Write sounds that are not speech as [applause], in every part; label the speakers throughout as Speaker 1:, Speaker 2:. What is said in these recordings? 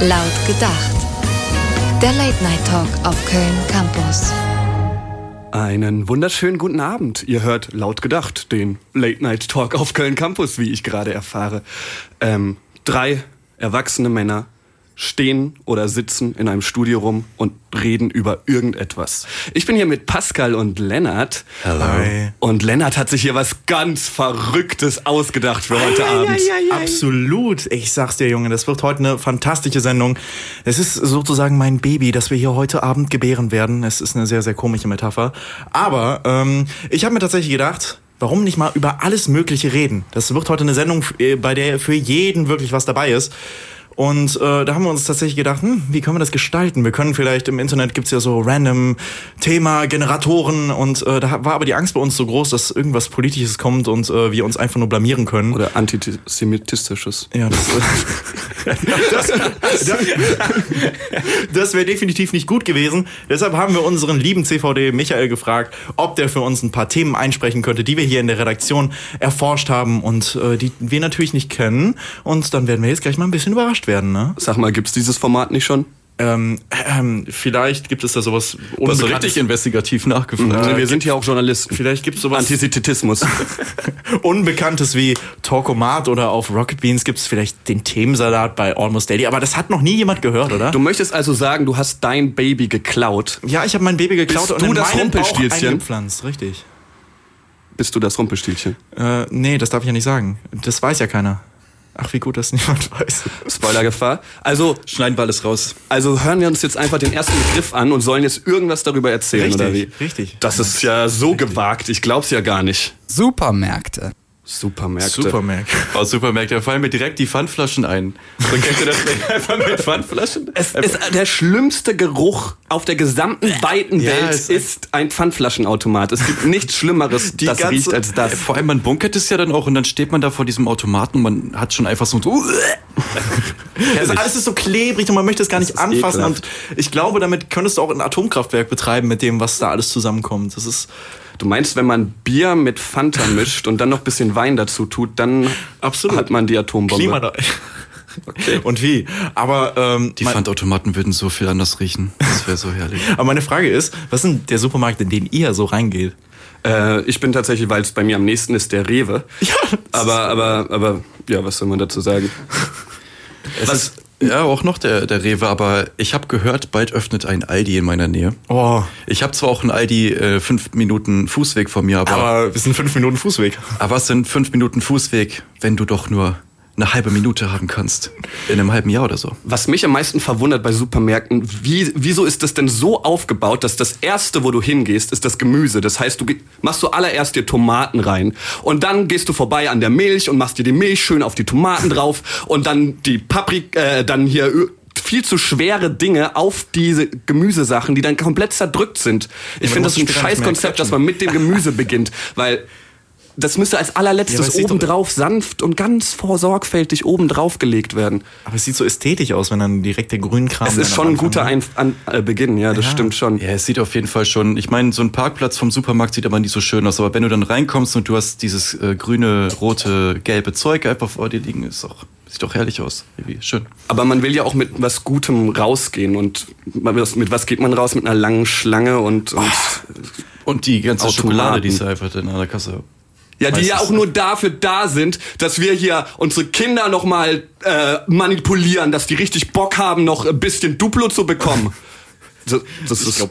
Speaker 1: Laut gedacht. Der Late Night Talk auf Köln Campus.
Speaker 2: Einen wunderschönen guten Abend. Ihr hört laut gedacht den Late Night Talk auf Köln Campus, wie ich gerade erfahre. Ähm, drei erwachsene Männer stehen oder sitzen in einem Studio rum und reden über irgendetwas. Ich bin hier mit Pascal und Lennart.
Speaker 3: Hello. Hi.
Speaker 2: Und Lennart hat sich hier was ganz Verrücktes ausgedacht für heute Abend.
Speaker 3: Absolut. Ich sag's dir, Junge, das wird heute eine fantastische Sendung. Es ist sozusagen mein Baby, das wir hier heute Abend gebären werden. Es ist eine sehr, sehr komische Metapher. Aber ähm, ich habe mir tatsächlich gedacht, warum nicht mal über alles Mögliche reden? Das wird heute eine Sendung, äh, bei der für jeden wirklich was dabei ist. Und äh, da haben wir uns tatsächlich gedacht, hm, wie können wir das gestalten? Wir können vielleicht im Internet gibt's ja so random Thema-Generatoren und äh, da war aber die Angst bei uns so groß, dass irgendwas Politisches kommt und äh, wir uns einfach nur blamieren können.
Speaker 2: Oder antisemitistisches.
Speaker 3: Ja, das, das, [laughs] das, das wäre definitiv nicht gut gewesen. Deshalb haben wir unseren lieben CVD Michael gefragt, ob der für uns ein paar Themen einsprechen könnte, die wir hier in der Redaktion erforscht haben und äh, die wir natürlich nicht kennen. Und dann werden wir jetzt gleich mal ein bisschen überrascht werden, ne?
Speaker 2: Sag mal, gibt's dieses Format nicht schon?
Speaker 3: Ähm, ähm, vielleicht gibt es da sowas
Speaker 4: Was
Speaker 3: Unbekanntes.
Speaker 4: richtig investigativ nachgefragt.
Speaker 2: Wir sind hier auch Journalisten.
Speaker 3: Äh, Vielleicht gibt es sowas [laughs]
Speaker 2: Antisemitismus.
Speaker 3: Unbekanntes wie Talkomat oder auf Rocket Beans gibt es vielleicht den Themensalat bei Almost Daily, aber das hat noch nie jemand gehört, oder?
Speaker 2: Du möchtest also sagen, du hast dein Baby geklaut.
Speaker 3: ja, ich habe mein Baby geklaut
Speaker 2: Bist
Speaker 3: und
Speaker 2: du
Speaker 3: in
Speaker 2: das
Speaker 3: meinen Bauch
Speaker 2: Rumpelstilzchen?
Speaker 3: eingepflanzt, richtig.
Speaker 2: Bist du das Rumpelstilzchen?
Speaker 3: Äh, nee, das darf ich ja nicht sagen. Das weiß ja keiner. Ach, wie gut, dass [laughs] niemand weiß.
Speaker 2: Spoilergefahr. Also,
Speaker 4: Schneiden wir alles raus.
Speaker 2: also hören wir uns jetzt einfach den ersten Begriff an und sollen jetzt irgendwas darüber erzählen,
Speaker 3: Richtig,
Speaker 2: oder wie?
Speaker 3: richtig.
Speaker 2: Das ist ja so gewagt, ich glaub's ja gar nicht.
Speaker 5: Supermärkte.
Speaker 2: Supermärkte. [laughs]
Speaker 3: Supermerk.
Speaker 4: Aus Supermärkten da fallen mir direkt die Pfandflaschen ein. So kennt ihr das
Speaker 2: [laughs]
Speaker 4: nicht? einfach mit Pfandflaschen?
Speaker 2: Es ist der schlimmste Geruch auf der gesamten weiten
Speaker 4: Ja,
Speaker 2: Welt
Speaker 4: es-
Speaker 2: ist ein Pfandflaschenautomat. Es gibt nichts Schlimmeres, das riecht als das.
Speaker 4: Äh, Vor allem, man bunkert es ja dann auch und dann steht man da vor diesem Automaten und man hat schon einfach so ein so,
Speaker 3: Das Also alles ist so klebrig und man möchte es gar nicht
Speaker 2: ist
Speaker 3: anfassen.
Speaker 2: ekelhaft.
Speaker 3: Und ich glaube, damit könntest du auch ein Atomkraftwerk betreiben mit dem, was da alles zusammenkommt. Das ist
Speaker 2: Du meinst, wenn man Bier mit
Speaker 3: [laughs]
Speaker 2: Fanta mischt und dann noch ein bisschen Wein dazu tut, dann
Speaker 3: Absolut.
Speaker 2: hat man die Atombombe.
Speaker 3: Klima.
Speaker 2: [laughs]
Speaker 3: [laughs] Und wie? Aber ähm,
Speaker 4: Die
Speaker 3: mein-
Speaker 4: Pfandautomaten würden so viel anders riechen. Das wäre so herrlich.
Speaker 3: Aber meine Frage ist, was ist denn der Supermarkt, in den ihr so reingeht?
Speaker 2: Äh, ich bin tatsächlich, weil es bei mir am nächsten ist, der Rewe.
Speaker 3: Ja, das
Speaker 2: aber, aber, aber, ja, was soll man dazu sagen?
Speaker 4: Es ist, ja, auch noch der, der Rewe, aber ich habe gehört, bald öffnet ein Aldi in meiner Nähe.
Speaker 3: Oh,
Speaker 4: Ich habe zwar auch einen Aldi äh, fünf Minuten Fußweg von mir, aber, aber,
Speaker 3: wir sind fünf Minuten Fußweg.
Speaker 4: es sind fünf Minuten Fußweg, wenn du doch nur eine halbe Minute haben kannst. In einem halben Jahr oder so.
Speaker 2: Was mich am meisten verwundert bei Supermärkten, wie, wieso ist das denn so aufgebaut, dass das erste, wo du hingehst, ist das Gemüse. Das heißt, du ge- machst du allererst dir Tomaten rein und dann gehst du vorbei an der Milch und machst dir die Milch schön auf die Tomaten drauf
Speaker 3: [laughs]
Speaker 2: und dann die Paprik, äh, dann hier Ö- viel zu schwere Dinge auf diese Gemüsesachen, die dann komplett zerdrückt sind. Ich
Speaker 3: man
Speaker 2: finde das ein
Speaker 3: muss später nicht mehr
Speaker 2: Scheißkonzept, dass
Speaker 3: klatschen.
Speaker 2: man mit dem
Speaker 3: [laughs]
Speaker 2: Gemüse beginnt, weil das müsste als
Speaker 3: Ja, aber
Speaker 2: allerletztes
Speaker 3: es sieht doch-
Speaker 2: obendrauf sanft und ganz vorsorgfältig obendrauf gelegt werden.
Speaker 3: Aber es sieht so ästhetisch aus, wenn dann direkt der Grünkram.
Speaker 2: Es ist
Speaker 3: dann
Speaker 2: schon
Speaker 3: am
Speaker 2: ein
Speaker 3: Anfang-
Speaker 2: guter Einf an, äh, Beginn, ja, das stimmt schon.
Speaker 4: Ja, es sieht auf jeden Fall schon. Ich meine, so ein Parkplatz vom Supermarkt sieht aber nicht so schön aus. Aber wenn du dann reinkommst und du hast dieses äh, grüne, rote, gelbe Zeug einfach vor dir liegen, ist auch, sieht doch herrlich aus. Irgendwie schön.
Speaker 2: Aber man will ja auch mit was Gutem rausgehen und man- was- mit was geht man raus? Mit einer langen Schlange und, und
Speaker 4: Und die ganze
Speaker 2: Automaten.
Speaker 4: Schokolade, die ist ja einfach in einer Kasse.
Speaker 2: ja, die ja
Speaker 4: Meistens.
Speaker 2: auch nur dafür da sind, dass wir hier unsere Kinder noch mal äh, manipulieren, dass die richtig Bock haben, noch ein bisschen Duplo zu bekommen. [laughs] Das, das ist,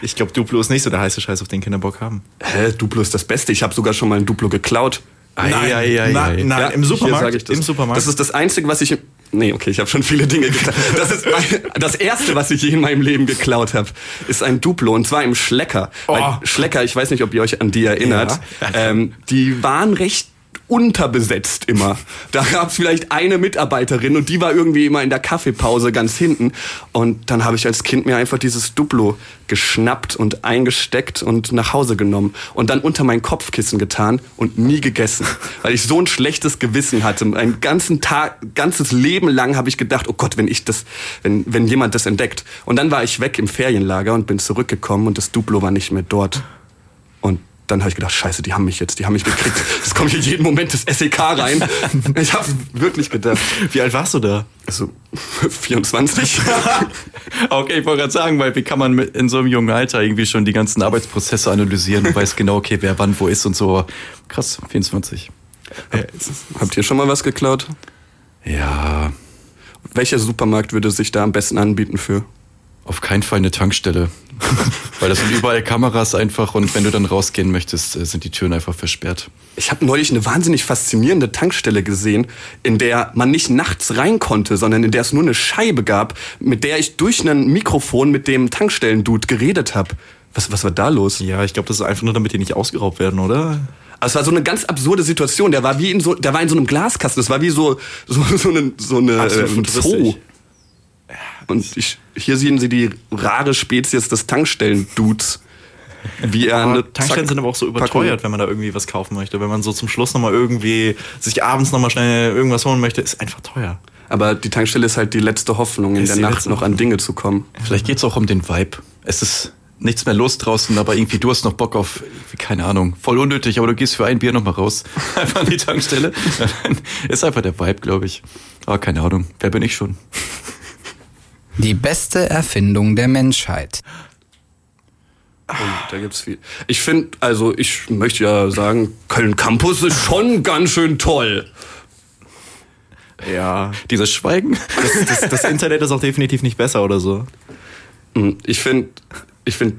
Speaker 3: Ich glaube, Duplo ist nicht so der heiße Scheiß, auf den Kinder Bock haben.
Speaker 2: hä, Duplo ist das Beste. Ich habe sogar schon mal ein Duplo geklaut.
Speaker 3: Nein, nein, nein, im
Speaker 2: Hier
Speaker 3: Supermarkt.
Speaker 2: sag ich das.
Speaker 3: Im Supermarkt.
Speaker 2: Das ist das Einzige, was ich. Nee, okay, ich habe schon viele Dinge geklaut. Das ist ein, das Erste, was ich je in meinem Leben geklaut habe, ist ein Duplo und zwar im
Speaker 3: Oh.
Speaker 2: Schlecker. Weil Schlecker, ich weiß nicht, ob ihr euch an die erinnert. Ähm, die waren recht unterbesetzt immer. Da gab es vielleicht eine Mitarbeiterin und die war irgendwie immer in der Kaffeepause ganz hinten. Und dann habe ich als Kind mir einfach dieses Duplo geschnappt und eingesteckt und nach Hause genommen und dann unter mein Kopfkissen getan und nie gegessen, [laughs] weil ich so ein schlechtes Gewissen hatte. Ein ganzen Tag, ganzes Leben lang habe ich gedacht, oh Gott, wenn ich das, wenn, wenn jemand das entdeckt. Und dann war ich weg im Ferienlager und bin zurückgekommen und das Duplo war nicht mehr dort. Und dann habe ich gedacht, scheiße, die haben mich jetzt, die haben mich gekriegt. Es kommt hier jeden Moment das SEK rein. Ich habe wirklich gedacht,
Speaker 3: Wie alt warst du da?
Speaker 2: also [laughs] 24.
Speaker 4: [laughs] Okay, ich wollte gerade sagen, weil wie kann man mit- in so einem jungen Alter irgendwie schon die ganzen Arbeitsprozesse analysieren und weiß genau, okay, wer wann wo ist und so. Krass, 24.
Speaker 2: Habt ihr schon mal was geklaut?
Speaker 4: Ja,
Speaker 2: Welcher Supermarkt würde sich da am besten anbieten für?
Speaker 4: auf keinen Fall eine Tankstelle. [laughs] weil das sind überall Kameras einfach und wenn du dann rausgehen möchtest, äh, sind die Türen einfach versperrt.
Speaker 2: Ich habe neulich eine wahnsinnig faszinierende Tankstelle gesehen, in der man nicht nachts rein konnte, sondern in der es nur eine Scheibe gab, mit der ich durch ein Mikrofon mit dem Tankstellendude geredet habe. Was, was war da los?
Speaker 3: Ja, ich glaube, das ist einfach nur, damit die nicht ausgeraubt werden, oder?
Speaker 2: Also es war so eine ganz absurde Situation. Der war wie in so, der war in so einem Glaskasten. Das war wie so so, so eine so eine
Speaker 3: Absolut
Speaker 2: äh, ein
Speaker 3: futuristisch.
Speaker 2: Zoo. Und ich, hier sehen Sie die rare Spezies des Tankstellen-Dudes. Wie er
Speaker 3: [laughs] Aber
Speaker 2: eine
Speaker 3: Tankstellen
Speaker 2: Zack-
Speaker 3: sind aber auch so
Speaker 2: Packung-
Speaker 3: überteuert, wenn man da irgendwie was kaufen möchte. Wenn man so zum Schluss nochmal irgendwie sich abends nochmal schnell irgendwas holen möchte, ist einfach teuer.
Speaker 2: Aber die Tankstelle ist halt die letzte Hoffnung, in
Speaker 3: Ist
Speaker 2: der
Speaker 3: die
Speaker 2: Nacht
Speaker 3: letzte
Speaker 2: noch an Dinge zu kommen.
Speaker 4: Vielleicht geht's auch um den Vibe. Es ist nichts mehr los draußen, aber irgendwie du hast noch Bock auf, irgendwie, keine Ahnung, voll unnötig, aber du gehst für ein Bier nochmal raus. [laughs] Einfach an die Tankstelle. [laughs] ist einfach der Vibe, glaube ich. Aber keine Ahnung, wer bin ich schon?
Speaker 5: Die beste Erfindung der Menschheit.
Speaker 2: Da gibt's viel. Ich finde, also ich möchte ja sagen, Köln Campus ist schon ganz schön toll.
Speaker 3: Ja.
Speaker 4: Dieses Schweigen. [laughs]
Speaker 3: Das, das, das Internet ist auch definitiv nicht besser oder so.
Speaker 2: Hm, Ich finde, ich finde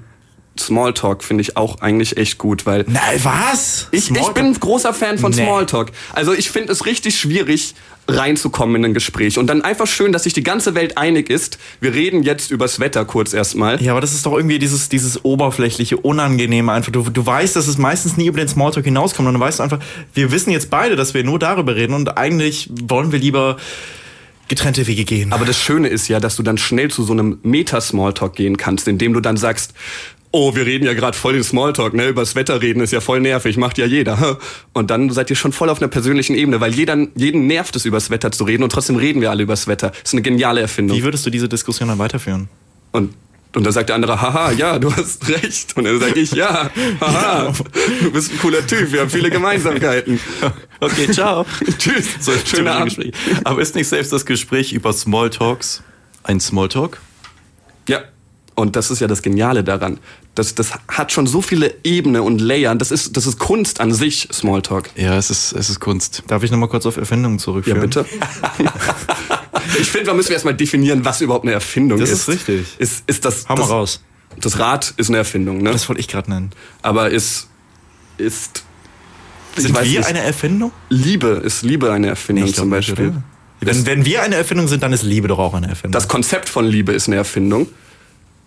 Speaker 2: Smalltalk finde ich auch eigentlich echt gut, weil
Speaker 3: Na, was?
Speaker 2: Ich, ich bin ein großer Fan von
Speaker 3: Nee.
Speaker 2: Smalltalk. Also ich finde es richtig schwierig, reinzukommen in ein Gespräch. Und dann einfach schön, dass sich die ganze Welt einig ist. Wir reden jetzt übers Wetter kurz erstmal.
Speaker 3: Ja, aber das ist doch irgendwie dieses, dieses oberflächliche, unangenehme einfach. Du, du weißt, dass es meistens nie über den Smalltalk hinauskommt. Und du weißt einfach, wir wissen jetzt beide, dass wir nur darüber reden. Und eigentlich wollen wir lieber getrennte Wege gehen.
Speaker 2: Aber das Schöne ist ja, dass du dann schnell zu so einem Meta-Smalltalk gehen kannst, indem du dann sagst, oh, wir reden ja gerade voll den Smalltalk, ne? Übers Wetter reden ist ja voll nervig, macht ja jeder. [laughs] Und dann seid ihr schon voll auf einer persönlichen Ebene, weil jeder, jeden nervt es, übers Wetter zu reden und trotzdem reden wir alle übers Wetter. Ist eine geniale Erfindung.
Speaker 3: Wie würdest du diese Diskussion dann weiterführen?
Speaker 2: Und, und dann sagt der andere, haha, ja, du hast recht. Und dann sage ich, ja, haha, du bist ein cooler Typ, wir haben viele
Speaker 3: [laughs]
Speaker 2: Gemeinsamkeiten.
Speaker 4: Okay, ciao.
Speaker 2: [laughs] Tschüss,
Speaker 4: So,
Speaker 2: schöner Abend.
Speaker 4: Gespräch. Aber ist nicht selbst das Gespräch über Smalltalks ein Smalltalk?
Speaker 2: Ja, und das ist ja das Geniale daran. Das, das hat schon so viele Ebenen und Layern. Das ist, das ist Kunst an sich, Smalltalk.
Speaker 4: Ja, es ist, es ist Kunst.
Speaker 3: Darf ich nochmal kurz auf Erfindungen
Speaker 2: Ja,
Speaker 3: zurückführen? [laughs]
Speaker 2: bitte. ich finde, da müssen wir erstmal definieren, was überhaupt eine Erfindung
Speaker 3: Das
Speaker 2: ist.
Speaker 3: ist richtig.
Speaker 2: Ist, ist das,
Speaker 3: Hau mal
Speaker 2: das,
Speaker 3: raus.
Speaker 2: Das Rad ist eine Erfindung, ne?
Speaker 3: Das wollte ich gerade nennen.
Speaker 2: Aber ist, ist, ich
Speaker 3: Sind
Speaker 2: weiß
Speaker 3: wir
Speaker 2: nicht.
Speaker 3: eine Erfindung?
Speaker 2: Liebe, ist Liebe eine Erfindung
Speaker 3: Ich glaub
Speaker 2: zum
Speaker 3: nicht,
Speaker 2: Beispiel?
Speaker 3: oder? Wenn, wenn wir eine Erfindung sind, dann ist Liebe doch auch eine Erfindung.
Speaker 2: Das Konzept von Liebe ist eine Erfindung,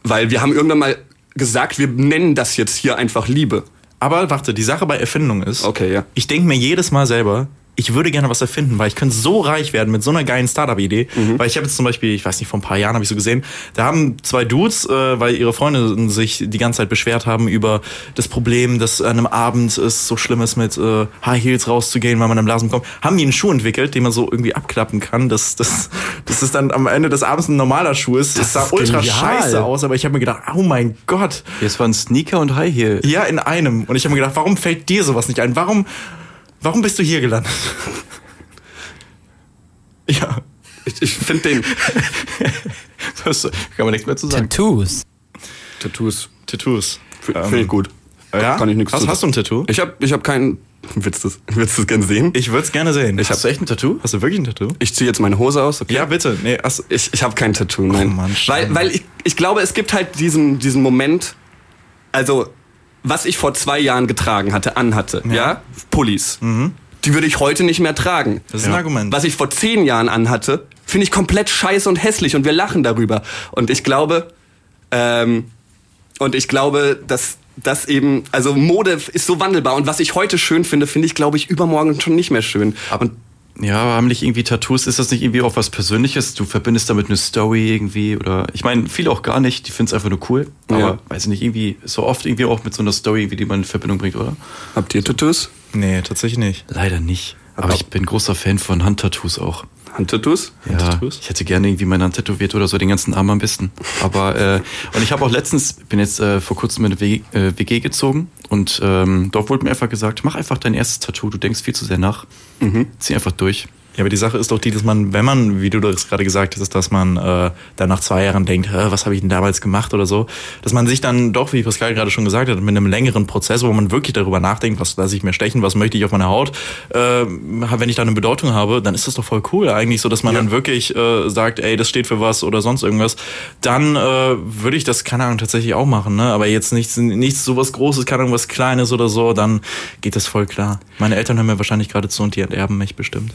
Speaker 2: weil wir haben irgendwann mal gesagt, wir nennen das jetzt hier einfach Liebe.
Speaker 3: Aber warte, die Sache bei Erfindung ist,
Speaker 2: Okay, ja.
Speaker 3: ich denke mir jedes Mal selber, ich würde gerne was erfinden, weil ich könnte so reich werden mit so einer geilen Startup-Idee.
Speaker 2: Mhm.
Speaker 3: Weil ich habe jetzt zum Beispiel, ich weiß nicht, vor ein paar Jahren habe ich so gesehen, da haben zwei Dudes, äh, weil ihre Freunde sich die ganze Zeit beschwert haben über das Problem, dass an einem Abend es so schlimm ist, mit äh, High Heels rauszugehen, weil man im Blasen kommt, haben die einen Schuh entwickelt, den man so irgendwie abklappen kann, dass, dass, dass es dann am Ende des Abends ein normaler Schuh ist. Das, sah
Speaker 2: ist
Speaker 3: ultra
Speaker 2: genial.
Speaker 3: scheiße aus, aber ich habe mir gedacht, oh mein Gott,
Speaker 4: Jetzt waren Sneaker und High Heel.
Speaker 3: ja, in einem. Und ich habe mir gedacht, warum fällt dir sowas nicht ein? Warum, warum bist du hier gelandet? [laughs] ja.
Speaker 2: Ich, ich finde den
Speaker 4: Das kann man nichts mehr zu sagen.
Speaker 5: Tattoos.
Speaker 2: Tattoos
Speaker 3: [laughs] Tattoos. Ähm,
Speaker 2: f- finde ich gut.
Speaker 3: Ja?
Speaker 2: Kann ich nichts
Speaker 3: hast,
Speaker 2: zu-
Speaker 3: hast du ein Tattoo?
Speaker 2: Ich habe ich hab keinen willst du das willst du das gern sehen?
Speaker 3: Ich würde es gerne sehen.
Speaker 2: Ich hab-
Speaker 4: Hast du echt ein Tattoo?
Speaker 3: hast du wirklich ein Tattoo?
Speaker 2: Ich ziehe jetzt meine Hose aus. Okay.
Speaker 3: Ja, bitte. Nee, hast,
Speaker 2: Ich, ich habe kein Tattoo, nein.
Speaker 3: Mann,
Speaker 2: weil
Speaker 3: Schande.
Speaker 2: weil ich, ich glaube, es gibt halt diesen, diesen Moment, also was ich vor zwei Jahren getragen hatte, anhatte, ja, Pullis, die würde ich heute nicht mehr tragen.
Speaker 3: Mhm. Das ist ein Argument.
Speaker 2: Was ich vor zehn Jahren anhatte, finde ich komplett scheiße und hässlich und wir lachen darüber. Und ich glaube, ähm, und ich glaube, dass dass eben, also Mode ist so wandelbar und was ich heute schön finde, finde ich, glaube ich, übermorgen schon nicht mehr schön. Und
Speaker 4: Ja, aber haben nicht irgendwie Tattoos? Ist das nicht irgendwie auch was Persönliches? Du verbindest damit eine Story irgendwie oder ich meine, viele auch gar nicht, die finden es einfach nur cool. Aber
Speaker 2: Ja.
Speaker 4: weiß ich nicht, irgendwie so oft irgendwie auch mit so einer Story, irgendwie, die man in Verbindung bringt, oder?
Speaker 2: habt ihr Tattoos?
Speaker 3: Nee, tatsächlich nicht.
Speaker 4: Leider nicht. Aber
Speaker 2: Aber-
Speaker 4: ich bin großer Fan von Handtattoos auch.
Speaker 2: Handtattoos?
Speaker 4: Ja,
Speaker 3: Tattoos?
Speaker 4: ich hätte gerne irgendwie meine Hand tätowiert oder so, den ganzen Arm am besten. Aber, äh, [laughs] und ich habe auch letztens, bin jetzt äh, vor kurzem in eine WG, äh, WG gezogen und ähm, dort wurde mir einfach gesagt, mach einfach dein erstes Tattoo, du denkst viel zu sehr nach. Zieh einfach durch.
Speaker 3: Ja, aber die Sache ist doch die, dass man, wenn man, wie du das gerade gesagt hast, dass man äh, dann nach zwei Jahren denkt, "Hä, was habe ich denn damals gemacht oder so, dass man sich dann doch, wie Pascal gerade schon gesagt hat, mit einem längeren Prozess, wo man wirklich darüber nachdenkt, was lasse ich mir stechen, was möchte ich auf meiner Haut, äh, wenn ich da eine Bedeutung habe, dann ist das doch voll cool eigentlich so, dass man dann wirklich äh, sagt, ey, das steht für was oder sonst irgendwas, dann äh, würde ich das, keine Ahnung, tatsächlich auch machen, ne? aber jetzt nichts, nichts sowas Großes, keine Ahnung, was Kleines oder so, dann geht das voll klar. Meine Eltern hören mir wahrscheinlich gerade zu und die enterben mich bestimmt.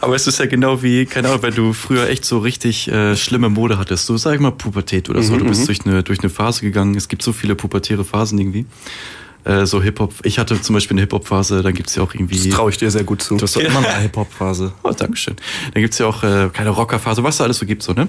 Speaker 4: Aber es ist ja genau wie, keine Ahnung, wenn du früher echt so richtig äh, schlimme Mode hattest, so sag ich mal Pubertät oder
Speaker 3: Mhm,
Speaker 4: so, du bist durch eine, durch eine Phase gegangen, es gibt so viele pubertäre Phasen irgendwie. Äh, so Hip-Hop, ich hatte zum Beispiel eine Hip-Hop-Phase, dann gibt's ja auch irgendwie...
Speaker 2: Das traue ich dir sehr gut zu.
Speaker 3: Du hast doch immer noch eine Hip-Hop-Phase.
Speaker 4: Oh, Dankeschön. Dann gibt's ja auch äh, keine Rockerphase, was da alles so gibt, so, ne?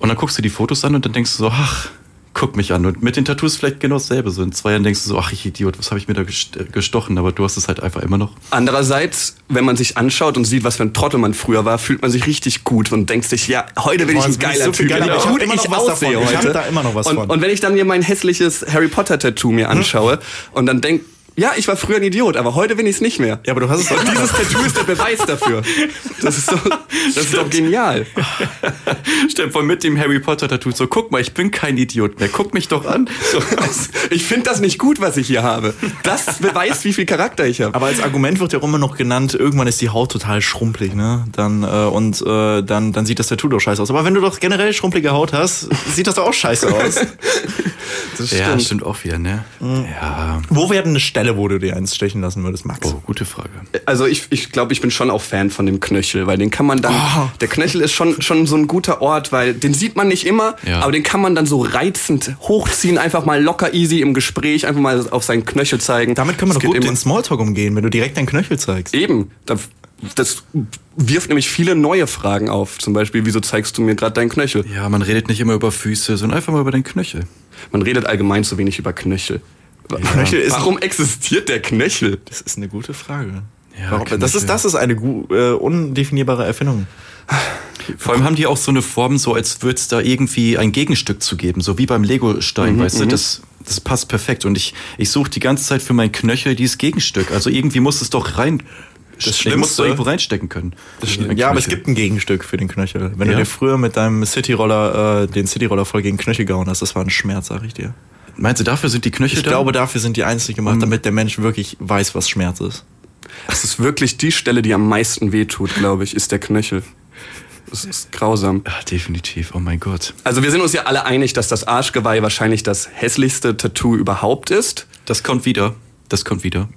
Speaker 4: Und dann guckst du die Fotos an und dann denkst du so, ach, guck mich an. Und mit den Tattoos vielleicht genau dasselbe. So in zwei Jahren denkst du so, ach, ich Idiot, was habe ich mir da gest- äh, gestochen? Aber du hast es halt einfach immer noch.
Speaker 2: [laughs] Andererseits, wenn man sich anschaut und sieht, was für ein Trottel man früher war, fühlt man sich richtig gut und denkt sich, ja, heute bin ich
Speaker 3: Boah,
Speaker 2: ein
Speaker 3: jetzt bin ich
Speaker 2: geiler
Speaker 3: so viel
Speaker 2: Typ.
Speaker 3: geiler,
Speaker 2: wie
Speaker 3: aber ich hab
Speaker 2: gut
Speaker 3: immer noch was davon.
Speaker 2: aussehe
Speaker 3: Ich hab
Speaker 2: heute.
Speaker 3: da immer noch was
Speaker 2: und,
Speaker 3: von. Hm?
Speaker 2: Und wenn ich dann mir mein hässliches Harry Potter Tattoo mir anschaue und dann denk, ja, ich war früher ein Idiot, aber heute bin ich es nicht mehr.
Speaker 3: Ja, aber du hast es doch.
Speaker 2: Und dieses Tattoo ist der Beweis dafür. Das ist doch, das ist doch
Speaker 3: [laughs]
Speaker 2: genial.
Speaker 4: Stell dir vor, mit dem Harry Potter-Tattoo so, guck mal, ich bin kein Idiot mehr. Guck mich doch an. So,
Speaker 2: Ich finde [laughs] das nicht gut, was ich hier habe. Das beweist, wie viel Charakter ich habe.
Speaker 3: Aber als Argument wird ja auch immer noch genannt, irgendwann ist die Haut total schrumpelig, ne? Dann äh, und äh, dann, dann sieht das Tattoo doch scheiße aus. Aber wenn du doch generell schrumpelige Haut hast, sieht das doch auch scheiße aus.
Speaker 4: [laughs]
Speaker 2: Das
Speaker 4: ja, stimmt auch wieder, ne? Ja.
Speaker 3: wo wäre denn eine Stelle, wo du dir eins stechen lassen würdest, Max?
Speaker 4: Oh, gute Frage.
Speaker 2: Also ich, ich glaube, ich bin schon auch Fan von dem Knöchel, weil den kann man dann.
Speaker 3: Ah.
Speaker 2: Der Knöchel ist schon, schon so ein guter Ort, weil den sieht man nicht immer,
Speaker 4: Ja.
Speaker 2: aber den kann man dann so reizend hochziehen, einfach mal locker easy im Gespräch, einfach mal auf seinen Knöchel zeigen.
Speaker 3: Damit können wir
Speaker 2: Das
Speaker 3: doch
Speaker 2: geht
Speaker 3: gut
Speaker 2: immer.
Speaker 3: den Smalltalk umgehen, wenn du direkt deinen Knöchel zeigst.
Speaker 2: Eben. Da- Das wirft nämlich viele neue Fragen auf. Zum Beispiel, wieso zeigst du mir gerade deinen Knöchel?
Speaker 4: Ja, man redet nicht immer über Füße, sondern einfach mal über den Knöchel.
Speaker 2: Man redet allgemein zu wenig über Knöchel.
Speaker 3: Knöchel ist-
Speaker 2: Warum existiert der Knöchel?
Speaker 3: Das ist eine gute Frage.
Speaker 4: Ja,
Speaker 3: Warum,
Speaker 4: kann
Speaker 3: das,
Speaker 4: ich,
Speaker 3: ist,
Speaker 4: ja.
Speaker 3: das ist eine gu- äh, undefinierbare Erfindung.
Speaker 4: Vor allem haben die auch so eine Form, so als würde es da irgendwie ein Gegenstück zu geben, so wie beim
Speaker 3: Mhm,
Speaker 4: Lego-Stein, weißt du, das, das passt perfekt. Und ich, ich suche die ganze Zeit für meinen Knöchel dieses Gegenstück. Also irgendwie muss es doch rein. ich muss
Speaker 3: Schlimmste-
Speaker 4: doch irgendwo reinstecken können.
Speaker 3: Ja, aber es gibt ein Gegenstück für den Knöchel. Wenn
Speaker 4: Ja.
Speaker 3: du dir früher mit deinem Cityroller äh, den Cityroller voll gegen den Knöchel gehauen hast, das war ein Schmerz, sag ich dir.
Speaker 4: Meinst du, dafür sind die Knöchel
Speaker 3: Ich
Speaker 4: da?
Speaker 3: glaube, dafür sind die einzig gemacht, damit der Mensch wirklich weiß, was Schmerz ist.
Speaker 2: Das ist wirklich die Stelle, die am meisten wehtut, glaube ich, ist der Knöchel. Das ist grausam.
Speaker 4: Ja, definitiv. Oh mein Gott.
Speaker 2: Also wir sind uns ja alle einig, dass das Arschgeweih wahrscheinlich das hässlichste Tattoo überhaupt ist.
Speaker 4: Das kommt wieder. Das kommt wieder.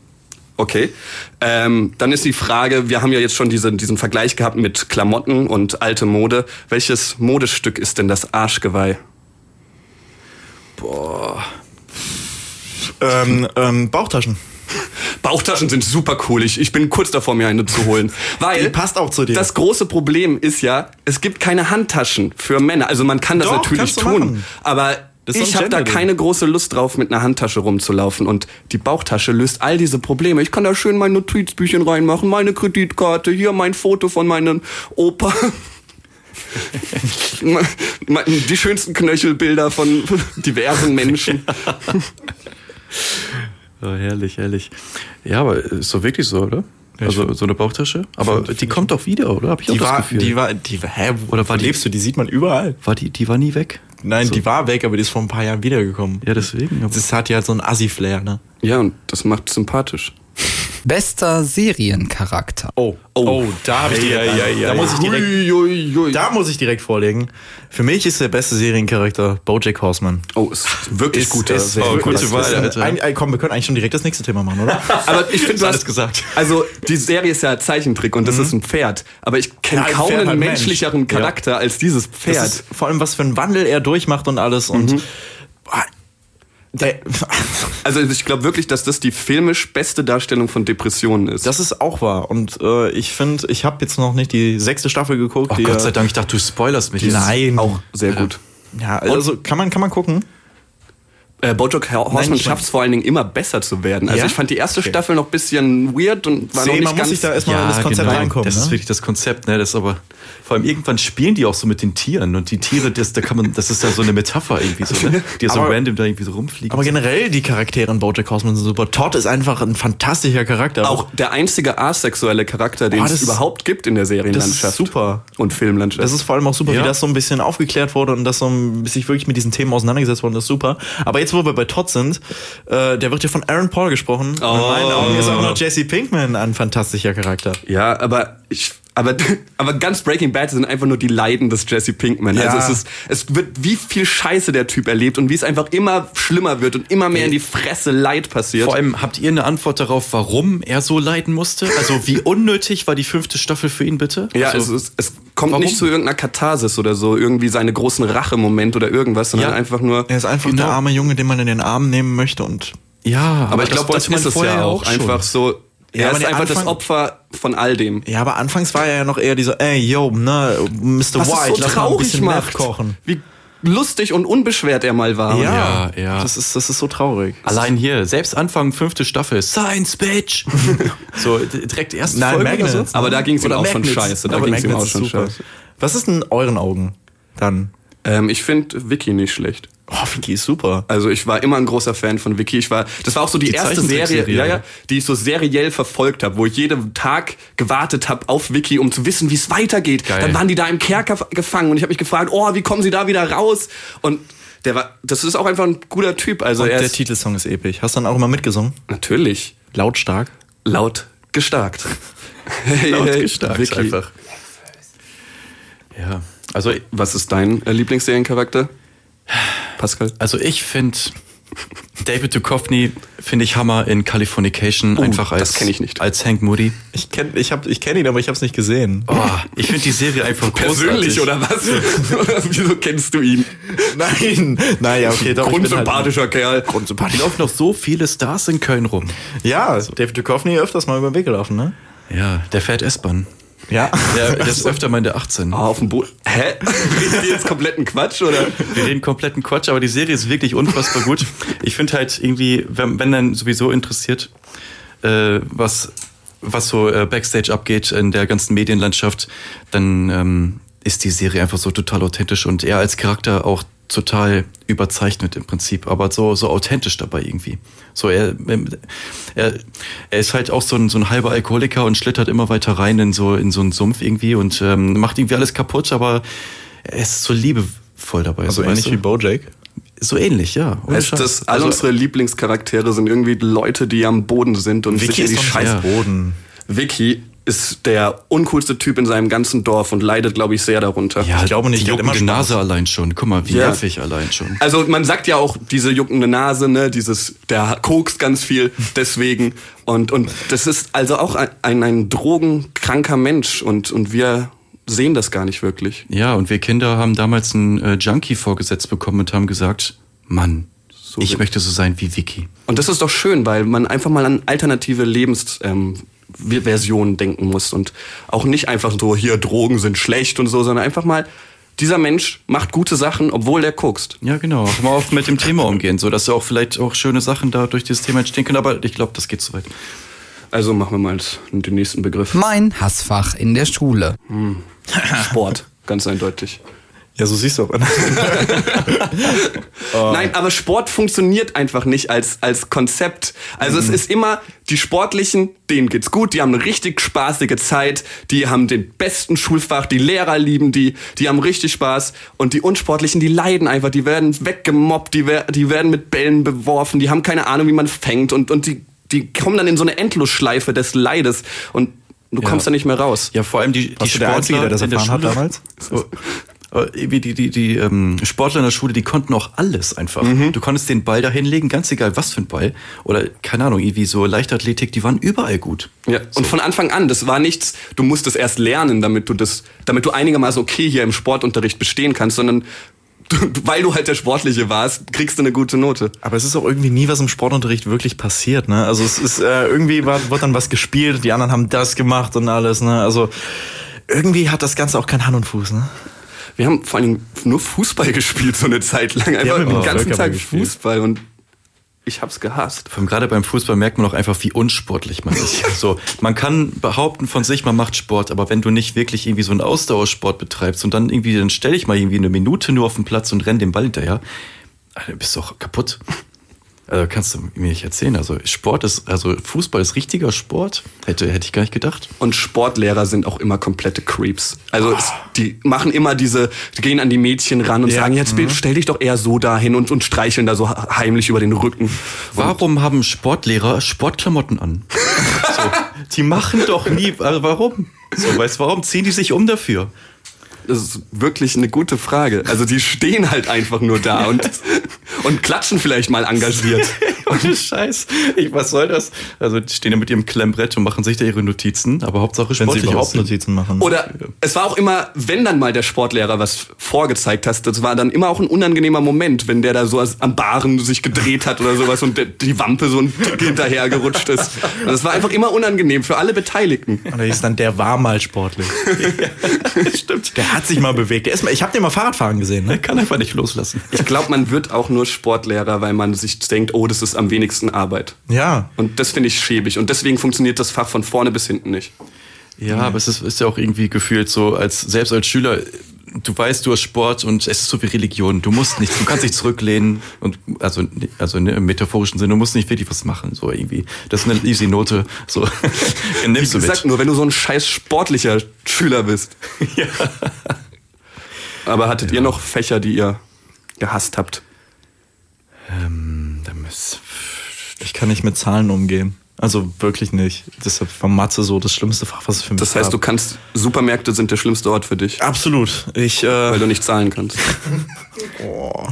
Speaker 2: Okay. Ähm, dann ist die Frage, wir haben ja jetzt schon diese, diesen Vergleich gehabt mit Klamotten und alte Mode. Welches Modestück ist denn das Arschgeweih?
Speaker 3: Ähm, ähm, Bauchtaschen.
Speaker 2: Bauchtaschen sind super cool. Ich, ich bin kurz davor, mir eine zu holen. Weil
Speaker 3: Die passt auch zu dir.
Speaker 2: Das große Problem ist ja, es gibt keine Handtaschen für Männer. Also man kann das
Speaker 3: Doch,
Speaker 2: natürlich
Speaker 3: kannst du
Speaker 2: tun,
Speaker 3: machen.
Speaker 2: aber
Speaker 3: Das ist
Speaker 2: ich
Speaker 3: doch ein
Speaker 2: habe da
Speaker 3: Genderding.
Speaker 2: keine große Lust drauf, mit einer Handtasche rumzulaufen. Und die Bauchtasche löst all diese Probleme. Ich kann da schön mein Notizbüchchen reinmachen, meine Kreditkarte, hier mein Foto von meinem
Speaker 3: [laughs]
Speaker 2: Opa. die schönsten Knöchelbilder
Speaker 3: [laughs]
Speaker 2: von diversen Menschen.
Speaker 4: Oh,
Speaker 3: Ah,
Speaker 4: herrlich, herrlich. Ja, aber äh, ist doch wirklich so, oder? Also so eine Bauchtasche. Aber die kommt doch wieder, oder? Hab ich
Speaker 3: Die
Speaker 4: auch das
Speaker 3: war,
Speaker 4: Gefühl.
Speaker 3: die war, die war, hä, wo,
Speaker 4: Oder war
Speaker 3: wo
Speaker 4: die-
Speaker 3: lebst du? Die sieht man überall.
Speaker 4: war die, die war nie weg.
Speaker 3: Nein,
Speaker 4: So.
Speaker 3: die war weg, aber die ist vor ein paar Jahren wiedergekommen.
Speaker 4: Ja, deswegen. Aber
Speaker 3: Das hat ja so einen Assi-Flair, ne?
Speaker 2: Ja, und das macht sympathisch.
Speaker 5: Bester Seriencharakter.
Speaker 3: Oh, oh, da habe ich direkt,
Speaker 4: ei, ei,
Speaker 3: da
Speaker 4: ei.
Speaker 3: muss ich direkt,
Speaker 2: Uiuiui.
Speaker 3: da muss ich direkt vorlegen. Für mich ist der beste Seriencharakter Bojack Horseman.
Speaker 2: Oh, ist wirklich guter
Speaker 4: oh, gute
Speaker 3: ist-
Speaker 4: Wahl,
Speaker 3: ist-
Speaker 4: Alter.
Speaker 3: ein, ein, komm, wir können eigentlich schon direkt das nächste Thema machen, [laughs] oder?
Speaker 2: Aber ich finde, du
Speaker 4: alles
Speaker 2: hast
Speaker 4: gesagt.
Speaker 2: Also, die Serie ist ja Zeichentrick und das ist ein Pferd. Aber ich kenne
Speaker 3: Mhm. Ja, ein
Speaker 2: kaum
Speaker 3: Pferd,
Speaker 2: einen
Speaker 3: ein Mensch.
Speaker 2: menschlicheren Charakter als dieses Pferd.
Speaker 3: Mhm. Das ist vor allem, was für einen Wandel er durchmacht und alles. Und boah, Ah, Der, [laughs]
Speaker 2: Also ich glaube wirklich, dass das die filmisch beste Darstellung von Depressionen ist.
Speaker 3: das ist auch wahr. Und äh, ich finde, ich habe jetzt noch nicht die sechste Staffel geguckt.
Speaker 4: Oh
Speaker 3: die
Speaker 4: Gott
Speaker 3: ja-
Speaker 4: sei Dank, ich dachte, du spoilerst mich. jetzt.
Speaker 3: Nein. Auch.
Speaker 2: sehr gut.
Speaker 3: Ja, also kann man, kann man gucken.
Speaker 2: Äh, Bojack Ho-
Speaker 3: Nein,
Speaker 2: Horseman
Speaker 3: ich mein-
Speaker 2: schafft es vor allen Dingen immer besser zu werden. Also
Speaker 3: Ja?
Speaker 2: ich fand die erste
Speaker 3: Okay.
Speaker 2: Staffel noch ein bisschen weird und war noch
Speaker 3: Seh,
Speaker 2: nicht
Speaker 3: man muss
Speaker 2: ganz
Speaker 3: sich da erstmal
Speaker 4: Ja,
Speaker 3: in das Konzept
Speaker 4: genau.
Speaker 3: reinkommen.
Speaker 4: Das
Speaker 3: ne?
Speaker 4: ist wirklich das Konzept, ne? Das ist aber vor allem irgendwann spielen die auch so mit den Tieren und die Tiere, das, da kann man, das ist ja so eine Metapher irgendwie so, ne? Die so
Speaker 3: Aber-
Speaker 4: random da irgendwie so rumfliegen.
Speaker 3: Aber generell die Charaktere in BoJack Horseman sind super. Todd ist einfach ein fantastischer Charakter.
Speaker 2: auch der einzige asexuelle Charakter, den
Speaker 3: Ah,
Speaker 2: es
Speaker 3: das-
Speaker 2: überhaupt gibt in der Serienlandschaft.
Speaker 3: das ist super.
Speaker 2: Und Filmlandschaft.
Speaker 3: das ist vor allem auch super,
Speaker 4: Ja.
Speaker 3: wie das so ein bisschen aufgeklärt wurde und dass so ein, sich wirklich mit diesen Themen auseinandergesetzt worden ist super. Aber jetzt, wo wir bei Todd sind, äh, der wird ja von Aaron Paul gesprochen. Oh. Und in meinen Augen ist auch noch Jesse Pinkman ein fantastischer Charakter.
Speaker 2: ja, aber ich. Aber, [laughs] aber ganz Breaking Bad sind einfach nur die Leiden des Jesse Pinkman. Also
Speaker 3: Ja.
Speaker 2: es ist, es wird, wie viel Scheiße der Typ erlebt und wie es einfach immer schlimmer wird und immer mehr in die Fresse Leid passiert.
Speaker 4: vor allem, habt ihr eine Antwort darauf, warum er so leiden musste? Also
Speaker 3: [laughs]
Speaker 4: wie unnötig war die fünfte Staffel für ihn bitte?
Speaker 2: Ja,
Speaker 4: also,
Speaker 2: es, ist, es kommt
Speaker 4: Warum?
Speaker 2: nicht zu irgendeiner Katharsis oder so, irgendwie seine großen Rachemoment oder irgendwas, sondern
Speaker 4: Ja.
Speaker 2: einfach nur.
Speaker 3: Er ist einfach
Speaker 4: Genau.
Speaker 3: der arme Junge, den man in den Arm nehmen möchte und
Speaker 4: ja,
Speaker 2: aber ich glaube, das,
Speaker 4: wollte man
Speaker 2: ist es
Speaker 4: vorher
Speaker 2: ja auch.
Speaker 4: schon.
Speaker 2: Einfach so.
Speaker 3: Ja,
Speaker 2: er
Speaker 3: aber
Speaker 2: ist
Speaker 3: der
Speaker 2: einfach das
Speaker 3: Anfang-
Speaker 2: Opfer von all dem.
Speaker 3: ja, aber anfangs war er ja noch eher dieser, ey, yo, ne, Mr.
Speaker 2: Was es
Speaker 3: White,
Speaker 2: so
Speaker 3: lass mal ein
Speaker 2: traurig
Speaker 3: bisschen
Speaker 2: macht.
Speaker 3: nachkochen.
Speaker 2: Wie lustig und unbeschwert er mal war.
Speaker 4: Ja, ja.
Speaker 3: Das ist, das ist so traurig.
Speaker 4: Allein hier, selbst Anfang fünfte Staffel, Science Bitch. so d- direkt erste
Speaker 3: Nein,
Speaker 4: Folge
Speaker 3: Magnets.
Speaker 4: oder so.
Speaker 2: Aber da ging's ihm
Speaker 3: Oder
Speaker 2: auch schon
Speaker 3: Magnets.
Speaker 2: scheiße. Da
Speaker 3: Aber
Speaker 2: ging's ihm
Speaker 3: Magnets
Speaker 2: auch
Speaker 3: ist
Speaker 2: schon
Speaker 3: super.
Speaker 2: scheiße.
Speaker 3: Was ist in euren Augen dann?
Speaker 2: Ähm, ich finde Vicky nicht schlecht.
Speaker 3: Oh, Vicky ist super.
Speaker 2: Also ich war immer ein großer Fan von Vicky. Ich war, das war auch so die,
Speaker 4: Die
Speaker 2: erste
Speaker 4: Zeichentrickserie,
Speaker 2: Serie, ja, ja,
Speaker 4: oder?
Speaker 2: die ich so seriell verfolgt habe, wo ich jeden Tag gewartet habe auf Vicky, um zu wissen, wie es weitergeht.
Speaker 4: Geil.
Speaker 2: Dann waren die da im Kerker f- gefangen und ich habe mich gefragt, oh, wie kommen sie da wieder raus? Und der war, das ist auch einfach ein guter Typ. Also
Speaker 3: Und
Speaker 2: er
Speaker 3: der
Speaker 2: ist
Speaker 3: Titelsong ist episch. Hast du dann auch immer mitgesungen?
Speaker 2: natürlich
Speaker 3: Lautstark.
Speaker 2: laut gestarkt. Hey,
Speaker 4: Laut
Speaker 2: hey,
Speaker 4: gestarkt
Speaker 2: Vicky.
Speaker 4: einfach. Ja, also,
Speaker 2: Was ist dein äh, Lieblingsseriencharakter? Pascal?
Speaker 4: also ich finde David Duchovny finde ich Hammer in Californication einfach
Speaker 2: das
Speaker 4: als
Speaker 2: kenn ich nicht.
Speaker 4: als Hank Moody.
Speaker 3: Ich kenne ich hab, ich kenn ihn, aber ich hab's nicht gesehen.
Speaker 4: Oh, ich finde die Serie einfach
Speaker 2: Persönlich
Speaker 4: großartig.
Speaker 2: oder was? [laughs] Wieso kennst du ihn?
Speaker 3: Nein. Naja, Ah okay, doch. ich bin halt
Speaker 2: Grundsympathischer Kerl.
Speaker 4: Ich laufe noch so viele Stars in Köln rum.
Speaker 3: Halt, ja, David Duchovny öfters mal über den Weg gelaufen, ne?
Speaker 4: Ja, der fährt S-Bahn.
Speaker 3: Ja. Also
Speaker 4: Der, der ist öfter mal in der 18.
Speaker 2: Ah, auf dem Boot. Hä? Reden die jetzt kompletten Quatsch oder?
Speaker 4: Wir reden kompletten Quatsch, aber die Serie ist wirklich unfassbar gut. Ich finde halt irgendwie, wenn, wenn dann sowieso interessiert, äh, was, was so äh, Backstage abgeht in der ganzen Medienlandschaft, dann ähm, ist die Serie einfach so total authentisch und er als Charakter auch total überzeichnet im Prinzip, aber so, so authentisch dabei irgendwie. So er, ähm, er, er ist halt auch so ein, so ein halber Alkoholiker und schlittert immer weiter rein in so, in so einen Sumpf irgendwie und ähm, macht irgendwie alles kaputt, aber er ist so liebevoll dabei.
Speaker 3: Also
Speaker 4: weißt
Speaker 3: ähnlich
Speaker 4: du?
Speaker 3: wie Bojack.
Speaker 4: So ähnlich, ja. Ohne
Speaker 2: Es,
Speaker 4: Scheiß.
Speaker 2: das, all
Speaker 4: Also,
Speaker 2: unsere Lieblingscharaktere sind irgendwie Leute, die am Boden sind und sich in die Scheiße.
Speaker 4: ja.
Speaker 3: Boden.
Speaker 2: Vicky ist der uncoolste Typ in seinem ganzen Dorf und leidet, glaube ich, sehr darunter.
Speaker 4: ja,
Speaker 3: ich glaube nicht,
Speaker 4: Die
Speaker 3: der hat
Speaker 4: juckende
Speaker 3: immer Spaß.
Speaker 4: Nase allein schon. Guck mal, wie
Speaker 2: Ja.
Speaker 4: nervig allein schon.
Speaker 2: Also man sagt ja auch diese juckende Nase, ne, dieses der kokst ganz viel deswegen und und das ist also auch ein, ein, ein drogenkranker Mensch und und wir sehen das gar nicht wirklich.
Speaker 4: Ja, und wir Kinder haben damals einen äh, Junkie vorgesetzt bekommen und haben gesagt, Mann, ich
Speaker 2: wird-
Speaker 4: möchte so sein wie Vicky.
Speaker 2: Und das ist doch schön, weil man einfach mal an alternative Lebensversionen ähm, Vi- Versionen denken muss und auch nicht einfach so hier Drogen sind schlecht und so, sondern einfach mal dieser Mensch macht gute Sachen, obwohl der kokst.
Speaker 4: Ja, genau. Auch mal oft mit dem Thema umgehen, so dass auch vielleicht auch schöne Sachen da durch dieses Thema entstehen können. Aber ich glaube, das geht zu weit.
Speaker 2: Also machen wir mal den nächsten
Speaker 5: [laughs]
Speaker 2: Begriff.
Speaker 5: Mein Hassfach in der Schule.
Speaker 2: Sport, ganz eindeutig.
Speaker 3: Ja, so siehst du ne? auch.
Speaker 2: Nein, aber Sport funktioniert einfach nicht als, als Konzept. Also es ist immer, die Sportlichen, denen geht's gut, die haben eine richtig spaßige Zeit, die haben den besten Schulfach, die Lehrer lieben die, die haben richtig Spaß und die Unsportlichen, die leiden einfach, die werden weggemobbt, die, wer die werden mit Bällen beworfen, die haben keine Ahnung, wie man fängt und, und die, die kommen dann in so eine Endlosschleife des Leides und du kommst da nicht mehr raus.
Speaker 4: Ja, vor allem die, die
Speaker 3: Warst du der Einzige, der das
Speaker 4: in der
Speaker 3: erfahren hat
Speaker 4: Schule-
Speaker 3: damals?
Speaker 4: So, äh, wie die, die, die ähm, Sportler in der Schule, die konnten auch alles einfach.
Speaker 3: Mhm.
Speaker 4: Du konntest den Ball da hinlegen, ganz egal was für ein Ball. Oder, keine Ahnung, irgendwie so Leichtathletik, die waren überall gut.
Speaker 2: Ja, und von Anfang an, das war nichts, du musst es erst lernen, damit du das, damit du einigermaßen okay hier im Sportunterricht bestehen kannst, sondern weil du halt der Sportliche warst, kriegst du eine gute Note.
Speaker 3: Aber es ist auch irgendwie nie was im Sportunterricht wirklich passiert, ne? Also es ist äh, irgendwie war, wird dann was gespielt, die anderen haben das gemacht und alles, ne? Also irgendwie hat das Ganze auch kein Hand und Fuß, ne?
Speaker 2: Wir haben vor allem nur Fußball [laughs] gespielt so eine Zeit lang. Einfach
Speaker 3: haben
Speaker 2: den
Speaker 3: immer
Speaker 2: ganzen
Speaker 3: Völkerball
Speaker 2: Tag
Speaker 3: gespielt.
Speaker 2: Fußball und ich hab's gehasst.
Speaker 4: Vor allem Gerade beim Fußball merkt man auch einfach, wie unsportlich man ist. So, man kann behaupten von sich, man macht Sport, aber wenn du nicht wirklich irgendwie so einen Ausdauersport betreibst und dann irgendwie, dann stelle ich mal irgendwie eine Minute nur auf den Platz und renne den Ball hinterher, Alter, bist du auch kaputt. Also kannst du mir nicht erzählen. Also Sport ist, also Fußball ist richtiger Sport. Hätte, hätte ich gar nicht gedacht.
Speaker 2: Und Sportlehrer sind auch immer komplette Creeps. Also es, die machen immer diese, die gehen an die Mädchen ran und
Speaker 3: Ja.
Speaker 2: sagen,
Speaker 3: Mhm.
Speaker 2: jetzt stell dich doch eher so dahin und, und streicheln da so heimlich über den Rücken.
Speaker 4: Warum haben Sportlehrer Sportklamotten [laughs] an? so, die machen doch nie. Also warum? So, weißt du, warum ziehen die sich um dafür? [laughs]
Speaker 2: Das ist wirklich eine gute Frage. Also die stehen halt einfach nur da und, und klatschen vielleicht mal engagiert.
Speaker 4: Ohne Scheiß. Ich, was soll das? Also die stehen da mit ihrem Klemmbrett und machen sich da ihre Notizen, aber Hauptsache
Speaker 3: Wenn sie
Speaker 4: sportlich
Speaker 3: überhaupt
Speaker 4: aussehen.
Speaker 3: Notizen machen.
Speaker 2: Oder es war auch immer, wenn dann mal der Sportlehrer was vorgezeigt hat, das war dann immer auch ein unangenehmer Moment, wenn der da so als- am Baren sich gedreht hat oder sowas und der, die Wampe so ein Tick hinterher gerutscht ist. Und das war einfach immer unangenehm für alle Beteiligten.
Speaker 3: Oder ist dann der war mal [laughs] sportlich.
Speaker 4: Stimmt.
Speaker 3: Der hat sich mal bewegt. Der ist mal, ich habe den mal Fahrradfahren gesehen, ne?
Speaker 4: Der [laughs] kann einfach nicht loslassen.
Speaker 2: Ich glaube, man wird auch nur Sportlehrer, weil man sich denkt, oh, das ist am wenigsten Arbeit.
Speaker 3: Ja.
Speaker 2: Und das finde ich schäbig. Und deswegen funktioniert das Fach von vorne bis hinten nicht.
Speaker 4: Ja, aber es ist, ist ja auch irgendwie gefühlt so, als selbst als Schüler, du weißt, du hast Sport und es ist so wie Religion. Du musst nicht, du kannst dich zurücklehnen und also, also ne, im metaphorischen Sinne, du musst nicht wirklich was machen. So irgendwie. Das ist eine easy Note. So. [laughs] Nimmst du
Speaker 2: Ich
Speaker 4: mit.
Speaker 2: sag nur, wenn du so ein scheiß sportlicher Schüler bist.
Speaker 4: [laughs] Ja.
Speaker 2: Aber hattet ihr noch Fächer, die ihr gehasst habt?
Speaker 4: Ähm, da müsst-
Speaker 3: Ich kann nicht mit Zahlen umgehen. Also wirklich nicht. Deshalb war Mathe so das schlimmste Fach, was es für mich
Speaker 2: Das heißt, du
Speaker 3: gab.
Speaker 2: kannst, Supermärkte sind der schlimmste Ort für
Speaker 4: Ah.
Speaker 2: dich,
Speaker 3: Absolut. Ich,
Speaker 2: weil
Speaker 3: äh,
Speaker 2: du nicht zahlen kannst.
Speaker 3: oh.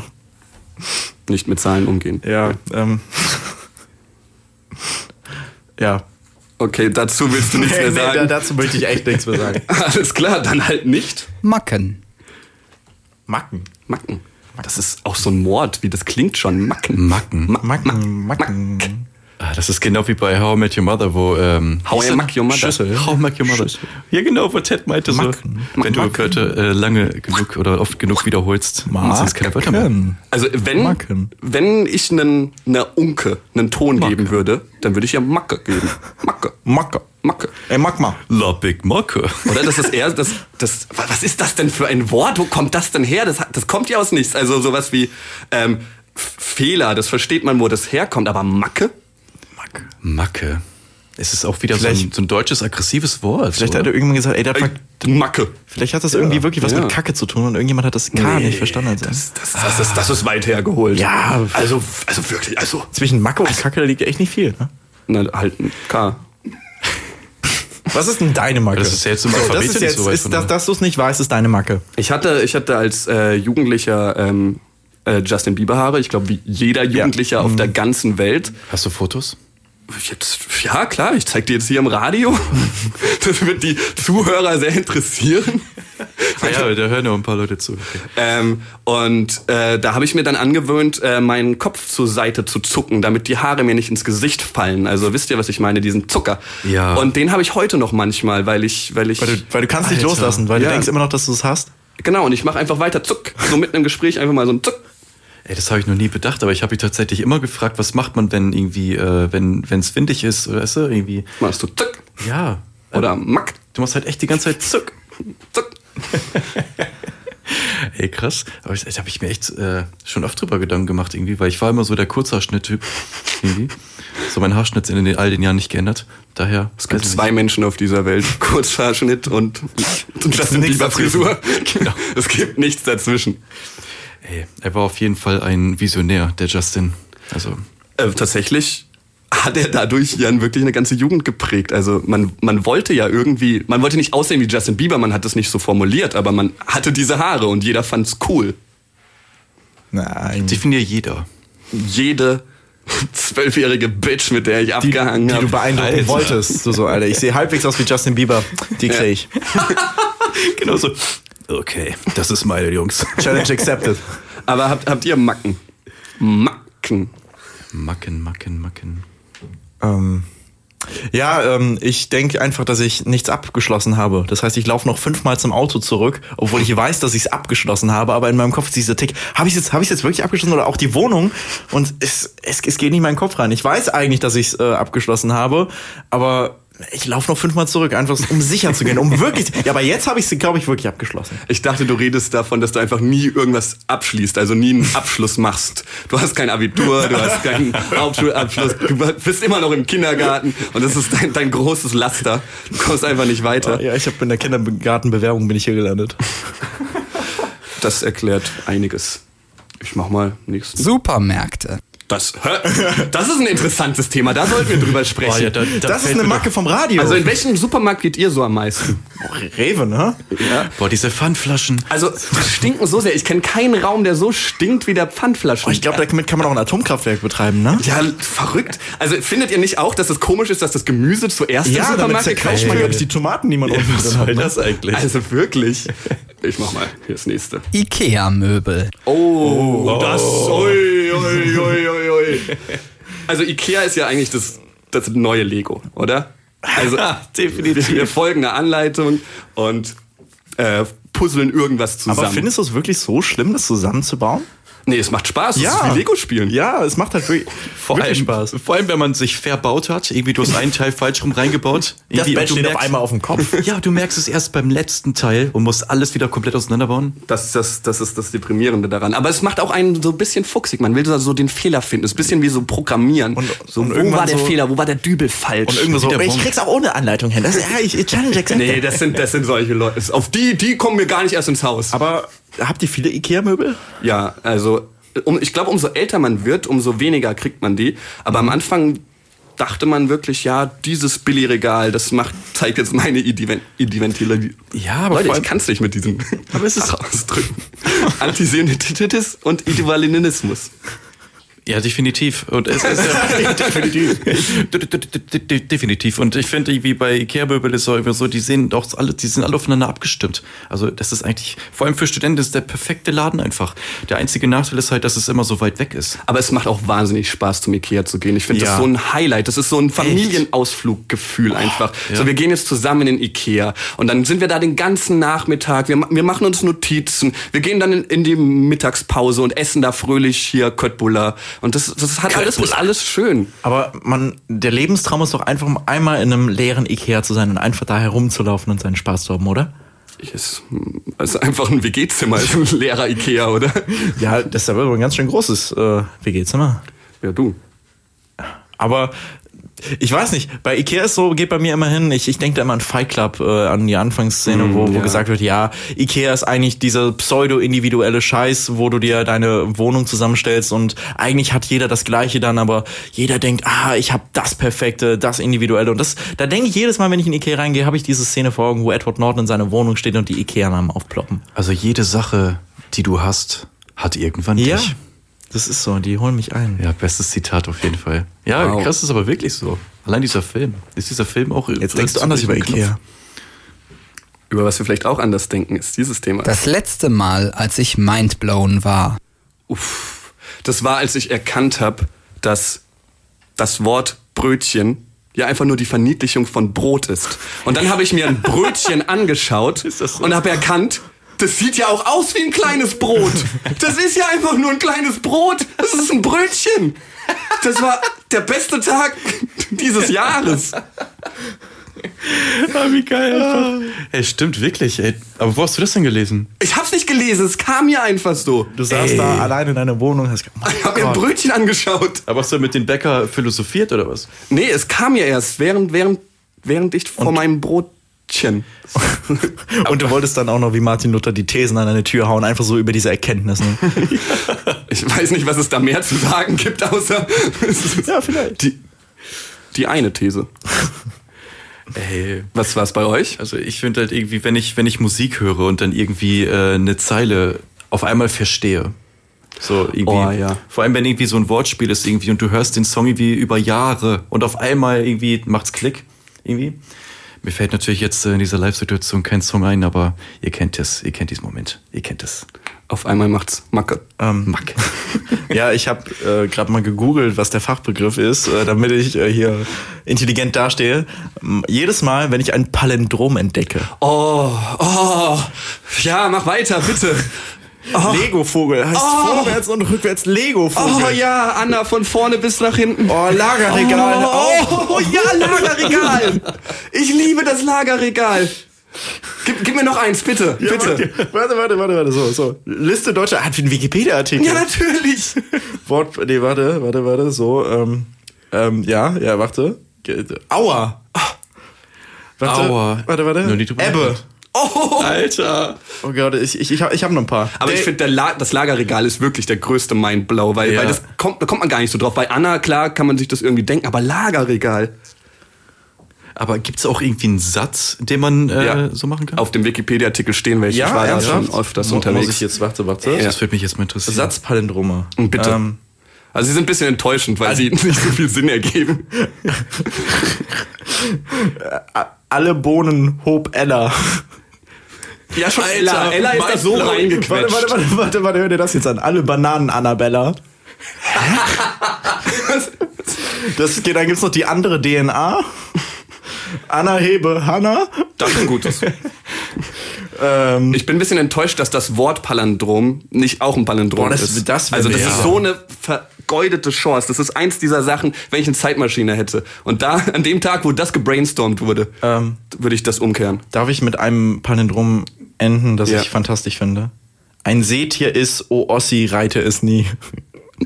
Speaker 2: Nicht mit Zahlen umgehen.
Speaker 3: Ja, ähm. [laughs] ja.
Speaker 2: Okay, dazu willst du nichts mehr sagen.
Speaker 3: dazu möchte ich echt nichts mehr sagen.
Speaker 2: [laughs] Alles klar, dann halt nicht.
Speaker 5: Macken.
Speaker 3: Macken.
Speaker 2: Macken. Das ist auch so ein Mord, wie das klingt schon. Macken.
Speaker 4: Macken.
Speaker 2: Ma
Speaker 3: Macken, Macken.
Speaker 4: Ah, das ist genau wie bei How I Met Your Mother, wo ähm,
Speaker 2: How I
Speaker 4: hieß
Speaker 2: Mack
Speaker 4: das?
Speaker 2: Your Mother.
Speaker 4: Schüssel. How I Met Your Mother. Ja genau, wo Ted meinte so,
Speaker 3: Macken.
Speaker 4: wenn du Wörter äh, lange genug oder oft genug wiederholst, dann sind es keine Wörter mehr.
Speaker 3: Macken.
Speaker 2: Also wenn,
Speaker 3: Macken.
Speaker 2: wenn ich einen, einer Unke einen Ton geben würde, dann würde ich ja Macke geben. Macke.
Speaker 3: Macke.
Speaker 2: Macke.
Speaker 3: Ey, Magma.
Speaker 4: La Big Macke.
Speaker 2: Oder das ist eher, das, das, was ist das denn für ein Wort? Wo kommt das denn her? Das, hat- das kommt ja aus nichts. Also sowas wie ähm, F- Fehler, das versteht man, wo das herkommt. Aber Macke?
Speaker 4: Macke. Macke. Es ist auch wieder so ein,
Speaker 3: Vielleicht-
Speaker 4: so ein deutsches aggressives Wort.
Speaker 3: Vielleicht hat
Speaker 4: oder?
Speaker 3: er irgendwann gesagt, ey, der hat
Speaker 2: Äh,
Speaker 3: verk-
Speaker 2: Macke.
Speaker 3: vielleicht hat das irgendwie wirklich was
Speaker 2: ja.
Speaker 3: mit Kacke zu tun und irgendjemand hat das gar nicht verstanden. Also.
Speaker 2: Das, das, das, das, das ist weit hergeholt.
Speaker 3: Ja.
Speaker 2: Also, also wirklich, also.
Speaker 3: Zwischen Macke und Kacke, da liegt echt nicht viel. Ne?
Speaker 2: Na, halt ein K.
Speaker 3: Was ist denn deine Macke?
Speaker 4: Das ist ja jetzt im Alphabet
Speaker 3: das ist
Speaker 4: nicht
Speaker 3: jetzt,
Speaker 4: so weit
Speaker 3: ist,
Speaker 4: von
Speaker 3: dass,
Speaker 4: der-
Speaker 3: dass du es nicht weißt, ist deine Macke.
Speaker 2: Ich hatte, ich hatte als äh, Jugendlicher ähm, äh, Justin Bieber Haare. Ich glaube, wie jeder Jugendlicher auf
Speaker 3: Mhm.
Speaker 2: der ganzen Welt.
Speaker 4: Hast du Fotos?
Speaker 2: Jetzt, ja, klar, ich zeig dir jetzt hier im Radio. [laughs] Das wird die Zuhörer sehr
Speaker 3: [laughs]
Speaker 2: interessieren.
Speaker 4: Ah ja, da hören ja ein paar Leute zu.
Speaker 2: Ähm, und äh, da habe ich mir dann angewöhnt, äh, meinen Kopf zur Seite zu zucken, damit die Haare mir nicht ins Gesicht fallen. Also wisst ihr, was ich meine, diesen Zucker.
Speaker 4: Ja.
Speaker 2: Und den habe ich heute noch manchmal, weil ich, weil ich.
Speaker 3: Weil du, weil du kannst nicht
Speaker 4: Alter.
Speaker 3: loslassen, weil
Speaker 2: Ja.
Speaker 3: du denkst immer noch, dass du es hast.
Speaker 2: genau, und ich mache einfach weiter Zuck. So mitten im Gespräch einfach mal so ein Zuck.
Speaker 4: Ey, das habe ich noch nie bedacht, aber ich habe mich tatsächlich immer gefragt, was macht man, wenn irgendwie, äh, wenn es windig ist, oder weißt du, irgendwie.
Speaker 2: Machst du Zuck.
Speaker 4: Ja.
Speaker 2: Oder Mack.
Speaker 4: Du machst halt echt die [laughs] ganze Zeit Zuck.
Speaker 2: Zuck.
Speaker 4: Ey, krass. Aber ich, da habe ich mir echt äh, schon oft drüber Gedanken gemacht irgendwie, weil ich war immer so der Kurzhaarschnitt-Typ. irgendwie. So mein Haarschnitt in den, all den Jahren nicht geändert. Daher.
Speaker 2: Es gibt zwei Menschen auf dieser Welt. [laughs] Kurzhaarschnitt und, und Justin
Speaker 4: nichts
Speaker 2: Bieber
Speaker 4: dazwischen.
Speaker 2: Frisur. [laughs] Genau. Es gibt nichts dazwischen.
Speaker 4: Ey, er war auf jeden Fall ein Visionär, der Justin. Also.
Speaker 2: Äh, tatsächlich hat er dadurch ja wirklich eine ganze Jugend geprägt. Also man, man wollte ja irgendwie, man wollte nicht aussehen wie Justin Bieber, man hat das nicht so formuliert, aber man hatte diese Haare und jeder fand's cool.
Speaker 3: Nein. Die,
Speaker 4: Definier jeder.
Speaker 2: Jede [laughs] zwölfjährige Bitch, mit der ich
Speaker 3: die,
Speaker 2: abgehangen
Speaker 3: du
Speaker 2: habe.
Speaker 3: beeindrucken
Speaker 2: [laughs]
Speaker 4: Alter.
Speaker 3: wolltest. Du so, Alter, ich sehe halbwegs aus wie Justin Bieber. Die krieg ich.
Speaker 4: [laughs] Genau so. Okay, das ist meine Jungs.
Speaker 3: Challenge accepted.
Speaker 2: Aber habt, habt ihr Macken? Macken.
Speaker 4: Macken, Macken, Macken.
Speaker 3: ähm, ja, ähm, ich denke einfach, dass ich nichts abgeschlossen habe. Das heißt, ich laufe noch fünfmal zum Auto zurück, obwohl ich weiß, dass ich es abgeschlossen habe, aber in meinem Kopf ist dieser Tick, habe ich es jetzt, hab ich's jetzt wirklich abgeschlossen oder auch die Wohnung? Und es, es, es geht nicht in meinen Kopf rein. Ich weiß eigentlich, dass ich es äh, abgeschlossen habe, aber ich laufe noch fünfmal zurück, einfach um sicher zu gehen, um [laughs] wirklich. Ja, aber jetzt habe ich es, glaube ich, wirklich abgeschlossen.
Speaker 2: Ich dachte, du redest davon, dass du einfach nie irgendwas abschließt, also nie einen Abschluss machst. Du hast kein Abitur, du hast keinen Hauptschulabschluss, du bist immer noch im Kindergarten und das ist dein, dein großes Laster. Du kommst einfach nicht weiter.
Speaker 3: Oh, Ja, ich habe in der Kindergartenbewerbung bin ich hier gelandet.
Speaker 2: Das erklärt einiges. Ich mach mal nächsten.
Speaker 5: Supermärkte.
Speaker 2: Das, hä? das ist ein interessantes Thema, da sollten wir drüber sprechen.
Speaker 4: Oh ja, da- da
Speaker 3: Das ist
Speaker 4: fällt
Speaker 3: eine
Speaker 4: mir
Speaker 3: Macke vom Radio.
Speaker 2: also in welchem Supermarkt geht ihr so am meisten?
Speaker 3: Rewe, ne?
Speaker 4: doch- Boah, diese Pfandflaschen.
Speaker 2: Also die stinken so sehr. Ich kenne keinen Raum, der so stinkt wie der Pfandflaschen.
Speaker 3: Oh, ich glaube, damit kann man auch ein Atomkraftwerk betreiben, ne?
Speaker 2: Ja, verrückt. Also findet ihr nicht auch, dass es komisch ist, dass das Gemüse zuerst im Supermarkt gekauft
Speaker 3: man, glaube
Speaker 2: wird?
Speaker 3: ich, die Tomaten, die man unten
Speaker 4: Was
Speaker 3: drin hat.
Speaker 4: soll das eigentlich?
Speaker 2: Also wirklich. Ich mach mal hier das nächste.
Speaker 5: Ikea-Möbel.
Speaker 2: Oh, das. Ui, ui, ui, ui, ui. [laughs] Also Ikea ist ja eigentlich das, das neue Lego, oder? Also [laughs] definitiv. Wir folgen einer Anleitung und äh, puzzeln irgendwas zusammen.
Speaker 3: Aber findest du es wirklich so schlimm, das zusammenzubauen?
Speaker 2: nee, es macht Spaß. Es ist wie Lego spielen.
Speaker 3: Ja, es macht halt wirklich,
Speaker 4: Vor allem,
Speaker 3: wirklich Spaß.
Speaker 4: vor allem, wenn man sich verbaut hat, irgendwie du hast einen Teil falsch rum reingebaut.
Speaker 3: Das
Speaker 4: irgendwie und
Speaker 3: Bett
Speaker 4: du
Speaker 3: steht auf
Speaker 4: merkst-
Speaker 3: einmal auf dem Kopf.
Speaker 4: Ja, du merkst es erst beim letzten Teil und musst alles wieder komplett auseinanderbauen.
Speaker 2: Das, das, das ist das Deprimierende daran. Aber es macht auch einen so ein bisschen fuchsig. Man will da so den Fehler finden. Es ist ein bisschen wie so Programmieren.
Speaker 3: Und-
Speaker 2: so,
Speaker 3: und
Speaker 2: wo
Speaker 3: irgendwann
Speaker 2: war der
Speaker 3: so-
Speaker 2: Fehler? Wo war der Dübel falsch?
Speaker 3: Und irgendwo so,
Speaker 4: Wieder
Speaker 3: ich
Speaker 4: Punkt.
Speaker 3: krieg's auch ohne Anleitung hin. Das, ja, ich, ich challenge accepted.
Speaker 2: nee, das sind, das sind solche Leute. Auf die, die kommen mir gar nicht erst ins Haus.
Speaker 3: Aber habt ihr viele Ikea-Möbel?
Speaker 2: Ja, also um, ich glaube, umso älter man wird, umso weniger kriegt man die. Aber am Anfang dachte man wirklich, ja, dieses Billigregal, das macht, zeigt jetzt meine Ident- Identität.
Speaker 4: Ja,
Speaker 2: Leute,
Speaker 4: aber vor
Speaker 2: ich
Speaker 4: allem-
Speaker 2: kann es nicht mit diesen
Speaker 4: Aber es
Speaker 2: [laughs]
Speaker 4: ist-
Speaker 2: Ausdrücken. Antisemitismus und Idivalinismus.
Speaker 4: Ja, definitiv. Und es ist [laughs] ja definitiv. [laughs] definitiv. Und ich finde, wie bei Ikea-Möbel ist es auch immer so, die sehen doch alle, die sind alle aufeinander abgestimmt. Also das ist eigentlich, vor allem für Studenten ist der perfekte Laden einfach. Der einzige Nachteil ist halt, dass es immer so weit weg ist.
Speaker 2: Aber es macht auch wahnsinnig Spaß, zum Ikea zu gehen. Ich finde das
Speaker 4: Ja.
Speaker 2: so ein Highlight. Das ist so ein Familienausfluggefühl einfach. So, wir gehen jetzt zusammen in den Ikea und dann sind wir da den ganzen Nachmittag. Wir, ma- wir machen uns Notizen. Wir gehen dann in, in die Mittagspause und essen da fröhlich hier Köttbullar. Und das, das hat alles, ist alles schön.
Speaker 3: Aber man, der Lebenstraum ist doch einfach, um einmal in einem leeren Ikea zu sein und einfach da herumzulaufen und seinen Spaß zu haben, oder?
Speaker 2: Es ist einfach ein WG-Zimmer, ist ein leerer Ikea, oder?
Speaker 3: Ja, das ist aber ein ganz schön großes äh, WG-Zimmer.
Speaker 2: Ja, du.
Speaker 3: Aber ich weiß nicht, bei Ikea ist so, geht bei mir immer hin, ich, ich denke da immer an Fight Club, äh, an die Anfangsszene, wo, wo
Speaker 2: ja.
Speaker 3: gesagt wird, ja, Ikea ist eigentlich dieser pseudo-individuelle Scheiß, wo du dir deine Wohnung zusammenstellst und eigentlich hat jeder das Gleiche dann, aber jeder denkt, ah, ich habe das Perfekte, das Individuelle und das, da denke ich jedes Mal, wenn ich in Ikea reingehe, habe ich diese Szene vor Augen, wo Edward Norton in seiner Wohnung steht und die Ikea-Namen aufploppen.
Speaker 4: Also jede Sache, die du hast, hat irgendwann
Speaker 3: Ja,
Speaker 4: dich.
Speaker 3: das ist so, die holen mich ein.
Speaker 4: Ja, bestes Zitat auf jeden Fall. Ja,
Speaker 2: Wow.
Speaker 4: krass ist aber wirklich so. Allein dieser Film. Ist dieser Film auch
Speaker 3: Jetzt denkst du anders über Ikea.
Speaker 2: Über was wir vielleicht auch anders denken, ist dieses Thema.
Speaker 5: Das letzte Mal, als ich mindblown war.
Speaker 2: Uff. Das war, als ich erkannt habe, dass das Wort Brötchen ja einfach nur die Verniedlichung von Brot ist. Und dann habe ich mir ein Brötchen angeschaut und habe erkannt, das sieht ja auch aus wie ein kleines Brot. Das ist ja einfach nur ein kleines Brot. Das ist ein Brötchen. Das war der beste Tag dieses Jahres.
Speaker 4: Ah, wie geil. einfach. Ey, stimmt wirklich. Ey. Aber wo hast du das denn gelesen?
Speaker 2: Ich hab's nicht gelesen, es kam mir einfach so.
Speaker 3: Du saßt da allein in deiner Wohnung, hast gedacht,
Speaker 2: Ich hab mir ein Brötchen angeschaut.
Speaker 4: Aber hast du mit den Bäcker philosophiert oder was?
Speaker 2: Nee, es kam ja erst, während, während, während ich vor meinem
Speaker 3: [laughs]
Speaker 2: Brotchen.
Speaker 3: Und du wolltest dann auch noch wie Martin Luther die Thesen an deine Tür hauen, einfach so über diese Erkenntnis. Ne?
Speaker 2: Ich weiß nicht, was es da mehr zu sagen gibt, außer
Speaker 3: ja, vielleicht.
Speaker 2: die, die eine These.
Speaker 4: Ey.
Speaker 2: Was war es bei euch?
Speaker 4: Also ich finde halt irgendwie, wenn ich, wenn ich Musik höre und dann irgendwie äh, eine Zeile auf einmal verstehe. So irgendwie.
Speaker 2: Oh, ja.
Speaker 4: Vor allem, wenn irgendwie so ein Wortspiel ist irgendwie und du hörst den Song irgendwie über Jahre und auf einmal irgendwie macht's Klick. Irgendwie. Mir fällt natürlich jetzt äh, in dieser Live-Situation kein Song ein, aber ihr kennt es. Ihr kennt diesen Moment. Ihr kennt es.
Speaker 2: Auf einmal macht's Macke.
Speaker 3: Ähm,
Speaker 4: Mack.
Speaker 3: ja, ich habe äh, gerade mal gegoogelt, was der Fachbegriff ist, äh, damit ich äh, hier intelligent dastehe. M- Jedes Mal, wenn ich ein Palindrom entdecke.
Speaker 2: Oh, oh, ja, mach weiter,
Speaker 3: [laughs]
Speaker 2: bitte. Oh,
Speaker 3: Lego-Vogel heißt
Speaker 2: Oh.
Speaker 3: vorwärts und rückwärts
Speaker 2: oh
Speaker 3: Lego-Vogel.
Speaker 2: ja, Anna, von vorne bis nach hinten.
Speaker 3: Oh, Lagerregal.
Speaker 2: Oh, oh, oh ja, Lagerregal. Ich liebe das Lagerregal. Gib, gib mir noch eins, bitte,
Speaker 3: Ja,
Speaker 2: bitte.
Speaker 3: Warte, warte, warte, warte, so, so. Liste deutscher, hat wie ein Wikipedia-Artikel.
Speaker 2: Ja, natürlich.
Speaker 3: Wort, nee, warte, warte, warte, so, ähm, ähm, ja, ja, warte. Ge- Aua. Ah. Warte,
Speaker 4: Aua.
Speaker 3: warte, warte.
Speaker 4: Nur die drüber
Speaker 3: Ebbe.
Speaker 4: nachdenken.
Speaker 2: Oh.
Speaker 4: Alter.
Speaker 3: Oh Gott, ich, ich, ich habe ich hab noch ein paar.
Speaker 2: Aber ich finde, der La das Lagerregal ist wirklich der größte Mindblow, weil,
Speaker 4: Ja.
Speaker 2: weil das kommt, da kommt man gar nicht so drauf. Bei Anna, klar, kann man sich das irgendwie denken, aber Lagerregal
Speaker 4: Aber gibt's auch irgendwie einen Satz, den man äh,
Speaker 2: Ja.
Speaker 4: so machen kann?
Speaker 2: auf dem Wikipedia-Artikel stehen, welche ich war ja schon öfters
Speaker 3: Mu-
Speaker 2: unterwegs. Hm,
Speaker 3: Muss ich jetzt, warte, warte.
Speaker 4: Ja. Das würde mich jetzt mal interessieren.
Speaker 3: Satzpalindrome.
Speaker 2: Bitte.
Speaker 3: Ähm,
Speaker 2: also sie sind ein bisschen enttäuschend, weil sie [laughs] nicht so viel Sinn ergeben.
Speaker 3: alle Bohnen hob Ella.
Speaker 2: Ja, schon
Speaker 4: Alter,
Speaker 2: Ella. Ella ist da so
Speaker 4: Mindblow.
Speaker 2: reingequetscht.
Speaker 3: Warte, warte, warte, warte, warte, hör dir das jetzt an. Alle Bananen, Annabella. Das geht, dann gibt's noch die andere DNA. Anna Hebe, Hanna.
Speaker 2: Das ist ein gutes.
Speaker 3: [laughs] Ähm,
Speaker 2: Ich bin ein bisschen enttäuscht, dass das Wort Palindrom nicht auch ein Palindrom
Speaker 3: Boah, das-
Speaker 2: ist.
Speaker 3: das wär
Speaker 2: also das
Speaker 3: mega.
Speaker 2: ist so eine vergeudete Chance. Das ist eins dieser Sachen, wenn ich eine Zeitmaschine hätte. Und da, an dem Tag, wo das gebrainstormt wurde,
Speaker 3: Ähm.
Speaker 2: würde ich das umkehren.
Speaker 3: Darf ich mit einem Palindrom enden, das
Speaker 2: Ja.
Speaker 3: ich fantastisch finde? Ein Seetier ist, o Ossi, reite es nie.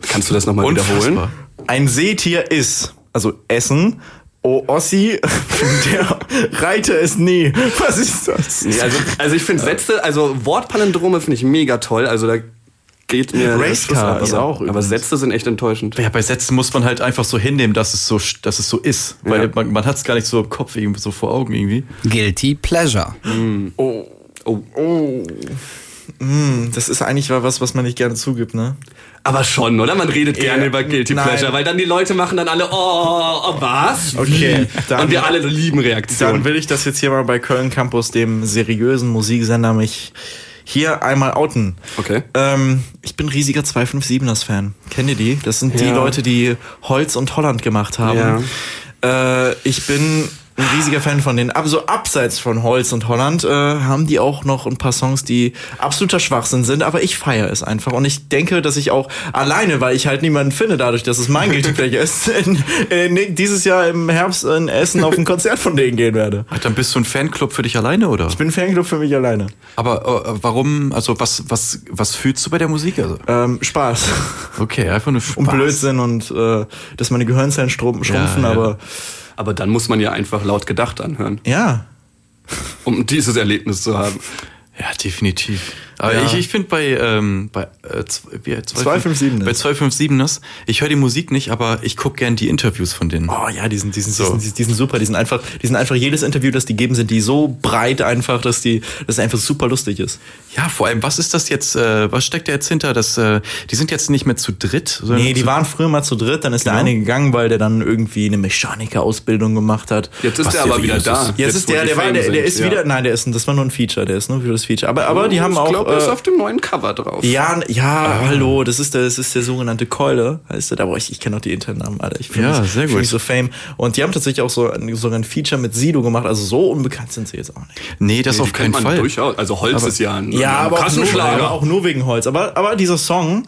Speaker 2: Kannst du das nochmal
Speaker 4: Unfassbar.
Speaker 2: wiederholen?
Speaker 3: Ein Seetier ist, also Essen, o Ossi, [laughs] der reite es nie. Was ist das?
Speaker 2: Nee, also, also ich finde Sätze, also Wortpalindrome finde ich mega toll. Also da geht mir
Speaker 3: Racecar
Speaker 2: aber,
Speaker 3: ist auch
Speaker 2: Aber
Speaker 3: übrigens.
Speaker 2: Sätze sind echt enttäuschend.
Speaker 4: Ja, bei Sätzen muss man halt einfach so hinnehmen, dass es so, st- dass es so ist. Weil
Speaker 2: Ja.
Speaker 4: man, man hat es gar nicht so im Kopf, irgendwie so vor Augen irgendwie.
Speaker 5: Guilty Pleasure.
Speaker 3: Oh.
Speaker 2: Oh.
Speaker 3: Mm, Das ist eigentlich wa- was, was man nicht gerne zugibt, ne?
Speaker 2: Aber schon, oder? Man redet gerne über Guilty
Speaker 3: Nein.
Speaker 2: Pleasure, weil dann die Leute machen dann alle, oh, oh was?
Speaker 3: Okay, dann-
Speaker 2: Und wir alle lieben
Speaker 3: Dann
Speaker 2: Reaktionen.
Speaker 3: will ich das jetzt hier mal bei Köln Campus, dem seriösen Musiksender, mich hier einmal outen.
Speaker 2: Okay.
Speaker 3: Ähm, ich bin riesiger 257ers Fan. Kennt ihr die? Das sind die
Speaker 2: Ja.
Speaker 3: Leute, die Holz und Holland gemacht haben. Äh, ich bin ein riesiger Fan von denen. Aber so abseits von Holz und Holland äh, haben die auch noch ein paar Songs, die absoluter Schwachsinn sind, aber ich feiere es einfach. Und ich denke, dass ich auch alleine, weil ich halt niemanden finde, dadurch, dass es [laughs] mein Guilty Pleasure ist, in, in, dieses Jahr im Herbst in Essen auf ein Konzert von denen gehen werde.
Speaker 4: Ach, dann bist du ein Fanclub für dich alleine, oder?
Speaker 3: Ich bin Fanclub für mich alleine.
Speaker 4: Aber äh, warum, also was, was, was fühlst du bei der Musik? Also,
Speaker 3: Ähm, [laughs] Spaß.
Speaker 4: okay, einfach nur Spaß.
Speaker 3: und Blödsinn und äh, dass meine Gehirnzellen strum- schrumpfen,
Speaker 4: Ja, ja.
Speaker 3: aber
Speaker 2: Aber dann muss man ja einfach laut gedacht anhören,
Speaker 3: ja.
Speaker 2: um dieses Erlebnis zu haben.
Speaker 4: Ja, definitiv. Aber
Speaker 3: Ja.
Speaker 4: ich, ich finde bei, ähm, bei, äh, zw- wie,
Speaker 3: 257ers.
Speaker 4: bei 257ers, ich höre die Musik nicht, aber ich gucke gern die Interviews von denen.
Speaker 3: Oh ja, die sind, die sind,
Speaker 4: So.
Speaker 3: die, sind, die sind super, die sind einfach, die sind einfach jedes Interview, das die geben, sind die so breit einfach, dass die, dass es einfach super lustig ist.
Speaker 4: Ja, vor allem, was ist das jetzt, äh, was steckt da jetzt hinter? Das, äh, die sind jetzt nicht mehr zu dritt, sondern
Speaker 3: Nee, die
Speaker 4: zu
Speaker 3: waren früher mal zu dritt, dann ist
Speaker 2: Genau.
Speaker 3: der eine gegangen, weil der dann irgendwie eine Mechanikerausbildung gemacht hat.
Speaker 2: Jetzt ist
Speaker 4: Was
Speaker 2: der
Speaker 4: ja
Speaker 2: aber wieder
Speaker 4: Videos
Speaker 2: da.
Speaker 4: ist.
Speaker 3: Jetzt, ist
Speaker 2: wo
Speaker 3: der,
Speaker 2: die
Speaker 3: der war,
Speaker 2: Fame
Speaker 3: der, der
Speaker 2: sind,
Speaker 3: ist
Speaker 2: ja. Oh,
Speaker 3: wieder, nein, der ist, ein- das war nur ein Feature, der ist nur für das Feature. Aber, aber die haben
Speaker 2: ich
Speaker 3: auch.
Speaker 2: glaube, er ist
Speaker 3: äh,
Speaker 2: auf Ah. dem neuen Cover drauf.
Speaker 3: ja, ja, hallo, das ist der, das ist der sogenannte Keule, heißt der, aber ich, ich kenne auch die internen Namen, Alter. Ich finde
Speaker 4: Ja,
Speaker 3: mich,
Speaker 4: sehr
Speaker 3: ich
Speaker 4: gut.
Speaker 3: Find mich so fame. Und die haben tatsächlich auch so, ein- sogar ein Feature mit Sido gemacht, also so unbekannt sind sie jetzt auch nicht.
Speaker 4: Nee, das
Speaker 2: Die
Speaker 4: auf
Speaker 2: kennt man
Speaker 4: keinen Fall.
Speaker 2: Durchaus. Also Holz ist ja ein, ein
Speaker 3: auch nur,
Speaker 2: Kassenschlager.
Speaker 3: aber auch nur wegen Holz. Aber, aber dieser Song,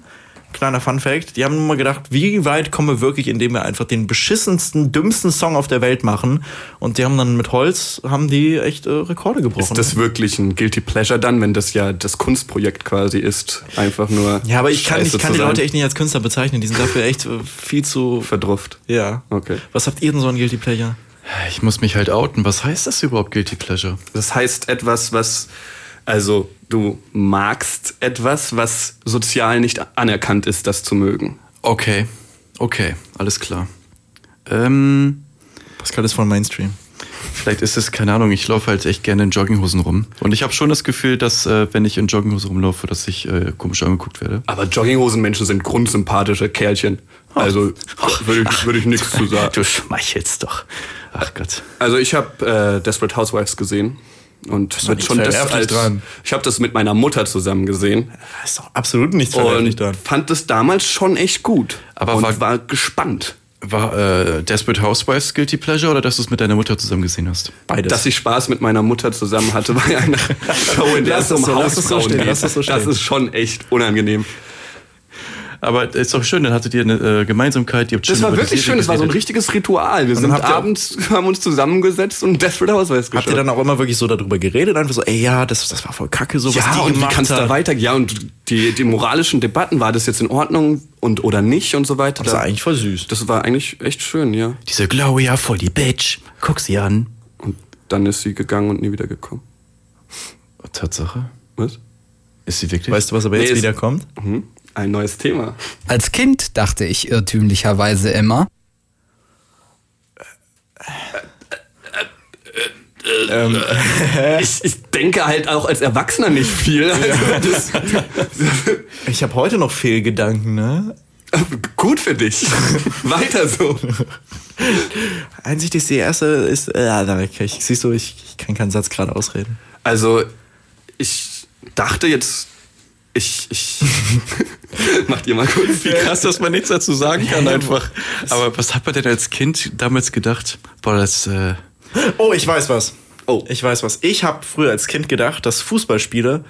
Speaker 3: kleiner Fun Fact, die haben nur mal gedacht, wie weit kommen wir wirklich, indem wir einfach den beschissensten, dümmsten Song auf der Welt machen. Und die haben dann mit Holz, haben die echt äh, Rekorde gebrochen.
Speaker 2: Ist das wirklich ein Guilty Pleasure dann, wenn das ja das Kunstprojekt quasi ist? Einfach nur.
Speaker 3: ja, aber ich kann, ich
Speaker 2: Scheiße
Speaker 3: kann
Speaker 2: zu
Speaker 3: die
Speaker 2: sein.
Speaker 3: Leute echt nicht als Künstler bezeichnen. Die sind dafür echt äh, viel zu
Speaker 2: verdrufft.
Speaker 3: Ja.
Speaker 2: Okay.
Speaker 3: Was habt ihr denn so an Guilty Pleasure?
Speaker 4: Ich muss mich halt outen. Was heißt das überhaupt, Guilty Pleasure?
Speaker 2: Das heißt etwas, was also du magst etwas, was sozial nicht anerkannt ist, das zu mögen.
Speaker 4: Okay, okay, alles klar. Ähm,
Speaker 3: Pascal ist voll Mainstream.
Speaker 4: vielleicht ist es, keine Ahnung, ich laufe halt echt gerne in Jogginghosen rum. Und ich habe schon das Gefühl, dass, äh, wenn ich in Jogginghosen rumlaufe, dass ich äh, komisch angeguckt werde.
Speaker 2: Aber Jogginghosenmenschen sind grundsympathische Kerlchen. Also würde ich, würde ich nichts zu sagen.
Speaker 4: Du schmeichelst doch. Ach Gott.
Speaker 2: Also ich habe äh, Desperate Housewives gesehen und wird schon das
Speaker 3: verwerflich
Speaker 2: als,
Speaker 3: dran.
Speaker 2: ich habe das mit meiner Mutter zusammen gesehen
Speaker 3: Das ist doch absolut nichts verwerflich
Speaker 2: und
Speaker 3: dran.
Speaker 2: fand das damals schon echt gut.
Speaker 4: Aber
Speaker 2: und
Speaker 4: war-
Speaker 2: war, gespannt,
Speaker 4: War äh, Desperate Housewives Guilty Pleasure oder dass du es mit deiner Mutter zusammen gesehen hast?
Speaker 3: Beides.
Speaker 2: dass ich Spaß mit meiner Mutter zusammen hatte bei [laughs] einer Show, in der
Speaker 3: Lass
Speaker 2: es um
Speaker 3: es so, lass es so
Speaker 2: Hausfrauen
Speaker 3: stehen,
Speaker 2: geht.
Speaker 3: lass es so
Speaker 2: das
Speaker 3: stehen.
Speaker 2: ist schon echt unangenehm.
Speaker 4: Aber ist doch schön, dann hattet ihr eine äh, Gemeinsamkeit. Ihr habt
Speaker 2: Das
Speaker 4: schön
Speaker 2: war
Speaker 4: über die
Speaker 2: wirklich
Speaker 4: Serie
Speaker 2: schön, das war so ein
Speaker 4: geredet.
Speaker 2: richtiges Ritual. Wir sind
Speaker 3: dann habt ihr-
Speaker 2: abends, [laughs] haben uns zusammengesetzt und Desperate Housewives geschaut.
Speaker 3: Habt ihr dann auch immer wirklich so darüber geredet? Einfach so, ey, ja, das, das war voll kacke, so was die
Speaker 2: ja, und wie
Speaker 3: gemacht
Speaker 2: kannst
Speaker 3: hat.
Speaker 2: da weiter? Ja, und die, die moralischen Debatten, war das jetzt in Ordnung und oder nicht und so weiter.
Speaker 3: Das war eigentlich voll süß.
Speaker 2: Das war eigentlich echt schön, ja.
Speaker 4: Diese Gloria, voll die Bitch. Guck sie an.
Speaker 2: Und dann ist sie gegangen und nie wieder gekommen.
Speaker 4: Tatsache.
Speaker 2: Was?
Speaker 4: Ist sie wirklich?
Speaker 3: Weißt du, was aber
Speaker 2: Nee,
Speaker 3: jetzt
Speaker 2: ist-
Speaker 3: wieder kommt?
Speaker 2: Mhm. Ein neues Thema.
Speaker 5: Als Kind dachte ich irrtümlicherweise immer,
Speaker 3: Äh.
Speaker 2: Ich, ich denke halt auch als Erwachsener nicht viel. Also das,
Speaker 3: [laughs]
Speaker 2: [laughs]
Speaker 3: Ich habe heute noch Fehlgedanken, ne? [laughs]
Speaker 2: gut für [laughs] dich. Weiter so.
Speaker 3: Einsicht ist die erste, ist, äh, da kann ich, siehst du, ich, ich kann keinen Satz gerade ausreden.
Speaker 2: Also, ich dachte jetzt, ich, [laughs] ich, macht ihr mal kurz.
Speaker 4: Wie krass, dass man nichts dazu sagen kann einfach. Aber was hat man denn als Kind damals gedacht? Boah, das, äh,
Speaker 3: Oh, ich weiß was.
Speaker 2: Oh.
Speaker 3: Ich weiß was. Ich habe früher als Kind gedacht, dass Fußballspiele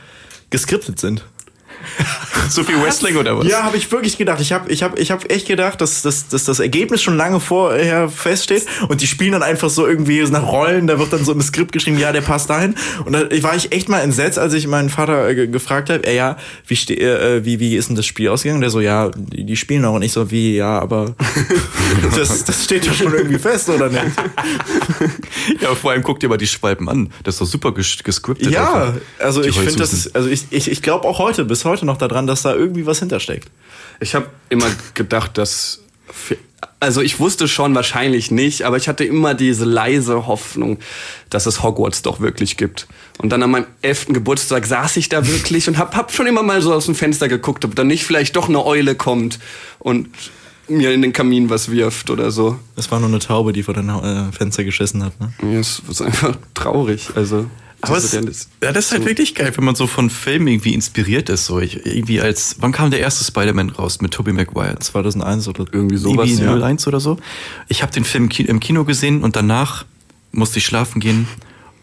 Speaker 3: geskriptet sind.
Speaker 4: so viel Wrestling oder was?
Speaker 3: Ja, habe ich wirklich gedacht. Ich habe ich hab, ich hab echt gedacht, dass, dass, dass das Ergebnis schon lange vorher feststeht und die spielen dann einfach so irgendwie nach Rollen, da wird dann so im Skript geschrieben, ja, der passt dahin. Und da war ich echt mal entsetzt, als ich meinen Vater äh, ge- gefragt habe, er ja, wie, ste äh, wie, wie ist denn das Spiel ausgegangen? Der so, ja, die, die spielen auch. Und ich so, wie, ja,
Speaker 4: [laughs]
Speaker 3: aber das, das steht doch schon irgendwie fest, oder nicht?
Speaker 4: [laughs] Ja, vor allem guck dir mal die Schwalben an. Das ist doch super ges gescriptet.
Speaker 3: ja,
Speaker 4: einfach.
Speaker 3: also
Speaker 4: Die
Speaker 3: ich finde, das
Speaker 4: Heulsusen.
Speaker 3: ist, also ich, ich, ich glaube auch heute, bis heute noch daran, dass da irgendwie was hintersteckt.
Speaker 2: Ich habe immer gedacht, dass. Also ich wusste schon wahrscheinlich nicht, aber ich hatte immer diese leise Hoffnung, dass es Hogwarts doch wirklich gibt. Und dann an meinem elften Geburtstag saß ich da wirklich und hab, hab schon immer mal so aus dem Fenster geguckt, ob da nicht vielleicht doch eine Eule kommt und mir in den Kamin was wirft oder so.
Speaker 3: Es war nur eine Taube, die vor dein äh, Fenster geschissen hat, ne?
Speaker 2: Ja, es ist einfach [laughs] traurig. Also
Speaker 4: Aber
Speaker 2: das ist
Speaker 4: es,
Speaker 2: ja-
Speaker 4: ja,
Speaker 2: das-
Speaker 4: das ist halt wirklich geil, wenn man so von Filmen irgendwie inspiriert ist. So ich, irgendwie als, wann kam der erste Spider-Man raus mit Tobey Maguire?
Speaker 3: 2001 oder
Speaker 2: irgendwie sowas.
Speaker 4: irgendwie
Speaker 2: ja.
Speaker 4: 01 oder so. Ich habe den Film ki- im Kino gesehen und danach musste ich schlafen gehen.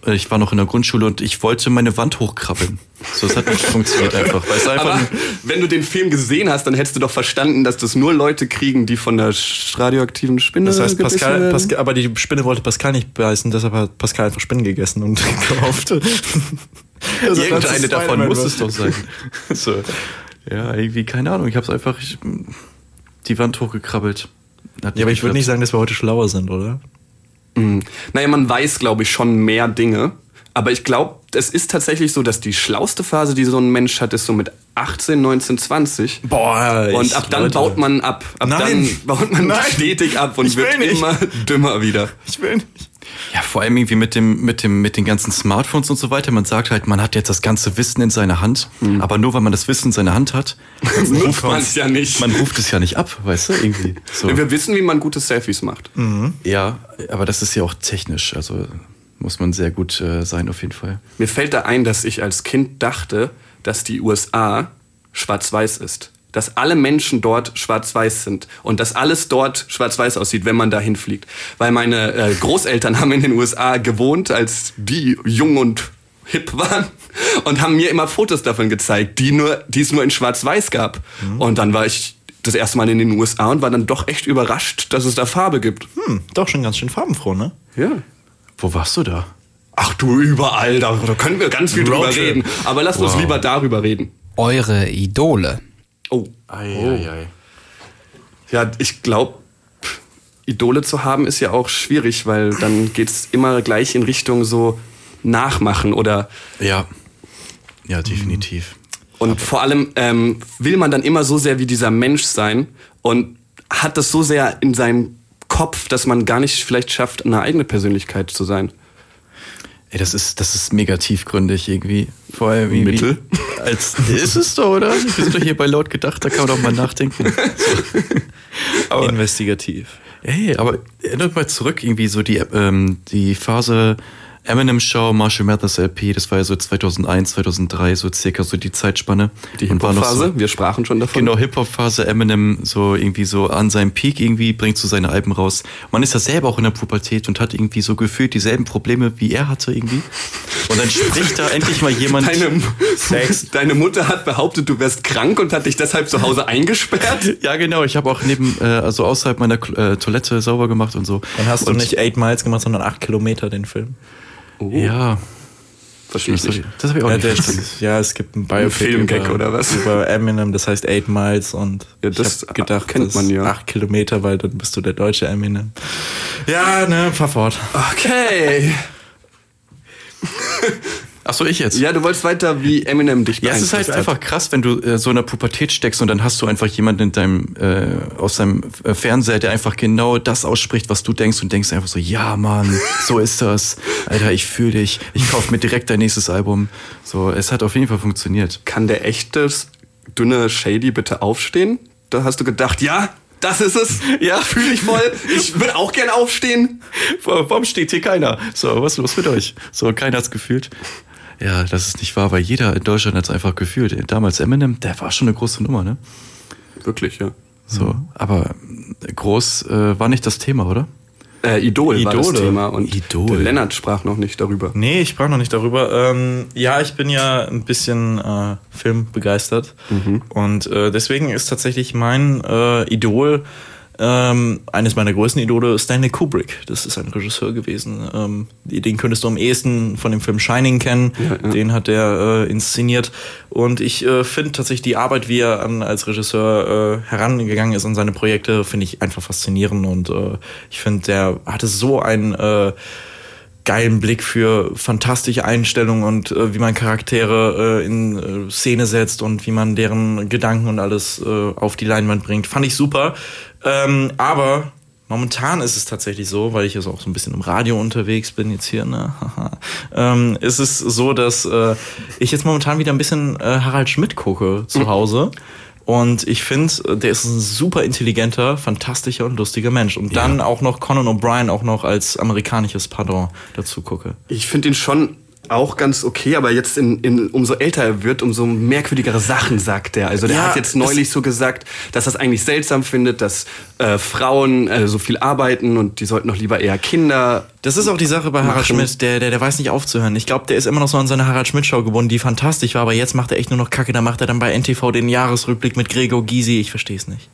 Speaker 4: Äh, Ich war noch in der Grundschule und ich wollte meine Wand hochkrabbeln. So, es
Speaker 2: [laughs]
Speaker 4: hat nicht funktioniert einfach. Weil es einfach
Speaker 2: Aber [laughs] wenn du den Film gesehen hast, dann hättest du doch verstanden, dass das nur Leute kriegen, die von der sch- radioaktiven Spinne
Speaker 3: Das heißt,
Speaker 2: gebissen
Speaker 3: Pascal,
Speaker 2: werden.
Speaker 3: Pascal, aber die Spinne wollte Pascal nicht beißen, deshalb hat Pascal einfach Spinnen gegessen und [laughs] gekauft. Also
Speaker 4: irgendeine davon muss es
Speaker 2: [laughs]
Speaker 4: doch sein. so. Ja, irgendwie, keine Ahnung. Ich habe es einfach ich, m, die Wand hochgekrabbelt.
Speaker 3: [laughs]
Speaker 4: Hat
Speaker 3: Ja, aber ich würde nicht
Speaker 4: geklappt.
Speaker 3: sagen, dass wir heute schlauer sind, oder?
Speaker 2: Mhm. Naja, man weiß, glaube ich, schon mehr Dinge. Aber ich glaube, es ist tatsächlich so, dass die schlauste Phase, die so ein Mensch hat, ist so mit 18, 19, 20.
Speaker 3: Boah,
Speaker 2: Und ab dann baut man ab. Ab
Speaker 3: Nein.
Speaker 2: dann [laughs] baut man
Speaker 3: Nein.
Speaker 2: stetig ab
Speaker 3: Ich
Speaker 2: und
Speaker 3: will
Speaker 2: wird
Speaker 3: nicht.
Speaker 2: immer dümmer wieder.
Speaker 3: Ich will nicht.
Speaker 4: Ja, vor allem irgendwie mit dem, mit dem, mit den ganzen Smartphones und so weiter. Man sagt halt, man hat jetzt das ganze Wissen in seiner Hand. Aber nur weil man das Wissen in seiner Hand hat,
Speaker 2: Nutzt man es ja nicht.
Speaker 4: man ruft es ja nicht ab, weißt du, irgendwie. So.
Speaker 2: Wir wissen, wie man gute Selfies macht.
Speaker 4: Ja, aber das ist ja auch technisch. Also muss man sehr gut äh, sein auf jeden Fall.
Speaker 2: Mir fällt da ein, dass ich als Kind dachte, dass die USA schwarz-weiß ist. Dass alle Menschen dort schwarz-weiß sind und dass alles dort schwarz-weiß aussieht, wenn man dahin fliegt. Weil meine äh, Großeltern haben in den USA gewohnt, als die jung und hip waren [laughs] und haben mir immer Fotos davon gezeigt, die, nur, die es nur in schwarz-weiß gab. Und dann war ich das erste Mal in den USA und war dann doch echt überrascht, dass es da Farbe gibt.
Speaker 3: Hm, doch schon ganz schön farbenfroh, ne?
Speaker 2: Ja.
Speaker 4: Wo warst du da?
Speaker 2: Ach du, überall, da, da können wir ganz viel drüber
Speaker 3: Roadtrip.
Speaker 2: reden. Aber lass uns
Speaker 4: Wow.
Speaker 2: lieber darüber reden.
Speaker 5: eure Idole.
Speaker 2: Oh.
Speaker 4: Ah, Oh.
Speaker 2: Ja, ich glaube, Idole zu haben ist ja auch schwierig, weil dann geht's immer gleich in Richtung so nachmachen oder
Speaker 4: Ja. Ja, definitiv.
Speaker 2: und vor allem ähm, will man dann immer so sehr wie dieser Mensch sein und hat das so sehr in seinem Kopf, dass man gar nicht vielleicht schafft, eine eigene Persönlichkeit zu sein.
Speaker 4: Ey, das ist, das ist mega tiefgründig irgendwie. Vor allem irgendwie. [laughs]
Speaker 2: Mittel? [laughs]
Speaker 4: Als, ist es doch, oder? Wir sind doch hier bei laut gedacht, da kann man doch mal nachdenken. So. Aber-
Speaker 3: Investigativ.
Speaker 4: Ey, aber erinnert mal zurück, irgendwie so die, ähm, die Phase Eminem Show, Marshall Mathers LP, das war ja so 2001, 2003, so circa so die Zeitspanne.
Speaker 2: Die
Speaker 4: Und war noch
Speaker 2: Hip-Hop-Phase, wir sprachen schon davon.
Speaker 4: Genau, Hip-Hop-Phase, Eminem so irgendwie so an seinem Peak irgendwie, bringt so seine Alben raus. Man ist ja selber auch in der Pubertät und hat irgendwie so gefühlt dieselben Probleme, wie er hatte irgendwie. Und dann spricht da endlich mal jemand.
Speaker 2: [laughs] Deine, Deine Mutter hat behauptet, du wärst krank und hat dich deshalb zu Hause eingesperrt.
Speaker 4: ja, genau, ich habe auch neben, äh, also außerhalb meiner Kl- äh, Toilette sauber gemacht und so.
Speaker 3: Dann hast du
Speaker 4: und,
Speaker 3: nicht 8 Miles gemacht, sondern 8 Kilometer den Film.
Speaker 4: Ja,
Speaker 2: Verstehe
Speaker 4: das
Speaker 2: ich nicht.
Speaker 4: habe ich auch
Speaker 3: Oh. Ja,
Speaker 4: nicht
Speaker 3: der-
Speaker 4: verstanden.
Speaker 3: ja, es gibt einen Biopic
Speaker 2: Filmgag
Speaker 3: über,
Speaker 2: oder was?
Speaker 3: über Eminem, das heißt 8 Miles und
Speaker 2: Ja, das
Speaker 3: ich hab gedacht,
Speaker 2: kennt
Speaker 3: das
Speaker 2: man ja.
Speaker 3: 8 Kilometer, weil dann bist du der deutsche Eminem. Ja, ne, fahr fort.
Speaker 2: Okay.
Speaker 4: Achso, ich jetzt.
Speaker 2: Ja, du wolltest weiter wie Eminem dich
Speaker 4: Ja, es ist halt
Speaker 2: beeinflusst hat.
Speaker 4: einfach krass, wenn du äh, so in der Pubertät steckst und dann hast du einfach jemanden in deinem, äh, auf seinem äh, Fernseher, der einfach genau das ausspricht, was du denkst und denkst einfach so, ja Mann, so ist das. [laughs] Alter, ich fühle dich. Ich kauf mir direkt dein nächstes Album. So, es hat auf jeden Fall funktioniert.
Speaker 2: Kann der echte, dünne Shady bitte aufstehen? Da hast du gedacht, ja, das ist
Speaker 4: [laughs]
Speaker 2: es. Ja, fühle ich voll. Ich würde auch gern aufstehen.
Speaker 4: Warum steht hier keiner? So, was ist los mit euch? So, keiner hat's gefühlt. Ja, das ist nicht wahr, weil jeder in Deutschland hat's einfach gefühlt. Damals Eminem, der war schon eine große Nummer, ne?
Speaker 2: Wirklich, ja.
Speaker 4: So, aber äh, groß äh, war nicht das Thema, oder?
Speaker 2: Äh, Idol war das
Speaker 3: Idole.
Speaker 2: Thema und
Speaker 4: Idol.
Speaker 2: der Lennart sprach noch nicht darüber.
Speaker 3: Nee, ich sprach noch nicht darüber. Ähm, ja, ich bin ja ein bisschen äh, filmbegeistert. Und äh, deswegen ist tatsächlich mein äh, Idol, ähm, eines meiner größten Idole, Stanley Kubrick. Das ist ein Regisseur gewesen. Ähm, den könntest du am ehesten von dem Film Shining kennen. Den hat er äh, inszeniert. Und ich äh, finde tatsächlich die Arbeit, wie er an, als Regisseur äh, herangegangen ist an seine Projekte, finde ich einfach faszinierend. Und äh, ich finde, der hatte so ein... Äh, geilen Blick für fantastische Einstellungen und äh, wie man Charaktere äh, in äh, Szene setzt und wie man deren Gedanken und alles äh, auf die Leinwand bringt. Fand ich super. Ähm, aber momentan ist es tatsächlich so, weil ich jetzt auch so ein bisschen im Radio unterwegs bin jetzt hier, ne? [laughs] Haha. ähm, ist es so, dass äh, ich jetzt momentan wieder ein bisschen äh, Harald Schmidt gucke zu Hause. Und ich finde, der ist ein super intelligenter, fantastischer und lustiger Mensch. Und dann auch noch Conan O'Brien auch noch als amerikanisches Pardon dazu gucke.
Speaker 2: Ich finde ihn schon auch ganz okay, aber jetzt in, in, umso älter er wird, umso merkwürdigere Sachen sagt er. Also der
Speaker 3: Ja,
Speaker 2: hat jetzt
Speaker 3: es-
Speaker 2: neulich so gesagt, dass er es eigentlich seltsam findet, dass äh, Frauen äh, so viel arbeiten und die sollten doch lieber eher Kinder.
Speaker 3: Das ist auch die Sache bei Harald
Speaker 2: Machen.
Speaker 3: Schmidt, der, der, der weiß nicht aufzuhören. Ich glaube, der ist immer noch so an seine Harald Schmidt-Show gebunden, die fantastisch war, aber jetzt macht er echt nur noch Kacke. Da macht er dann bei NTV den Jahresrückblick mit Gregor Gysi. Ich verstehe es nicht.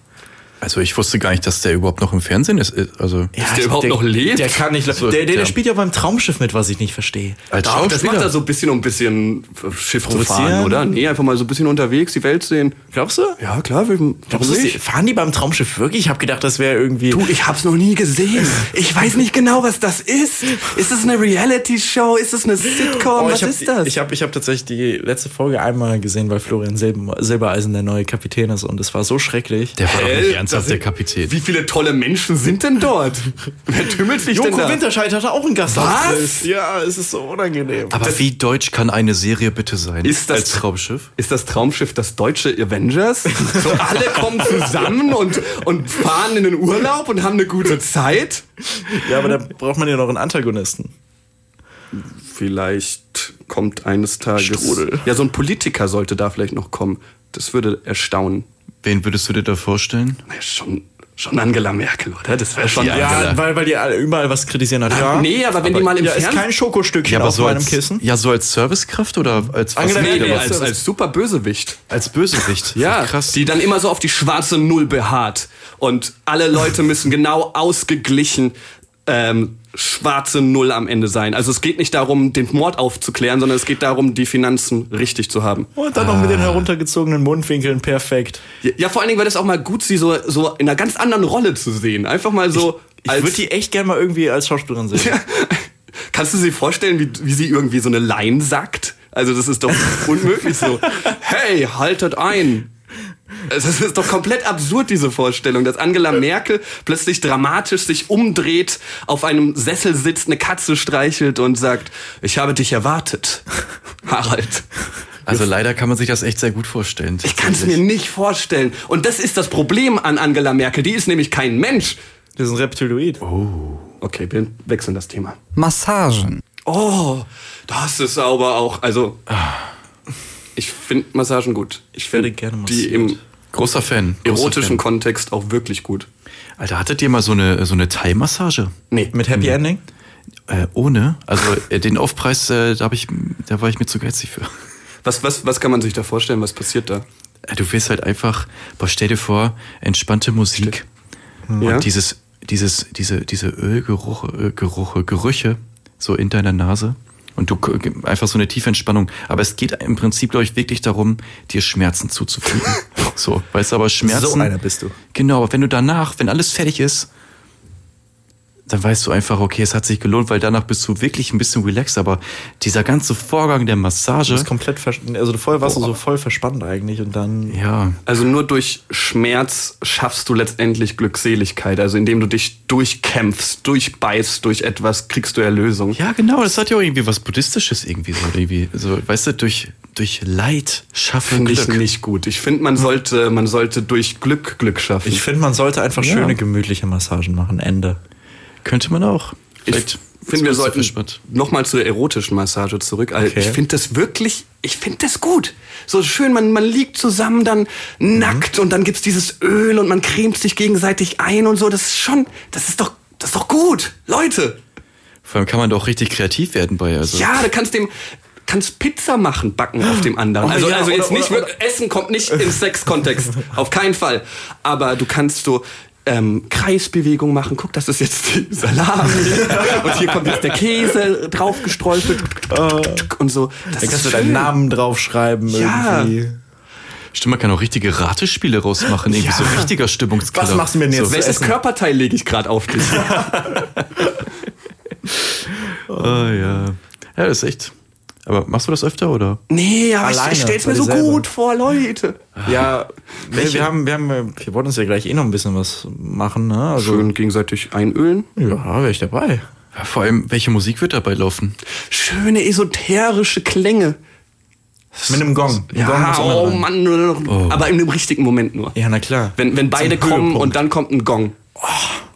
Speaker 4: Also ich wusste gar nicht, dass der überhaupt noch im Fernsehen ist. Also
Speaker 2: Dass
Speaker 3: Ja,
Speaker 2: der
Speaker 3: ich-
Speaker 2: überhaupt noch lebt?
Speaker 3: Der kann nicht.
Speaker 4: So,
Speaker 3: der, der, der
Speaker 4: ja.
Speaker 3: spielt ja beim Traumschiff mit, was ich nicht verstehe.
Speaker 4: als
Speaker 2: Doch, das macht er so ein bisschen, um ein bisschen Schiff zu fahren,
Speaker 3: Provozieren?
Speaker 2: oder? Nee, einfach mal so ein bisschen unterwegs, die Welt sehen.
Speaker 3: Glaubst du?
Speaker 2: Ja, klar, warum
Speaker 3: Glaubst du,
Speaker 2: nicht?
Speaker 3: fahren die beim Traumschiff wirklich? Ich habe gedacht, das wäre irgendwie.
Speaker 2: Du, ich hab's noch nie gesehen. Ich weiß nicht genau, was das ist. Ist es eine Reality-Show? Ist es eine Sitcom?
Speaker 3: Oh,
Speaker 2: was
Speaker 3: ich hab,
Speaker 2: ist das?
Speaker 3: Ich habe ich hab tatsächlich die letzte Folge einmal gesehen, weil Florian Silben- Silbereisen der neue Kapitän ist und es war so schrecklich.
Speaker 4: Der war doch
Speaker 2: Hä?
Speaker 4: nicht ernsthaft
Speaker 2: Das-
Speaker 4: der Kapitän.
Speaker 2: Wie viele tolle Menschen sind denn
Speaker 4: [laughs]
Speaker 2: dort? Wer tümmelt sich denn da?
Speaker 3: Joko Winterscheid hatte auch einen Gastauftritt.
Speaker 2: Was?
Speaker 3: Ja, es ist so unangenehm.
Speaker 4: Aber wie deutsch kann eine Serie bitte sein?
Speaker 2: Ist das-
Speaker 4: als Traumschiff?
Speaker 2: Ist das Traumschiff das deutsche Avengers? So alle kommen zusammen und, und fahren in den Urlaub und haben eine gute Zeit?
Speaker 3: Ja, aber da braucht man ja noch einen Antagonisten.
Speaker 2: Vielleicht kommt eines Tages...
Speaker 3: Strudel.
Speaker 2: Ja, so ein Politiker sollte da vielleicht noch kommen. Das würde erstaunen.
Speaker 4: Wen würdest du dir da vorstellen?
Speaker 2: Naja, schon, schon Angela Merkel, oder? Das wäre schon...
Speaker 4: Ja, Angela.
Speaker 3: weil, weil die alle überall was kritisieren hat. Ja.
Speaker 2: Nee, aber wenn die mal im
Speaker 3: ja, ist
Speaker 2: Fernsehen-
Speaker 3: kein Schokostückchen auf meinem
Speaker 4: als,
Speaker 3: Kissen.
Speaker 4: Ja, so als Servicekraft oder als
Speaker 3: Angela
Speaker 4: was-
Speaker 2: Nee, nee,
Speaker 3: Merkel
Speaker 2: als,
Speaker 3: das-
Speaker 2: als super Bösewicht.
Speaker 4: als Bösewicht.
Speaker 2: Ja,
Speaker 4: krass.
Speaker 2: die dann immer so auf die schwarze Null beharrt. Und alle Leute müssen genau ausgeglichen ähm, schwarze Null am Ende sein. Also es geht nicht darum, den Mord aufzuklären, sondern es geht darum, die Finanzen richtig zu haben.
Speaker 3: Und dann noch mit den heruntergezogenen Mundwinkeln. Perfekt.
Speaker 2: Ja, Ja, vor allen Dingen wäre das auch mal gut, sie so, so in einer ganz anderen Rolle zu sehen. Einfach mal so
Speaker 3: Ich
Speaker 2: als...
Speaker 3: würde die echt gerne mal irgendwie als Schauspielerin [laughs] sehen.
Speaker 2: Kannst du sie vorstellen, wie, wie sie irgendwie so eine Line sagt? Also das ist doch unmöglich so. Hey, haltet ein. Es ist es ist doch komplett absurd, diese Vorstellung, dass Angela Merkel plötzlich dramatisch sich umdreht, auf einem Sessel sitzt, eine Katze streichelt und sagt, ich habe dich erwartet, Harald.
Speaker 4: Also leider kann man sich das echt sehr gut vorstellen.
Speaker 2: Ich kann es mir nicht vorstellen. Und das ist das Problem an Angela Merkel. Die ist nämlich kein Mensch.
Speaker 3: Das ist ein Reptiloid.
Speaker 2: Okay, wir wechseln das Thema.
Speaker 5: Massagen.
Speaker 2: Oh, das ist aber auch, also ich finde Massagen gut. Ich
Speaker 3: werde
Speaker 2: finde
Speaker 3: gerne
Speaker 2: die
Speaker 3: massiert.
Speaker 2: im
Speaker 4: Großer Fan. Großer
Speaker 2: erotischen
Speaker 4: Fan.
Speaker 2: Kontext auch wirklich gut.
Speaker 4: Alter, hattet ihr mal so eine, so eine Thai-Massage?
Speaker 2: Nee,
Speaker 3: Mit Happy Ending?
Speaker 4: Äh, ohne. Also äh, den Aufpreis, äh, da, hab ich, da war ich mir zu geizig für.
Speaker 2: was, was, was kann man sich da vorstellen? Was passiert da?
Speaker 4: Äh, Du wirst halt einfach, boah, stell dir vor, entspannte Musik
Speaker 2: Ja.
Speaker 4: und dieses, dieses, diese, diese Ölgeruche, äh, Geruche, Gerüche so in deiner Nase. Und du k- einfach so eine tiefe Entspannung. Aber es geht im Prinzip, glaube ich, wirklich darum, dir
Speaker 3: [laughs]
Speaker 4: Schmerzen zuzufügen. so, weißt du, aber Schmerzen.
Speaker 3: So einer bist du.
Speaker 4: Genau, aber wenn du danach, wenn alles fertig ist, dann weißt du einfach, okay, es hat sich gelohnt, weil danach bist du wirklich ein bisschen relaxed. Aber dieser ganze Vorgang der Massage.
Speaker 3: Du bist komplett vers Also vorher warst du so voll verspannt eigentlich und dann.
Speaker 4: ja.
Speaker 2: Also nur durch Schmerz schaffst du letztendlich Glückseligkeit. Also indem du dich durchkämpfst, durchbeißt durch etwas, kriegst du Erlösung.
Speaker 4: Ja, genau, das hat ja auch irgendwie was Buddhistisches irgendwie so. Irgendwie, so weißt du, durch, durch Leid schaffen
Speaker 2: Finde ich
Speaker 4: Glück.
Speaker 2: nicht gut. Ich finde, man sollte, man sollte durch Glück Glück schaffen.
Speaker 3: Hm. Ich finde, man sollte einfach
Speaker 4: Ja.
Speaker 3: schöne, gemütliche Massagen machen. Ende.
Speaker 4: Könnte man auch.
Speaker 2: Ich finde, wir sollten
Speaker 4: Spannend.
Speaker 2: nochmal zur erotischen Massage zurück. Also
Speaker 3: Okay.
Speaker 2: Ich finde das wirklich, ich finde das gut. So schön, man, man liegt zusammen dann nackt und dann gibt's dieses Öl und man cremt sich gegenseitig ein und so. Das ist schon, das ist doch, das ist doch gut. Leute,
Speaker 4: Vor allem kann man doch richtig kreativ werden bei. Also.
Speaker 2: ja, du kannst dem, kannst Pizza machen, backen auf dem anderen.
Speaker 3: Oh
Speaker 2: also,
Speaker 3: ja,
Speaker 2: also jetzt
Speaker 3: oder-
Speaker 2: nicht
Speaker 3: oder-
Speaker 2: wirklich, Essen kommt
Speaker 3: [laughs]
Speaker 2: nicht im Sexkontext. auf keinen Fall. Aber du kannst so, ähm, Kreisbewegung machen. Guck, das ist jetzt die
Speaker 3: [laughs]
Speaker 2: Salami. und hier kommt jetzt der Käse draufgesträufelt. und so. Das
Speaker 3: Dann kannst Äh. du
Speaker 2: ist
Speaker 3: deinen
Speaker 2: schön.
Speaker 3: Namen draufschreiben
Speaker 2: Ja.
Speaker 3: irgendwie.
Speaker 4: Stimmt, man kann auch richtige Ratespiele rausmachen. Irgendwie so richtiger Stimmungskiller.
Speaker 3: Was machst du mir denn jetzt?
Speaker 4: So.
Speaker 3: Wel-
Speaker 2: Welches
Speaker 3: essen.
Speaker 2: Körperteil lege ich gerade auf dich?
Speaker 4: Ah, ja. ja, das ist echt. Aber machst du das öfter oder?
Speaker 2: nee, aber
Speaker 3: Alleine,
Speaker 2: ich, ich stell's
Speaker 3: bei
Speaker 2: mir so
Speaker 3: dir selber.
Speaker 2: gut vor, Leute.
Speaker 3: Ja, wir, wir haben, wir haben, äh, wir wollen uns ja gleich eh noch ein bisschen was machen, ne? Also,
Speaker 2: Hm. gegenseitig einölen.
Speaker 3: Ja, wäre ich dabei.
Speaker 4: Ja, vor allem, welche Musik wird dabei laufen?
Speaker 2: Schöne esoterische Klänge.
Speaker 3: Mit einem Gong. Ein Gong
Speaker 2: Ja,
Speaker 3: muss immer
Speaker 2: oh
Speaker 3: rein.
Speaker 2: Mann, nur noch- aber in dem richtigen Moment nur.
Speaker 3: Ja, na klar.
Speaker 2: Wenn, wenn beide
Speaker 3: Zum
Speaker 2: kommen
Speaker 3: Höhepunkt.
Speaker 2: und dann kommt ein Gong. Oh,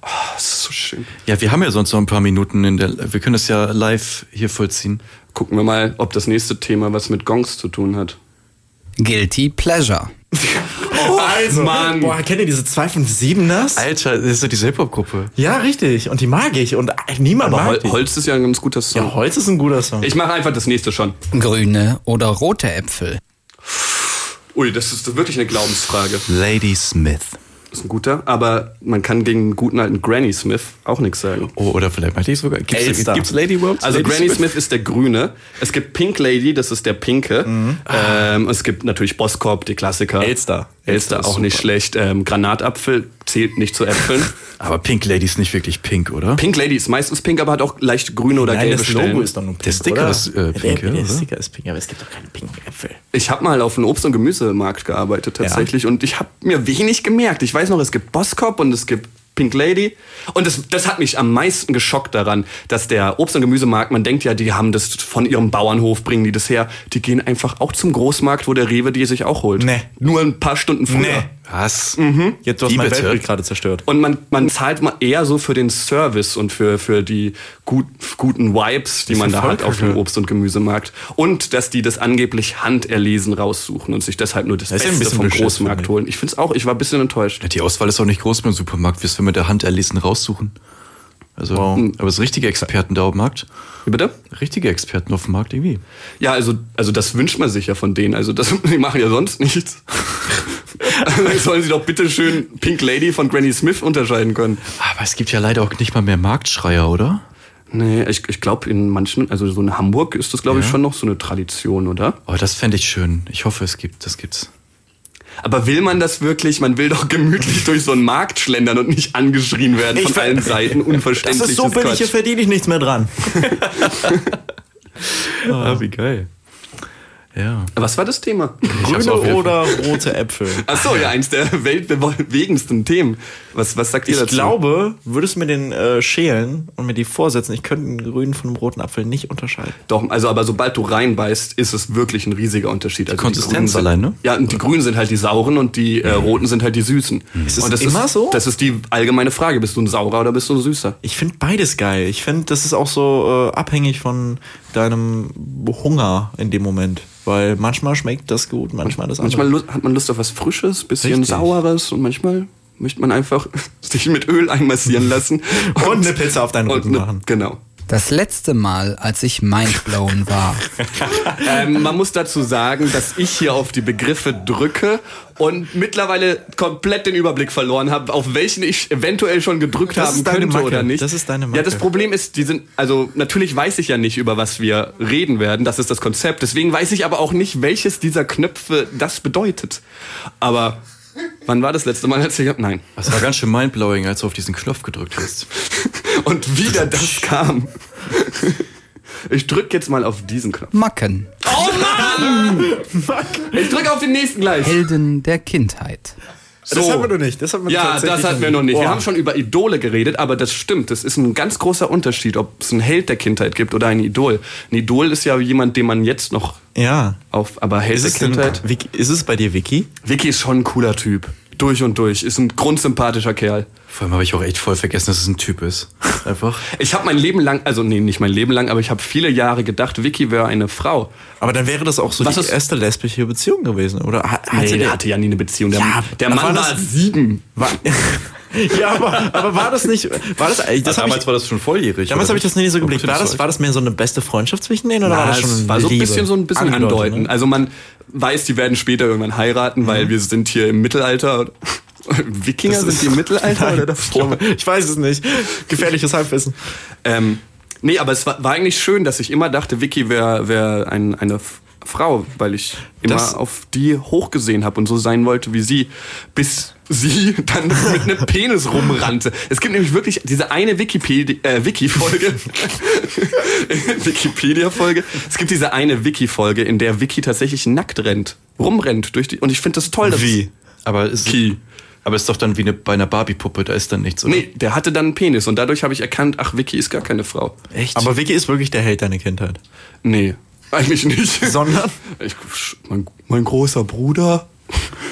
Speaker 2: oh, das ist so schön.
Speaker 4: Ja, wir haben ja sonst noch ein paar Minuten. In der, wir können das ja live hier vollziehen.
Speaker 2: Gucken wir mal, ob das nächste Thema was mit Gongs zu tun hat.
Speaker 5: Guilty Pleasure.
Speaker 3: also,
Speaker 2: Mann.
Speaker 3: boah, kennt ihr diese 257ers?
Speaker 4: Alter, das ist ja diese Hip-Hop-Gruppe.
Speaker 3: Ja, richtig. Und die mag ich. Und äh, niemand
Speaker 2: Aber
Speaker 3: mag
Speaker 2: Hol
Speaker 3: die.
Speaker 2: Holz ist ja ein ganz guter Song.
Speaker 3: ja, Holz ist ein guter Song.
Speaker 2: Ich mache einfach das nächste schon.
Speaker 5: Grüne oder rote Äpfel.
Speaker 2: Ui, das ist wirklich eine Glaubensfrage.
Speaker 4: Lady Smith.
Speaker 2: Ist ein guter, aber man kann gegen einen guten alten Granny Smith auch nichts sagen.
Speaker 4: Oh, oder vielleicht meinte ich sogar. Gibt's,
Speaker 3: Elster.
Speaker 4: gibt's Lady überhaupt?
Speaker 2: Also
Speaker 4: Lady
Speaker 2: Granny Smith. ist der Grüne. Es gibt Pink Lady, das ist der Pinke. Ähm, es gibt natürlich Boskop, die Klassiker.
Speaker 3: Elster.
Speaker 2: Elster,
Speaker 4: Elster ist
Speaker 2: auch nicht
Speaker 4: super.
Speaker 2: schlecht. Ähm, Granatapfel zählt nicht zu Äpfeln.
Speaker 4: Aber Pink Lady ist nicht wirklich pink, oder?
Speaker 2: Pink Lady ist meistens pink, aber hat auch leicht grüne oder
Speaker 3: Nein,
Speaker 2: gelbe
Speaker 3: das Logo
Speaker 2: Stellen.
Speaker 3: ist doch nur pink,
Speaker 4: Der Sticker
Speaker 3: oder?
Speaker 4: ist, äh, pink,
Speaker 3: der,
Speaker 4: oder?
Speaker 3: der Sticker ist pink, aber es gibt doch keine pinken Äpfel.
Speaker 2: Ich habe mal auf einem Obst- und Gemüsemarkt gearbeitet tatsächlich und ich habe mir wenig gemerkt. Ich weiß noch, es gibt Boskop und es gibt Pink Lady. Und das, das hat mich am meisten geschockt daran, dass der Obst- und Gemüsemarkt, man denkt ja, die haben das von ihrem Bauernhof, bringen die das her. Die gehen einfach auch zum Großmarkt, wo der Rewe die sich auch holt.
Speaker 3: Nee.
Speaker 2: Nur ein paar Stunden früher.
Speaker 4: Was? Mhm.
Speaker 3: Jetzt, du hast
Speaker 4: Wie
Speaker 3: mein
Speaker 4: bitte?
Speaker 3: Weltbild gerade zerstört.
Speaker 2: Und man, man zahlt mal eher so für den Service und für, für die gut, guten Vibes, die man da hat auf dem Obst- und Gemüsemarkt. Und dass die das angeblich handerlesen raussuchen und sich deshalb nur das
Speaker 3: Das ist ja ein
Speaker 2: Beste
Speaker 3: bisschen
Speaker 2: vom
Speaker 3: ne? beschiss, finde
Speaker 2: Großmarkt
Speaker 3: ich.
Speaker 2: holen. Ich finde es auch, ich war ein bisschen enttäuscht.
Speaker 4: Die Auswahl ist auch nicht groß beim Supermarkt. Wirst du mit der Hand erlesen, raussuchen. Also, aber es sind richtige Experten da auf dem Markt.
Speaker 2: Wie Bitte?
Speaker 4: Richtige Experten auf dem Markt irgendwie.
Speaker 2: Ja, also, also das wünscht man sich ja von denen. Also das, [laughs] die machen ja sonst nichts. [laughs] Dann sollen sie doch bitte schön Pink Lady von Granny Smith unterscheiden können.
Speaker 4: Aber es gibt ja leider auch nicht mal mehr Marktschreier, oder?
Speaker 2: Nee, ich, ich glaube in manchen, also so in Hamburg ist das glaube ich schon noch so eine Tradition, oder?
Speaker 4: Oh, das fände ich schön. Ich hoffe, es gibt, das gibt's.
Speaker 2: Aber will man das wirklich? Man will doch gemütlich durch so einen Markt schlendern und nicht angeschrien werden von allen Seiten.
Speaker 3: Das
Speaker 2: Unverständliches
Speaker 3: ist so billig, hier
Speaker 2: Quatsch.
Speaker 3: verdiene ich nichts mehr dran.
Speaker 4: Ah, wie geil. Ja.
Speaker 2: Was war das Thema?
Speaker 4: Ich hab's
Speaker 3: Grüne
Speaker 4: aufgegriffen.
Speaker 3: oder rote Äpfel?
Speaker 2: Achso, ja, eins der weltbewegendsten Themen. Was, was sagt ihr
Speaker 3: Ich
Speaker 2: dazu?
Speaker 3: glaube, würdest du mir den äh, schälen und mir die vorsetzen, ich könnte den grünen von dem roten Apfel nicht unterscheiden.
Speaker 2: Doch, also aber sobald du reinbeißt, ist es wirklich ein riesiger Unterschied. Also
Speaker 4: Konsistenz
Speaker 2: Grünen sind,
Speaker 4: allein, ne?
Speaker 2: Ja, und die Grünen sind halt die sauren und die äh, Roten sind halt die süßen.
Speaker 3: Mhm. Ist es
Speaker 2: und
Speaker 3: immer
Speaker 2: ist,
Speaker 3: so?
Speaker 2: Das ist die allgemeine Frage. Bist du ein saurer oder bist du ein süßer?
Speaker 3: Ich finde beides geil. Ich finde, das ist auch so äh, abhängig von deinem Hunger in dem Moment. Weil manchmal schmeckt das gut, manchmal das andere.
Speaker 2: Manchmal lu- hat man Lust auf was Frisches, bisschen
Speaker 3: Richtig.
Speaker 2: Saueres und manchmal möchte man einfach [laughs] sich mit Öl einmassieren lassen.
Speaker 3: Und eine Pizza auf deinen
Speaker 2: und
Speaker 3: Rücken
Speaker 2: eine-
Speaker 3: machen.
Speaker 2: Genau.
Speaker 5: Das letzte Mal, als ich mindblown war.
Speaker 2: Ähm, man muss dazu sagen, dass ich hier auf die Begriffe drücke und mittlerweile komplett den Überblick verloren habe, auf welchen ich eventuell schon gedrückt
Speaker 3: Das
Speaker 2: haben
Speaker 3: ist deine
Speaker 2: könnte
Speaker 3: Macke.
Speaker 2: oder nicht.
Speaker 3: Das ist deine Macke.
Speaker 2: Ja, das Problem ist, die sind, also natürlich weiß ich ja nicht, über was wir reden werden. Das ist das Konzept. Deswegen weiß ich aber auch nicht, welches dieser Knöpfe das bedeutet. Aber wann war das letzte Mal, als ich hab- Nein. [laughs]
Speaker 4: Das war ganz schön mindblowing, als du auf diesen Knopf gedrückt hast.
Speaker 2: Und wieder das kam. [laughs] Ich drück jetzt mal auf diesen Knopf.
Speaker 5: Macken.
Speaker 2: [laughs] Oh Mann! Ich drück auf den nächsten gleich.
Speaker 5: Helden der Kindheit.
Speaker 3: Das hatten wir noch nicht. Das hatten wir
Speaker 2: ja,
Speaker 3: tatsächlich
Speaker 2: das hatten wir noch nicht. Wir haben schon über Idole geredet, aber das stimmt. Das ist ein ganz großer Unterschied, ob es einen Held der Kindheit gibt oder ein Idol. Ein Idol ist ja jemand, den man jetzt noch
Speaker 3: Ja.
Speaker 2: auf. Aber Held
Speaker 3: Ist
Speaker 2: der
Speaker 3: es, denn,
Speaker 2: Kindheit.
Speaker 3: Vicky- ist es bei dir Vicky?
Speaker 2: Vicky ist schon ein cooler Typ. Durch und durch. Ist ein grundsympathischer Kerl.
Speaker 4: Vor allem habe ich auch echt voll vergessen, dass es ein Typ ist. Einfach.
Speaker 2: Ich habe mein Leben lang, also nee, nicht mein Leben lang, aber ich habe viele Jahre gedacht, Vicky wäre eine Frau.
Speaker 3: Aber dann wäre das auch so
Speaker 2: Was
Speaker 3: die
Speaker 2: ist-
Speaker 3: erste lesbische Beziehung gewesen, oder? Ha- Hatte
Speaker 2: Nee, der hatte ja nie eine Beziehung. Der,
Speaker 3: Ja,
Speaker 2: der
Speaker 3: was
Speaker 2: Mann
Speaker 3: war
Speaker 2: war
Speaker 3: das?
Speaker 2: sieben.
Speaker 3: War, [laughs] ja, aber, aber war das nicht. War das, das
Speaker 2: Also
Speaker 3: hab ich,
Speaker 4: war das schon volljährig.
Speaker 3: damals habe ich das nie so geblickt. War das, war das mehr so eine beste Freundschaft zwischen denen oder war das
Speaker 2: Ja,
Speaker 3: schon
Speaker 2: es war so ein
Speaker 3: Liebe?
Speaker 2: bisschen so ein bisschen
Speaker 3: Angedeutet,
Speaker 2: andeuten.
Speaker 3: ne?
Speaker 2: Also man weiß, die werden später irgendwann heiraten, weil wir sind hier im Mittelalter. [laughs] Wikinger
Speaker 3: Mhm. Das
Speaker 2: sind
Speaker 3: ist-
Speaker 2: die im Mittelalter
Speaker 3: [laughs] Nein,
Speaker 2: oder
Speaker 3: ich,
Speaker 2: davor?
Speaker 3: glaube, ich weiß es nicht. Gefährliches Halbwissen.
Speaker 2: Ähm, nee, aber es war, war eigentlich schön, dass ich immer dachte, Vicky wäre wär ein, eine F- Frau, weil ich immer
Speaker 3: Das-
Speaker 2: auf die hochgesehen habe und so sein wollte wie sie, bis sie [laughs] dann mit einem Penis rumrannte. Es gibt nämlich wirklich diese eine Wikipedia, äh, Wiki-Folge, [laughs] Wikipedia-Folge, es gibt diese eine Wiki-Folge, in der Vicky tatsächlich nackt rennt, rumrennt durch die, und ich finde das toll. Dass
Speaker 3: Wie?
Speaker 4: Aber es, aber es ist doch dann wie eine, bei einer Barbie-Puppe, da ist dann nichts, oder?
Speaker 2: Nee, der hatte dann einen Penis und dadurch habe ich erkannt, ach, Vicky ist gar keine Frau.
Speaker 4: Echt?
Speaker 3: Aber Vicky ist wirklich der Held deiner Kindheit.
Speaker 2: Nee, eigentlich nicht.
Speaker 3: Sondern?
Speaker 2: Ich, mein, mein großer Bruder.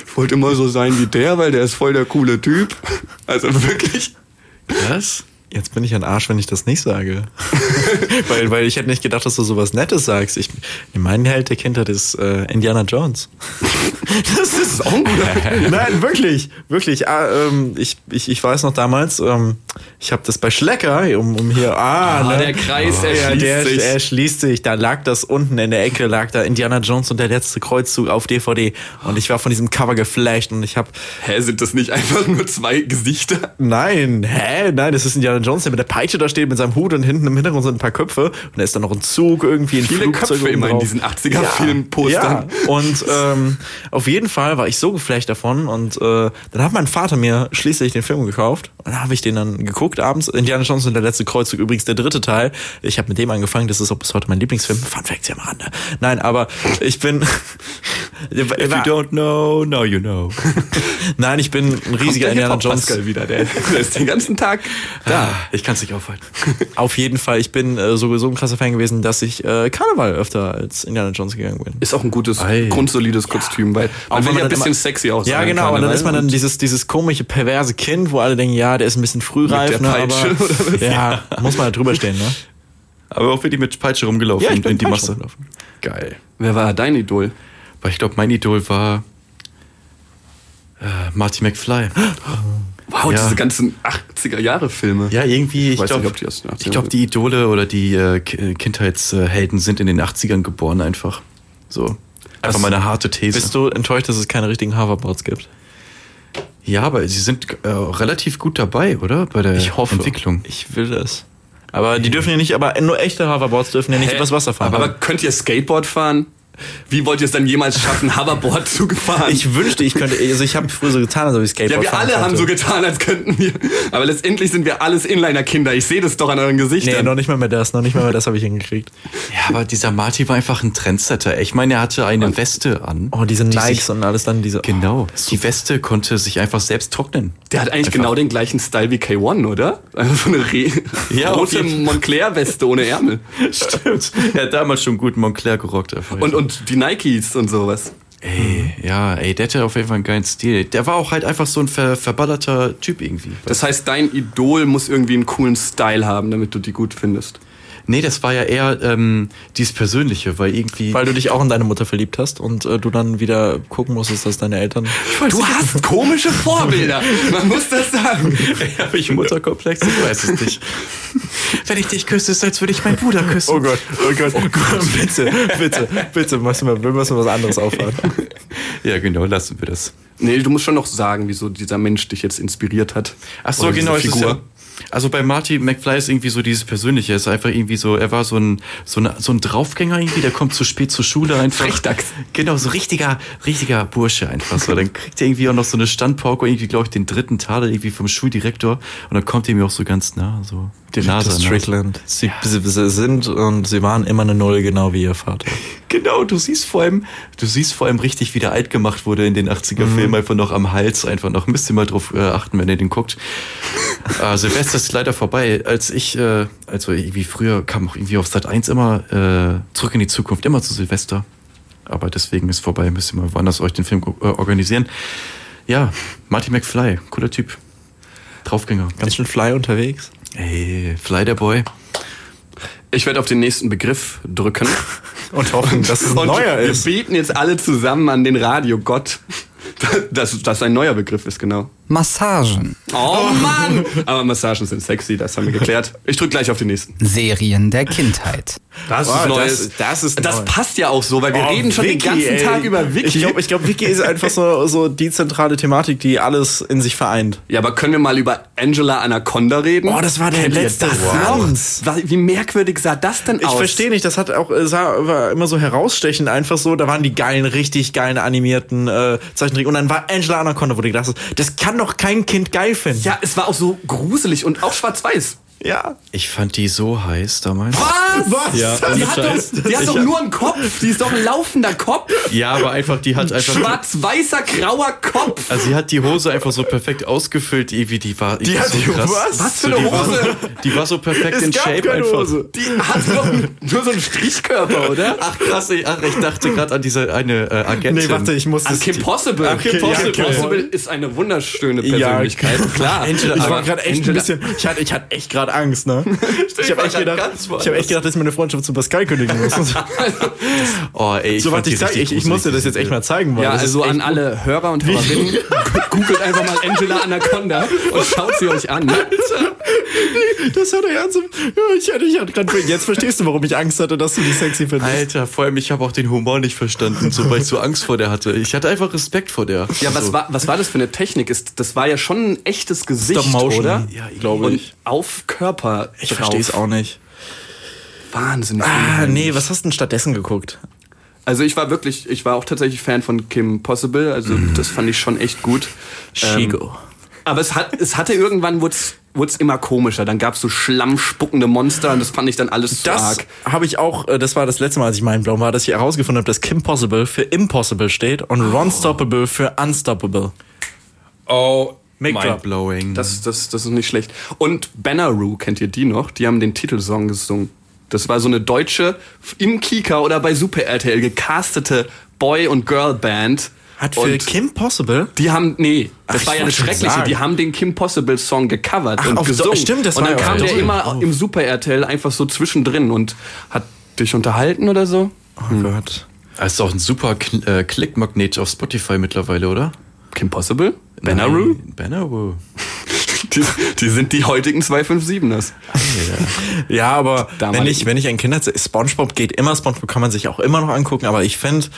Speaker 2: Ich wollte immer so sein wie der, weil der ist voll der coole Typ. Also wirklich.
Speaker 4: was?
Speaker 3: Jetzt bin ich ein Arsch, wenn ich das nicht sage. [laughs] weil, weil ich hätte nicht gedacht, dass du sowas Nettes sagst. Ich, mein Held der Kindheit ist äh, Indiana Jones. das ist
Speaker 2: auch ein [laughs] guter-
Speaker 3: [laughs] Nein, wirklich, wirklich. Ah, ähm, ich, ich, ich weiß noch damals, ähm, ich habe das bei Schlecker, um, um hier. Ah,
Speaker 2: Ah,
Speaker 3: ne?
Speaker 2: der Kreis
Speaker 3: ja,
Speaker 2: erschließt
Speaker 3: der,
Speaker 2: sich.
Speaker 3: Er schließt sich. Da lag das unten in der Ecke, lag da Indiana Jones und der letzte Kreuzzug auf DVD. Und ich war von diesem Cover geflasht und ich habe
Speaker 2: Hä, sind das nicht einfach nur zwei Gesichter?
Speaker 3: Nein, hä? Nein, das ist Indiana Jones, der mit der Peitsche da steht, mit seinem Hut und hinten im Hintergrund sind ein paar Köpfe. Und da ist dann noch ein Zug irgendwie, ein
Speaker 2: Viele
Speaker 3: Flugzeug.
Speaker 2: Köpfe
Speaker 3: oben
Speaker 2: immer in
Speaker 3: drauf.
Speaker 2: diesen 80er-Film-Postern.
Speaker 3: Ja. Und ähm, auf jeden Fall war ich so geflasht davon. Und äh, dann hat mein Vater mir schließlich den Film gekauft. Und dann habe ich den dann geguckt abends. Indiana Jones und der letzte Kreuzzug, übrigens der dritte Teil. Ich habe mit dem angefangen, das ist auch bis heute mein Lieblingsfilm. Fun Facts hier am Rande. Nein, aber ich bin... [laughs] If
Speaker 4: If you don't know, now you know.
Speaker 3: Nein, ich bin ein riesiger Indiana Jones...
Speaker 2: Pascal wieder, der, der ist den ganzen Tag da.
Speaker 4: Ich kann es nicht aufhalten.
Speaker 3: [laughs] Auf jeden Fall, ich bin äh, sowieso ein krasser Fan gewesen, dass ich äh, Karneval öfter als Indiana Jones gegangen bin.
Speaker 2: Ist auch ein gutes,
Speaker 4: Ei.
Speaker 2: grundsolides Kostüm, weil man will ja ein
Speaker 3: dann
Speaker 2: bisschen
Speaker 3: immer-
Speaker 2: sexy aussehen.
Speaker 3: Ja, genau, und dann ist man dann dieses, dieses komische, perverse Kind, wo alle denken, ja, der ist ein bisschen frühreif,
Speaker 2: Mit der
Speaker 3: ne,
Speaker 2: Peitsche
Speaker 3: aber
Speaker 2: [laughs] oder was?
Speaker 3: ja, muss man da drüber stehen, ne?
Speaker 4: Aber auch wirklich mit Peitsche rumgelaufen
Speaker 3: Ja, ich bin
Speaker 4: in die
Speaker 3: Peitsche
Speaker 4: Masse.
Speaker 3: rumgelaufen.
Speaker 4: Geil.
Speaker 2: Wer war dein Idol?
Speaker 4: Weil ich glaube, mein Idol war äh, Marty McFly.
Speaker 2: Wow,
Speaker 4: Ja.
Speaker 2: diese ganzen 80er-Jahre-Filme.
Speaker 4: Ja, irgendwie. Ich
Speaker 2: Weiß
Speaker 4: glaube,
Speaker 2: nicht, ob die aus den 80ern
Speaker 4: ich glaub, die Idole oder die äh, Ki- Kindheitshelden sind in den 80ern geboren einfach. So. Einfach
Speaker 2: Was-
Speaker 4: mal eine harte These.
Speaker 3: Bist du enttäuscht, dass es keine richtigen Hoverboards gibt?
Speaker 4: Ja, aber sie sind äh, relativ gut dabei, oder? Bei der Äh, Entwicklung. Äh.
Speaker 3: Ich will das. Aber die dürfen ja nicht, aber nur echte Hoverboards dürfen ja nicht
Speaker 2: Hä?
Speaker 3: übers Wasser fahren. Also ne?
Speaker 2: Aber könnt ihr Skateboard fahren? Wie wollt ihr es dann jemals schaffen, [laughs] Hoverboard zu gefahren?
Speaker 6: Ich wünschte, ich könnte. Also ich habe früher so getan, als ob ich
Speaker 2: ja,
Speaker 6: Skateboard
Speaker 2: wir
Speaker 6: fahren
Speaker 2: alle
Speaker 6: könnte.
Speaker 2: haben so getan, als könnten wir. Aber letztendlich sind wir alles Inliner-Kinder. Ich sehe das doch an euren
Speaker 3: Nee,
Speaker 2: Gesichtern.
Speaker 3: noch nicht mal mehr das, noch nicht mal mehr das habe ich hingekriegt.
Speaker 4: Ja, aber dieser Marty war einfach ein Trendsetter. Ich meine, er hatte eine Weste an.
Speaker 6: Oh, diese
Speaker 4: die
Speaker 6: Nikes
Speaker 4: sich-
Speaker 6: und alles dann diese.
Speaker 4: Genau. Die Weste konnte sich einfach selbst trocknen.
Speaker 2: Der hat eigentlich genau den gleichen Style wie K1, oder? Also so eine
Speaker 3: [laughs]
Speaker 2: Re
Speaker 4: Ja, auf
Speaker 2: rote
Speaker 4: jeden-
Speaker 2: Montclair-Weste ohne Ärmel.
Speaker 4: Stimmt. Er hat damals schon gut Montclair gerockt. Einfach.
Speaker 2: Und, und die Nikes und sowas.
Speaker 4: ey, ja, ey, der hatte auf jeden Fall einen geilen Stil. Der war auch halt einfach so ein ver verballerter Typ irgendwie.
Speaker 2: Das heißt, dein Idol muss irgendwie einen coolen Style haben, damit du die gut findest.
Speaker 4: Nee, das war ja eher ähm, dieses Persönliche, weil irgendwie.
Speaker 6: Weil du dich auch in deine Mutter
Speaker 3: Verliebt hast und äh, du dann wieder gucken musstest, dass deine [laughs] Eltern.
Speaker 2: Du hast komische Vorbilder. Man muss das
Speaker 3: [laughs]
Speaker 2: sagen.
Speaker 4: habe ich einen Mutterkomplex? [laughs] Ich weiß es nicht. Wenn ich dich küsse, ist es, als würde ich meinen Bruder küssen.
Speaker 3: Oh Gott, oh Gott, oh Gott. [laughs] bitte, bitte, bitte, machst du mal, wir müssen was anderes aufhören.
Speaker 4: Ja, genau, lassen wir das.
Speaker 2: Nee, du musst schon noch sagen, wieso dieser Mensch dich jetzt inspiriert hat.
Speaker 4: Ach so,
Speaker 2: Oder diese
Speaker 4: genau. Es ist
Speaker 2: Figur.
Speaker 4: ja, also bei Marty McFly ist irgendwie so dieses Persönliche. Er ist einfach irgendwie so, er war so ein, so, eine, so ein Draufgänger irgendwie, der kommt zu spät zur Schule einfach.
Speaker 2: Frechdachs.
Speaker 4: Genau, so richtiger, richtiger Bursche einfach so. Dann kriegt er irgendwie auch noch so eine Standpauke, irgendwie, glaube ich, den dritten Tadel irgendwie vom Schuldirektor. Und dann kommt er mir auch so ganz nah, so. Die Nase
Speaker 3: ne?
Speaker 4: an.
Speaker 3: Strickland. Sie, sie, sie sind und sie waren immer eine Null, genau wie ihr Vater.
Speaker 4: Genau, du siehst vor allem, du siehst vor allem richtig, wie der alt gemacht wurde in den 80er-Filmen, einfach noch am Hals, einfach noch. Müsst ihr mal drauf äh, achten, wenn ihr den [laughs] guckt. äh, Silvester ist leider vorbei. Als ich, äh, also irgendwie früher kam auch irgendwie auf Sat 1 immer äh, zurück in die Zukunft, immer zu Silvester. Aber deswegen ist vorbei, müsst ihr mal woanders euch den Film gu- äh, organisieren. Ja, Marty McFly, cooler Typ. Draufgänger.
Speaker 3: Ganz schön fly unterwegs.
Speaker 4: Ey, Fly der Boy.
Speaker 2: Ich werde auf den nächsten Begriff drücken.
Speaker 3: Und hoffen, [laughs] dass es
Speaker 2: Und wir beten jetzt alle zusammen an den Radiogott, [laughs] dass das ein neuer Begriff ist, genau.
Speaker 5: Massagen.
Speaker 2: Oh Mann! [laughs] Aber Massagen sind sexy, das haben wir geklärt. Ich drück gleich auf den nächsten.
Speaker 5: Serien der Kindheit.
Speaker 3: Das
Speaker 2: Das,
Speaker 3: ist
Speaker 2: Neues.
Speaker 3: Das, das ist
Speaker 2: das
Speaker 3: neu.
Speaker 2: passt ja auch so, weil wir
Speaker 3: Oh,
Speaker 2: reden schon den
Speaker 3: Wiki,
Speaker 2: ganzen
Speaker 3: ey.
Speaker 2: Tag über Wiki.
Speaker 3: Ich glaube, ich glaub, Wiki ist einfach so, so die zentrale Thematik, die alles in sich vereint.
Speaker 2: ja, aber können wir mal über Angela Anaconda reden?
Speaker 3: Oh, das war der
Speaker 2: Kennt ihr
Speaker 3: letzte
Speaker 2: das
Speaker 3: Round.
Speaker 2: noch? Wie merkwürdig sah das denn
Speaker 3: Ich
Speaker 2: aus?
Speaker 3: verstehe nicht, das hat auch äh, sah, war immer so herausstechend einfach so. Da waren die geilen, richtig geilen animierten äh, Zeichentrick. Und dann war Angela Anaconda, wo du gedacht hast, das kann doch kein Kind geil finden.
Speaker 2: Ja, es war auch so gruselig und auch schwarz-weiß.
Speaker 3: ja.
Speaker 4: Ich fand die so heiß damals.
Speaker 2: Was?
Speaker 3: Ja,
Speaker 2: die hat
Speaker 3: Scheiß.
Speaker 2: doch, die hat doch nur einen Kopf. Die ist doch ein laufender Kopf.
Speaker 4: Ja, aber einfach, die hat einfach.
Speaker 2: Schwarz-weißer, grauer Kopf.
Speaker 4: Also sie hat die Hose einfach so perfekt ausgefüllt, irgendwie die war die
Speaker 3: hat
Speaker 4: so
Speaker 3: die- was?
Speaker 2: Was für eine
Speaker 4: die
Speaker 2: Hose?
Speaker 4: War, die war so perfekt
Speaker 3: Es
Speaker 4: in
Speaker 3: gab
Speaker 4: Shape
Speaker 3: keine
Speaker 4: einfach.
Speaker 3: Hose.
Speaker 2: Die hat doch nur so einen Strichkörper, oder?
Speaker 4: Ach krass, ich, ach, ich dachte gerade an diese eine äh, Agentin.
Speaker 3: Nee, warte, ich muss
Speaker 2: An
Speaker 3: das-
Speaker 2: Kim Possible.
Speaker 3: An Kim
Speaker 2: Kim
Speaker 3: Possible.
Speaker 2: Possible ist eine wunderschöne
Speaker 3: Ja.
Speaker 2: Persönlichkeit, klar.
Speaker 3: Angela, ich
Speaker 2: Aber
Speaker 3: war gerade echt
Speaker 2: Angela-
Speaker 3: ein bisschen, ich hatte, ich hatte echt gerade
Speaker 2: [laughs]
Speaker 3: Angst, ne? Ich
Speaker 2: war
Speaker 3: habe echt,
Speaker 2: grad
Speaker 3: gedacht,
Speaker 2: ganz
Speaker 3: ich
Speaker 2: woanders.
Speaker 3: hab echt gedacht, dass ich meine Freundschaft zu Pascal kündigen
Speaker 2: [laughs]
Speaker 3: muss.
Speaker 4: Oh, ey, ich
Speaker 3: so,
Speaker 4: fand
Speaker 3: warte,
Speaker 4: die
Speaker 3: ich, zeig,
Speaker 4: richtig
Speaker 3: ich, ich
Speaker 4: gruselig,
Speaker 3: musste das jetzt echt mal zeigen, weil
Speaker 2: Ja,
Speaker 3: das
Speaker 2: also
Speaker 3: ist echt
Speaker 2: an alle Hörer und Hörerinnen,
Speaker 3: [laughs]
Speaker 2: gu- googelt einfach mal Angela Anaconda und schaut sie euch an.
Speaker 3: Das hat er ernst. Ja, ich hatte, ich hatte grad, jetzt verstehst du, warum ich Angst hatte, dass du die sexy findest.
Speaker 4: Alter, vor allem, ich habe auch den Humor nicht verstanden, so, weil ich so Angst vor der hatte. Ich hatte einfach Respekt vor der.
Speaker 2: Ja, was
Speaker 3: Also
Speaker 4: so.
Speaker 2: war, was war das für eine Technik? Ist, das war ja schon ein echtes Gesicht,
Speaker 3: Stop-Motion,
Speaker 2: oder?
Speaker 3: ja, glaube
Speaker 2: und
Speaker 3: ich.
Speaker 2: auf Körper
Speaker 3: ich verstehe es auch nicht.
Speaker 2: Wahnsinn.
Speaker 3: Ah, nee, was hast du denn stattdessen geguckt?
Speaker 2: Also ich war wirklich, ich war auch tatsächlich Fan von Kim Possible. Also
Speaker 3: Mhm.
Speaker 2: das fand ich schon echt gut. Ähm,
Speaker 3: Chigo.
Speaker 2: aber es, hat, es hatte irgendwann, wurde es immer komischer. Dann gab es so schlammspuckende Monster und das fand ich dann alles zu
Speaker 3: Das
Speaker 2: arg.
Speaker 3: habe ich auch, äh, das war das letzte Mal, als ich mindblown war, dass ich herausgefunden habe, dass Kim Possible für Impossible steht und Ron Stoppable für Unstoppable.
Speaker 4: Oh,
Speaker 3: Make-up.
Speaker 4: mindblowing.
Speaker 3: Mhm.
Speaker 2: Das, das, das ist nicht schlecht. Und Banneroo, kennt ihr die noch? Die haben den Titelsong gesungen. Das war so eine deutsche, im Kika oder bei Super RTL gecastete Boy- und Girl-Band.
Speaker 3: Hat für
Speaker 2: und
Speaker 3: Kim Possible?
Speaker 2: Die haben, nee, das
Speaker 3: ich
Speaker 2: war ja eine
Speaker 3: wollte schon
Speaker 2: schreckliche.
Speaker 3: sagen.
Speaker 2: Die haben den Kim Possible Song gecovert
Speaker 3: Ach,
Speaker 2: und
Speaker 3: auf Do-
Speaker 2: gesungen.
Speaker 3: stimmt, das
Speaker 2: und
Speaker 3: war
Speaker 2: dann
Speaker 3: ja
Speaker 2: kam
Speaker 3: auf
Speaker 2: der
Speaker 3: Doppel.
Speaker 2: immer im Super RTL einfach so zwischendrin und hat dich unterhalten oder so.
Speaker 3: Oh Gott.
Speaker 4: das Ah, ist auch ein super Kn äh, Klickmagnet auf Spotify mittlerweile, oder?
Speaker 2: Kim Possible? Benaroo?
Speaker 4: Nein, Benaroo.
Speaker 2: [laughs] Die, die sind die heutigen 257ers.
Speaker 3: Ja, aber
Speaker 2: Damaligen.
Speaker 3: wenn ich, wenn ich ein Kind hatte, Spongebob geht immer, Spongebob kann man sich auch immer noch angucken, aber ich finde,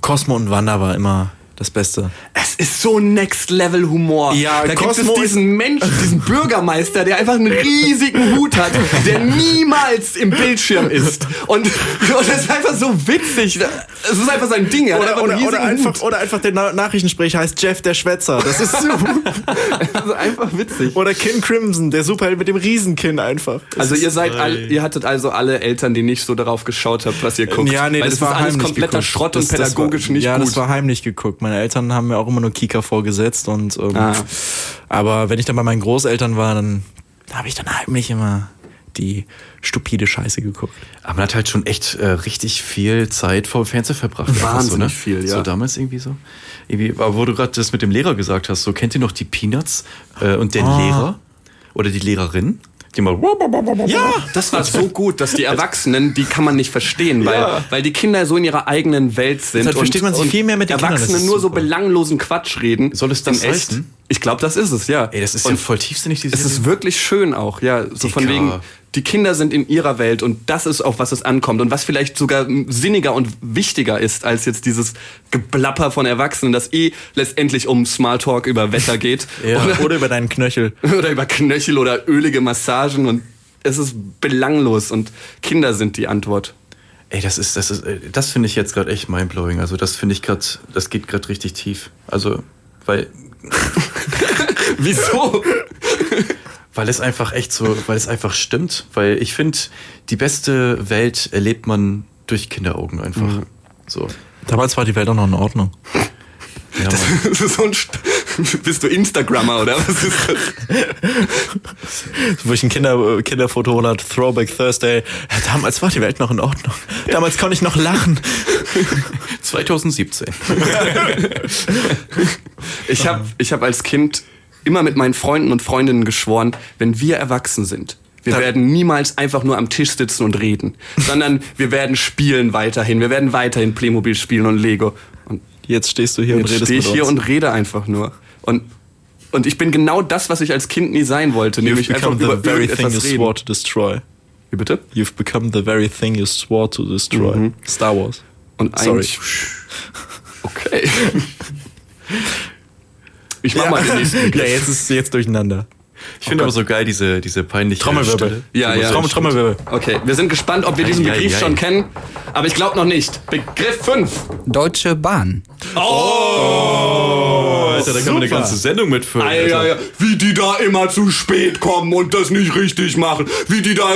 Speaker 3: Cosmo und Wanda war immer
Speaker 6: das Beste.
Speaker 2: Es ist so Next Level Humor.
Speaker 6: Ja,
Speaker 2: da
Speaker 6: Cosmo
Speaker 2: gibt es diesen
Speaker 3: [laughs]
Speaker 2: Menschen, diesen Bürgermeister, der einfach einen riesigen Hut hat, der niemals im Bildschirm ist. Und, [laughs] und das ist einfach so witzig. Es ist einfach sein Ding. Er hat
Speaker 3: Oder,
Speaker 2: einfach
Speaker 3: oder,
Speaker 2: einen riesigen
Speaker 3: oder, einfach,
Speaker 2: Hut.
Speaker 3: oder einfach der Na Nachrichtensprecher heißt Jeff der Schwätzer. Das
Speaker 2: [laughs]
Speaker 3: ist super. Also
Speaker 2: Das ist einfach witzig.
Speaker 3: oder Kin Crimson, der Superheld mit dem Riesenkinn einfach.
Speaker 2: Also ihr seid all, ihr hattet also alle Eltern, die nicht so darauf geschaut habt, was ihr guckt.
Speaker 3: Ja, nee,
Speaker 2: Weil
Speaker 3: das
Speaker 2: es
Speaker 3: war
Speaker 2: ist alles
Speaker 3: heimlich
Speaker 2: kompletter
Speaker 3: geguckt.
Speaker 2: Schrott
Speaker 3: das,
Speaker 2: und pädagogisch
Speaker 3: das war,
Speaker 2: nicht
Speaker 3: ja,
Speaker 2: gut.
Speaker 3: das war heimlich geguckt. Meine Eltern haben mir auch immer nur Kika vorgesetzt und ähm,
Speaker 2: Ah.
Speaker 3: aber wenn ich dann bei meinen Großeltern war, dann habe ich dann heimlich immer die stupide Scheiße geguckt.
Speaker 4: Aber man hat halt schon echt äh, richtig viel Zeit vor dem Fernseher verbracht. Einfach so, ne?
Speaker 2: Wahnsinnig viel, ja.
Speaker 4: So damals irgendwie so. Irgendwie, aber wo du gerade das mit dem Lehrer gesagt hast, so kennt ihr noch die Peanuts äh, und den Lehrer oder die Lehrerin, die mal
Speaker 2: Ja, das war so gut, dass die Erwachsenen, die kann man nicht verstehen, weil, weil die Kinder so in ihrer eigenen Welt sind.
Speaker 3: Deshalb versteht man sich viel mehr mit den Kindern, das
Speaker 2: Erwachsene
Speaker 3: ist
Speaker 2: nur so
Speaker 3: super.
Speaker 2: belanglosen Quatsch reden.
Speaker 4: Soll es das
Speaker 2: In echt?
Speaker 4: heißen?
Speaker 2: Ich glaube, das ist es, ja.
Speaker 4: Ey, das ist
Speaker 2: und
Speaker 4: ja voll tiefsinnig, diese
Speaker 2: es ist wirklich schön auch, ja. So von
Speaker 4: Dicker.
Speaker 2: wegen, die Kinder sind in ihrer Welt und das ist auf was es ankommt und was vielleicht sogar m, sinniger und wichtiger ist als jetzt dieses Geblapper von Erwachsenen, das eh letztendlich um Smalltalk über Wetter geht
Speaker 3: Oder, oder über deinen Knöchel.
Speaker 2: [laughs] oder über Knöchel oder ölige Massagen und es ist belanglos und Kinder sind die Antwort. [laughs]
Speaker 4: Ey, das ist, das ist, äh, das finde ich jetzt gerade echt mindblowing. Also das finde ich gerade, das geht gerade richtig tief. Also, weil,
Speaker 2: [laughs] Wieso?
Speaker 4: [laughs] weil es einfach echt so, weil es einfach stimmt. Weil ich finde, die beste Welt erlebt man durch Kinderaugen einfach.
Speaker 2: Mhm.
Speaker 4: So.
Speaker 3: Damals war die Welt auch noch in Ordnung.
Speaker 4: Ja, [laughs] Mann.
Speaker 2: Das ist so ein St [laughs] Bist du Instagrammer oder was ist das?
Speaker 3: Wo ich ein Kinder, äh, Kinderfoto hole, hat, Throwback Thursday. Ja, damals war die Welt noch in Ordnung. Damals konnte ich noch lachen.
Speaker 4: 2017.
Speaker 2: Ich habe ich hab als Kind immer mit meinen Freunden und Freundinnen geschworen, wenn wir erwachsen sind, wir werden niemals einfach nur am Tisch sitzen und reden, sondern wir werden spielen weiterhin. Wir werden weiterhin Playmobil spielen und Lego. Und
Speaker 3: Jetzt stehst du hier und
Speaker 2: Jetzt
Speaker 3: redest
Speaker 2: stehe ich
Speaker 3: mit
Speaker 2: hier
Speaker 3: uns.
Speaker 2: und rede einfach nur. Und, und ich bin genau das, was ich als Kind nie sein wollte, nämlich einfach
Speaker 3: become
Speaker 2: über
Speaker 3: the very thing you
Speaker 2: irgendetwas reden.
Speaker 3: swore to destroy.
Speaker 2: Wie bitte?
Speaker 3: You've become the very thing you swore to destroy.
Speaker 2: Mhm.
Speaker 3: Star Wars.
Speaker 2: Und
Speaker 3: Sorry.
Speaker 2: eigentlich... [laughs] Okay. Ich mach mal den nächsten [laughs] Begriff.
Speaker 3: ja, jetzt ist jetzt durcheinander.
Speaker 4: Ich finde aber so geil diese, diese peinliche
Speaker 3: Trommelwirbel.
Speaker 4: Stille.
Speaker 2: Ja, ja.
Speaker 3: Trommel, Trommelwirbel.
Speaker 2: Okay, wir sind gespannt, ob wir diesen
Speaker 4: Ei, ei,
Speaker 2: Begriff
Speaker 4: ei.
Speaker 2: schon kennen, aber ich glaube noch nicht. Begriff 5.
Speaker 5: Deutsche Bahn.
Speaker 4: Alter, da kann man eine
Speaker 2: Super.
Speaker 4: ganze Sendung mitfüllen.
Speaker 2: Ei,
Speaker 4: Alter.
Speaker 2: ei, ei. Wie die da immer zu spät kommen und das nicht richtig machen. Wie die da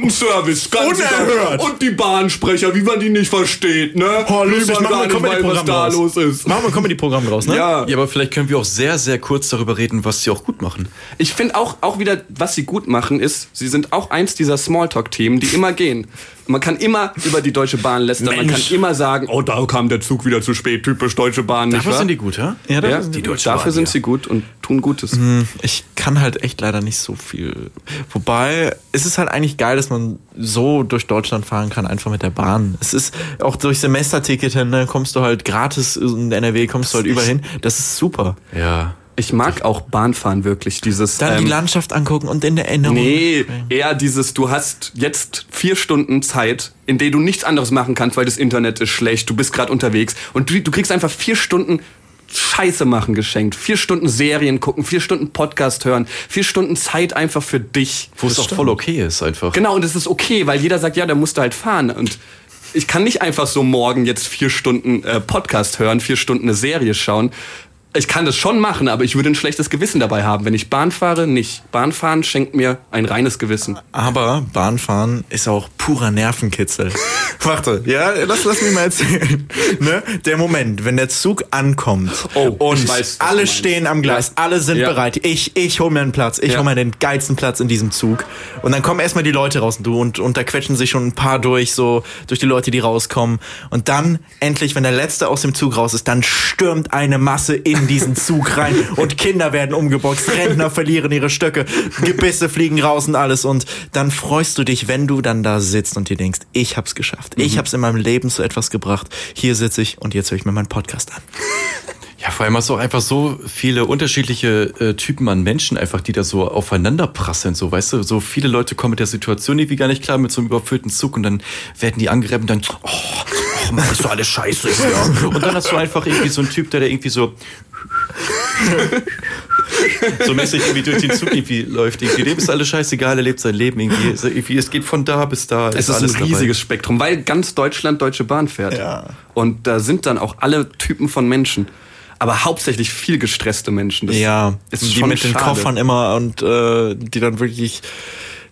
Speaker 2: Kundenservice ganz
Speaker 3: Unerhört.
Speaker 2: Und die Bahnsprecher, wie man die nicht versteht, ne? wie man gar nicht weiß, was da los ist.
Speaker 3: Machen wir ein Comedy-Programm raus, ne?
Speaker 2: Ja.
Speaker 4: Ja, aber vielleicht können wir auch sehr, sehr kurz darüber reden, was sie auch gut machen.
Speaker 2: Ich finde auch, auch wieder, was sie gut machen, ist, sie sind auch eins dieser Smalltalk-Themen, die immer gehen. Man kann immer über die Deutsche Bahn lästern, man kann
Speaker 3: Mensch.
Speaker 2: immer sagen, oh, da kam der Zug wieder zu spät, typisch Deutsche Bahn, nicht
Speaker 4: Dafür
Speaker 2: wahr?
Speaker 4: sind die gut, ja?
Speaker 3: Ja,
Speaker 2: ja,
Speaker 3: das-
Speaker 2: die
Speaker 4: die
Speaker 2: Deutsche
Speaker 4: Deutsche
Speaker 2: dafür
Speaker 4: Bahn,
Speaker 2: sind
Speaker 4: ja.
Speaker 2: sie gut und tun Gutes.
Speaker 3: Ich kann halt echt leider nicht so viel. Wobei, es ist halt eigentlich geil, dass man so durch Deutschland fahren kann, einfach mit der Bahn. Es ist auch durch Semesterticket hin, ne, kommst du halt gratis in NRW, kommst du halt überall hin. Das ist super.
Speaker 4: Ja.
Speaker 2: Ich mag auch Bahnfahren wirklich, dieses...
Speaker 3: Dann
Speaker 2: ähm,
Speaker 3: die Landschaft angucken und in der Erinnerung.
Speaker 2: Nee, eher dieses, du hast jetzt vier Stunden Zeit, in denen du nichts anderes machen kannst, weil das Internet ist schlecht, du bist gerade unterwegs und du, du kriegst einfach vier Stunden Scheiße machen geschenkt, vier Stunden Serien gucken, vier Stunden Podcast hören, vier Stunden Zeit einfach für dich.
Speaker 4: Wo es auch voll okay ist einfach.
Speaker 2: Genau, und es ist okay, weil jeder sagt, ja, da musst du halt fahren. Und ich kann nicht einfach so morgen jetzt vier Stunden äh, Podcast hören, vier Stunden eine Serie schauen. Ich kann das schon machen, aber ich würde ein schlechtes Gewissen dabei haben. Wenn ich Bahn fahre, nicht. Bahnfahren schenkt mir ein reines Gewissen.
Speaker 3: Aber Bahnfahren ist auch
Speaker 2: [laughs]
Speaker 3: purer Nervenkitzel. Warte, ja, lass, lass mich mal erzählen. [laughs] Ne? Der Moment, wenn der Zug ankommt
Speaker 2: Oh, ich weiß,
Speaker 3: und
Speaker 2: was du
Speaker 3: alle
Speaker 2: meinst.
Speaker 3: stehen am Gleis,
Speaker 2: Ja.
Speaker 3: alle sind
Speaker 2: Ja.
Speaker 3: bereit. Ich, ich hol mir einen Platz, ich
Speaker 2: Ja.
Speaker 3: hol mir den geilsten Platz in diesem Zug. Und dann kommen erstmal die Leute raus und du und, und da quetschen sich schon ein paar durch, so durch die Leute, die rauskommen. Und dann endlich, wenn der letzte aus dem Zug raus ist, dann stürmt eine Masse in diesen Zug rein und Kinder werden umgeboxt, Rentner verlieren ihre Stöcke, Gebisse fliegen raus und alles. Und dann freust du dich, wenn du dann da sitzt und dir denkst, ich hab's geschafft. Ich hab's in meinem Leben zu etwas gebracht. Hier sitze ich und jetzt höre ich mir meinen Podcast an.
Speaker 4: Ja, vor allem hast du auch einfach so viele unterschiedliche äh, Typen an Menschen einfach, die da so aufeinander prasseln, so, weißt du, so viele Leute kommen mit der Situation irgendwie gar nicht klar, mit so einem überfüllten Zug und dann werden die angerebt und dann, oh, oh oh Mann, ist doch alles scheiße hier. Und dann hast du einfach irgendwie so einen Typ, der da irgendwie so [laughs] so mäßig irgendwie durch den Zug irgendwie läuft. Irgendwie. Dem ist alles scheißegal, er lebt sein Leben irgendwie. Also irgendwie. Es geht von da bis da.
Speaker 2: Es ist ein
Speaker 4: alles dabei.
Speaker 2: riesiges Spektrum, weil ganz Deutschland Deutsche Bahn fährt.
Speaker 3: Ja.
Speaker 2: Und da sind dann auch alle Typen von Menschen. Aber hauptsächlich viel gestresste Menschen. Das
Speaker 3: Ja,
Speaker 2: ist
Speaker 3: die
Speaker 2: schon
Speaker 3: mit den
Speaker 2: schade.
Speaker 3: Koffern immer und äh, die dann wirklich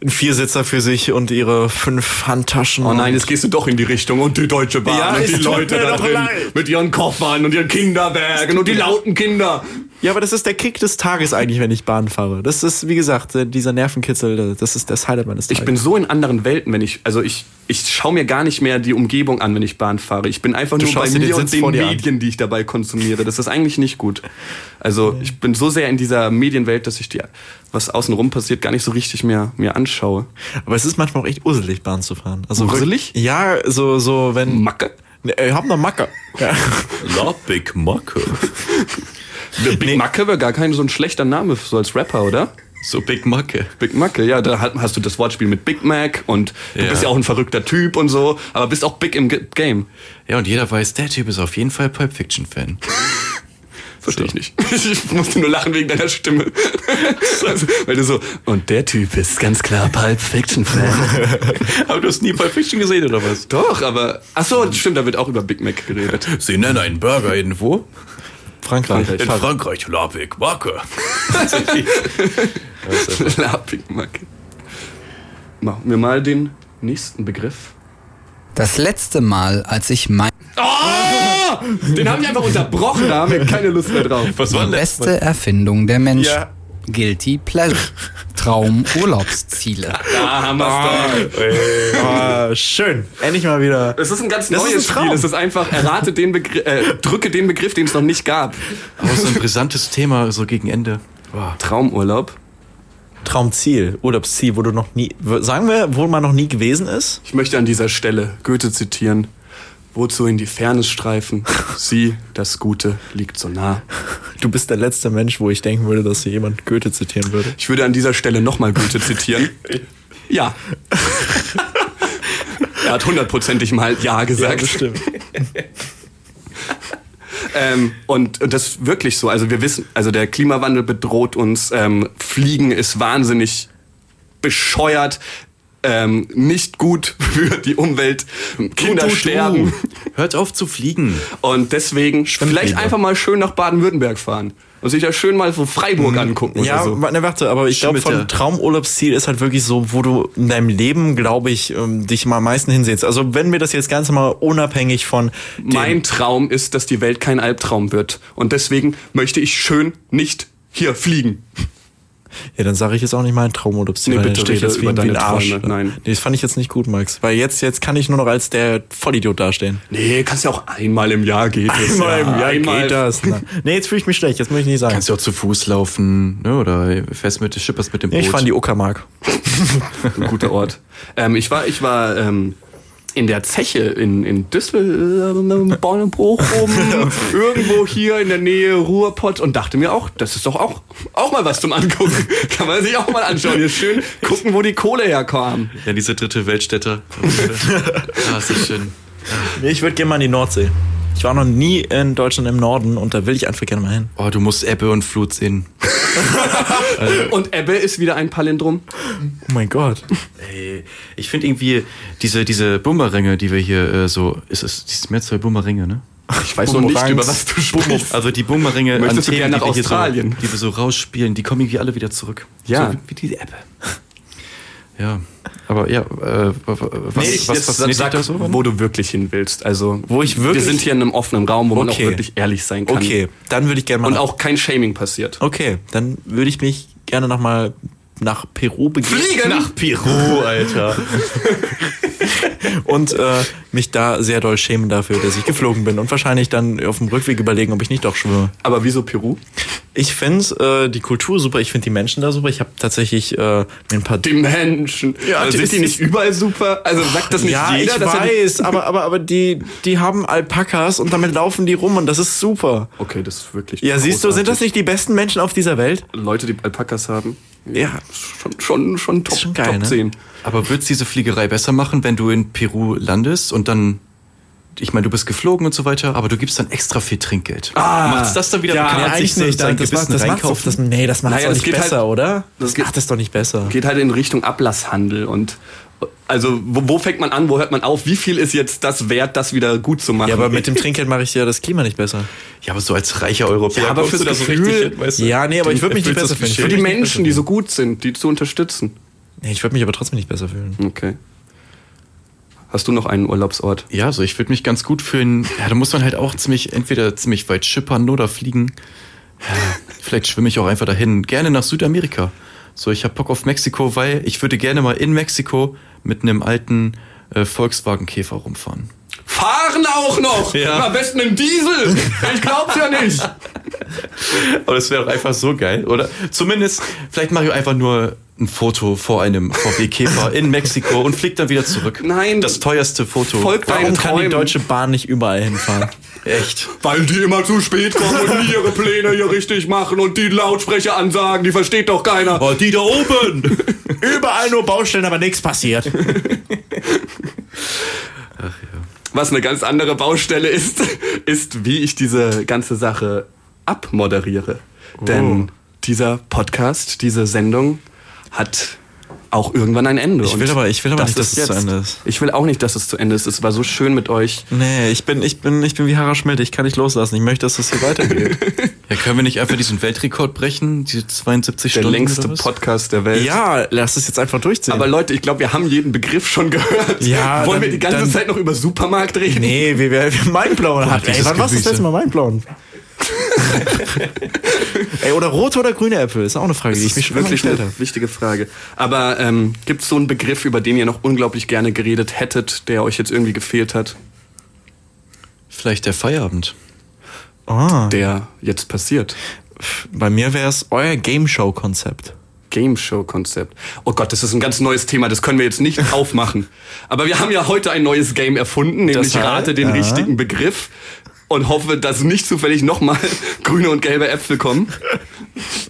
Speaker 3: einen Viersitzer für sich und ihre fünf Handtaschen.
Speaker 2: Oh nein,
Speaker 3: und-
Speaker 2: jetzt gehst du doch in die Richtung und die Deutsche Bahn
Speaker 3: Ja,
Speaker 2: und
Speaker 3: es
Speaker 2: die
Speaker 3: tut
Speaker 2: Leute
Speaker 3: mir
Speaker 2: da
Speaker 3: doch
Speaker 2: drin
Speaker 3: leid.
Speaker 2: mit ihren Koffern und ihren Kinderbergen und die lauten Kinder.
Speaker 3: ja, aber das ist der Kick des Tages eigentlich, wenn ich Bahn fahre. Das ist, wie gesagt, äh, dieser Nervenkitzel, das ist das Highlight meines Tages.
Speaker 2: Ich bin so in anderen Welten, wenn ich, also ich, ich schaue mir gar nicht mehr die Umgebung an, wenn ich Bahn fahre. Ich bin einfach
Speaker 3: Du
Speaker 2: nur bei
Speaker 3: schaust dir den
Speaker 2: mir und
Speaker 3: Sitz
Speaker 2: den
Speaker 3: vor dir an.
Speaker 2: Medien, die ich dabei konsumiere. Das ist eigentlich nicht gut. Also ich bin so sehr in dieser Medienwelt, dass ich die, was außenrum passiert, gar nicht so richtig mehr mir anschaue.
Speaker 3: aber es ist manchmal auch echt urselig, Bahn zu fahren. Also
Speaker 2: Urselig?
Speaker 3: wirklich- Ja, so, so, wenn.
Speaker 2: Macke?
Speaker 3: Ne, ich hab noch Macke. Ja.
Speaker 4: La Big Macke.
Speaker 2: Big Macke wäre gar kein so ein schlechter Name so als Rapper, oder?
Speaker 4: So Big Macke.
Speaker 2: Big Macke, ja, da hat- hast du das Wortspiel mit Big Mac und du
Speaker 4: Ja.
Speaker 2: bist ja auch ein verrückter Typ und so, aber bist auch big im Ge- Game.
Speaker 4: Ja, und jeder weiß, der Typ ist auf jeden Fall Pulp Fiction [laughs] Fan.
Speaker 2: Verstehe ich nicht. [laughs] Ich musste nur lachen wegen deiner [laughs] Stimme. Also, weil du so, und der Typ ist ganz klar Pulp Fiction Fan.
Speaker 4: Aber du hast nie Pulp Fiction gesehen, oder was?
Speaker 2: [laughs] Doch, aber, ach so, stimmt, da wird auch über Big Mac [laughs] geredet.
Speaker 4: Sie nennen einen Burger irgendwo?
Speaker 3: [laughs] Frankreich.
Speaker 2: Frankreich.
Speaker 4: In Frankreich, La Big Macke.
Speaker 2: La Big Mac. Machen wir mal den nächsten Begriff.
Speaker 5: Das letzte Mal, als ich mein
Speaker 2: Oh! Den haben wir einfach unterbrochen, da haben wir keine Lust mehr drauf.
Speaker 4: Was war denn das?
Speaker 5: beste Erfindung der Menschen.
Speaker 3: Ja.
Speaker 5: Guilty Pleasure. Traumurlaubsziele.
Speaker 2: [laughs] Da haben wir's doch.
Speaker 3: Ah, schön. Endlich mal wieder.
Speaker 2: Es ist ein ganz
Speaker 3: Das ist
Speaker 2: neues
Speaker 3: ein Traum.
Speaker 2: Spiel. Es ist einfach, errate den Begriff, äh, drücke den Begriff, den es noch nicht gab.
Speaker 4: Auch so ein brisantes Thema, so gegen Ende.
Speaker 2: Traumurlaub.
Speaker 3: Traumziel, Urlaubsziel, wo du noch nie, w- sagen wir, wo man noch nie gewesen ist.
Speaker 2: Ich möchte an dieser Stelle Goethe zitieren. Wozu in die Ferne streifen? Sie, das Gute, liegt so nah.
Speaker 3: Du bist der letzte Mensch, wo ich denken würde, dass hier jemand Goethe zitieren würde.
Speaker 2: Ich würde an dieser Stelle nochmal Goethe zitieren.
Speaker 3: [laughs]
Speaker 2: Ja. er hat hundertprozentig mal Ja gesagt. [laughs]
Speaker 3: stimmt.
Speaker 2: Ähm, und, und das ist wirklich so. Also wir wissen, also der Klimawandel bedroht uns. Ähm, Fliegen ist wahnsinnig bescheuert. Ähm, nicht gut [laughs] für die Umwelt. Kinder sterben.
Speaker 4: Hört auf zu fliegen.
Speaker 2: Und deswegen vielleicht
Speaker 3: lieber.
Speaker 2: einfach mal schön nach Baden-Württemberg fahren. Und sich da schön mal so Freiburg angucken
Speaker 3: Ja,
Speaker 2: oder so.
Speaker 3: wa- ne, warte, aber ich glaube, von
Speaker 4: Schmitte.
Speaker 3: Traumurlaubsziel ist halt wirklich so, wo du in deinem Leben, glaube ich, ähm, dich mal am meisten hinsehnst. Also wenn wir das jetzt ganz mal unabhängig von dem-
Speaker 2: Mein Traum ist, dass die Welt kein Albtraum wird. Und deswegen möchte ich schön nicht hier fliegen.
Speaker 3: Ja, dann sage ich jetzt auch nicht mein Traumurlaubsziel.
Speaker 2: Nee,
Speaker 3: weil
Speaker 2: bitte
Speaker 3: dann stehe ich
Speaker 2: rede
Speaker 3: jetzt wie,
Speaker 2: über
Speaker 3: ein- wie
Speaker 2: deine
Speaker 3: ein Arsch.
Speaker 2: Träume, nein.
Speaker 3: Nee, das fand ich jetzt nicht gut, Max. Weil jetzt, jetzt kann ich nur noch als der Vollidiot dastehen.
Speaker 2: Nee, kannst ja auch einmal im Jahr geht es. ja. einmal
Speaker 3: geht das. Ne? Nee, jetzt fühle ich mich schlecht, jetzt muss ich nicht sagen.
Speaker 4: Kannst du auch zu Fuß laufen, ne? Oder fährst mit, schipperst mit dem
Speaker 3: Ja,
Speaker 4: Boot.
Speaker 3: ich fand die Uckermark.
Speaker 2: Ein guter Ort. Ähm, ich war, ich war ähm, in der Zeche in, in Düsseldorf, Bonn, Bochum, irgendwo hier in der Nähe Ruhrpott und dachte mir auch, das ist doch auch, auch mal was zum Angucken. [laughs] Kann man sich auch mal anschauen. Hier schön gucken, wo die Kohle herkam.
Speaker 4: ja, diese dritte [laughs] Weltstädter. ah, ist das schön.
Speaker 3: Nee, ich würde gerne mal in die Nordsee. Ich war noch nie in Deutschland im Norden und da will ich einfach gerne mal hin.
Speaker 4: Oh, du musst Ebbe und Flut sehen.
Speaker 2: Und Ebbe ist wieder ein Palindrom.
Speaker 3: Oh mein Gott.
Speaker 4: Ey, ich finde irgendwie diese, diese Bumeränge, die wir hier äh, so. Ist es dieses Mehrzahl Bumeränge, ne?
Speaker 2: Ich weiß noch nicht,
Speaker 3: Bumerangs.
Speaker 2: über was du sprichst.
Speaker 4: Also die Bumeränge,
Speaker 2: Möchtest du
Speaker 4: Antennen,
Speaker 2: gerne nach
Speaker 4: die wir hier
Speaker 2: Australien?
Speaker 4: So, die wir so rausspielen, die kommen irgendwie alle wieder zurück.
Speaker 2: Ja.
Speaker 4: So wie, wie die Ebbe. Ja. Aber ja, äh, was,
Speaker 2: ich-
Speaker 4: was
Speaker 2: jetzt
Speaker 4: fasziniert dich
Speaker 2: sag,
Speaker 4: da so?
Speaker 2: wo du wirklich hin willst. Also,
Speaker 3: Wo ich wirklich-
Speaker 2: Wir sind hier in einem offenen Raum, wo man
Speaker 3: Okay.
Speaker 2: auch wirklich ehrlich sein kann.
Speaker 3: Okay, dann würde ich gerne mal.
Speaker 2: Und auch kein Shaming passiert.
Speaker 3: Okay, dann würde ich mich gerne nochmal nach Peru begeben.
Speaker 2: Fliegen!
Speaker 3: Nach
Speaker 4: Peru, Alter.
Speaker 3: und äh, mich da sehr doll schämen dafür, dass ich geflogen bin. Und wahrscheinlich dann auf dem Rückweg überlegen, ob ich nicht doch schwimme.
Speaker 2: Aber wieso Peru?
Speaker 3: Ich finde äh, die Kultur super, ich finde die Menschen da super. Ich habe tatsächlich äh, mir ein paar
Speaker 2: Die Menschen.
Speaker 3: Ja,
Speaker 2: also
Speaker 3: das
Speaker 2: sind die
Speaker 3: ist-
Speaker 2: nicht überall super? Also sagt das nicht
Speaker 3: ja,
Speaker 2: jeder?
Speaker 3: ich
Speaker 2: dass er die-
Speaker 3: [laughs] weiß, aber, aber, aber die, die haben Alpakas und damit laufen die rum und das ist super.
Speaker 2: okay, das ist wirklich.
Speaker 3: Ja, siehst du, sind das
Speaker 2: großartig.
Speaker 3: nicht die besten Menschen auf dieser Welt?
Speaker 2: Leute, die Alpakas haben?
Speaker 3: Ja.
Speaker 2: Schon, schon, schon top,
Speaker 3: schon geil,
Speaker 2: top
Speaker 3: ne?
Speaker 2: 10.
Speaker 4: Aber wird's diese Fliegerei besser machen, wenn du in Peru landest und dann ich meine, du bist geflogen und so weiter, aber du gibst dann extra viel Trinkgeld.
Speaker 2: Ah,
Speaker 4: Macht's das dann wieder?
Speaker 2: ja,
Speaker 4: kann man
Speaker 3: Eigentlich
Speaker 4: sich so
Speaker 3: nicht.
Speaker 4: sein
Speaker 3: das macht,
Speaker 4: Gewissen
Speaker 3: das macht's doch,
Speaker 4: reinkaufen?
Speaker 3: das, nee, das macht
Speaker 2: Naja, das
Speaker 3: doch nicht
Speaker 2: geht halt-
Speaker 3: besser, oder?
Speaker 2: das
Speaker 3: Das
Speaker 2: geht-
Speaker 3: macht es doch nicht besser.
Speaker 2: geht halt in Richtung Ablasshandel und also wo, wo fängt man an, wo hört man auf? Wie viel ist jetzt das wert, das wieder gut zu machen?
Speaker 3: Ja, [laughs] aber mit dem Trinkgeld mache ich ja das Klima nicht besser.
Speaker 4: ja, aber so als reicher Europäer.
Speaker 2: Ja, aber
Speaker 4: kommst
Speaker 2: fürs
Speaker 4: du da so
Speaker 2: Gefühl-
Speaker 4: richtig hin, weißt du?
Speaker 3: Ja, nee, aber ich würde mich nicht
Speaker 4: erfüllst
Speaker 3: besser
Speaker 4: das
Speaker 3: fühlen.
Speaker 4: Klischee.
Speaker 2: für die Menschen, die so gut sind, die zu unterstützen.
Speaker 3: Nee, ich würde mich aber trotzdem nicht besser fühlen.
Speaker 2: Okay. Hast du noch einen Urlaubsort?
Speaker 4: Ja, so ich würde mich ganz gut fühlen. Ja, da muss man halt auch ziemlich, entweder ziemlich weit schippern oder fliegen. Ja, Vielleicht schwimme ich auch einfach dahin. Gerne nach Südamerika. So, ich habe Bock auf Mexiko, weil ich würde gerne mal in Mexiko mit einem alten äh, Volkswagen-Käfer rumfahren.
Speaker 2: Fahren auch [laughs] noch! Am besten im Diesel! Ich glaub's ja nicht!
Speaker 4: Aber das wäre doch einfach so geil, oder? Zumindest, vielleicht mache ich einfach nur ein Foto vor einem VW-Käfer in Mexiko und fliegt dann wieder zurück.
Speaker 2: Nein.
Speaker 4: Das teuerste Foto.
Speaker 2: Folgt deinen
Speaker 3: Warum kann die
Speaker 2: Träumen.
Speaker 3: Deutsche Bahn nicht überall [laughs] hinfahren?
Speaker 4: Echt.
Speaker 2: [laughs] Weil die immer zu spät kommen und nie ihre Pläne hier richtig machen und die Lautsprecher ansagen, die versteht doch keiner.
Speaker 3: Boah, die da oben!
Speaker 2: [laughs]
Speaker 3: überall nur Baustellen, aber nichts passiert.
Speaker 2: Was eine ganz andere Baustelle ist, [laughs] ist, wie ich diese ganze Sache abmoderiere.
Speaker 3: Oh.
Speaker 2: Denn dieser Podcast, diese Sendung hat auch irgendwann ein Ende.
Speaker 3: Ich will aber- ich will aber
Speaker 2: das
Speaker 3: nicht, dass es zu
Speaker 2: jetzt.
Speaker 3: Ende ist.
Speaker 2: Ich will auch nicht, dass es zu Ende ist. Es war so schön mit euch.
Speaker 3: [laughs] Nee, ich bin, ich bin, ich bin wie Harald Schmidt. Ich kann nicht loslassen. Ich möchte, dass das hier weitergeht.
Speaker 4: Ja, können wir nicht einfach diesen Weltrekord brechen? Diese 72
Speaker 2: Der
Speaker 4: Stunden?
Speaker 2: längste
Speaker 4: oder was?
Speaker 2: Podcast der Welt.
Speaker 3: [laughs] ja, lass es jetzt einfach durchziehen.
Speaker 2: Aber Leute, ich glaube, wir haben jeden Begriff schon gehört.
Speaker 3: Ja,
Speaker 2: [laughs] Wollen wir
Speaker 3: dann-
Speaker 2: die ganze
Speaker 3: dann-
Speaker 2: Zeit noch über Supermarkt reden?
Speaker 3: [laughs] nee, wir, wir, wir Mindblown hatten. Ey,
Speaker 4: dieses
Speaker 3: wann warst du das
Speaker 4: Gemüse.
Speaker 3: letzte Mal Mindblown? [laughs] Ey, oder rote oder grüne Äpfel? Ist auch eine Frage, die ich
Speaker 2: Das
Speaker 3: mich
Speaker 2: ist
Speaker 3: schon immer
Speaker 2: wirklich
Speaker 3: gestellt
Speaker 2: eine
Speaker 3: habe.
Speaker 2: wichtige Frage. Aber ähm, gibt es so einen Begriff, über den ihr noch unglaublich gerne geredet hättet, der euch jetzt irgendwie gefehlt hat,
Speaker 4: Vielleicht der Feierabend.
Speaker 3: Ah,
Speaker 2: der jetzt passiert?
Speaker 3: bei mir wäre es euer Game Show Konzept.
Speaker 2: Game Show Konzept. Oh Gott, das ist ein ganz neues Thema, das können wir jetzt
Speaker 3: [laughs]
Speaker 2: nicht aufmachen. Aber wir haben ja heute ein neues Game erfunden, nämlich
Speaker 3: heißt,
Speaker 2: rate den richtigen Begriff und hoffe, dass nicht zufällig nochmal [laughs] grüne und gelbe Äpfel kommen.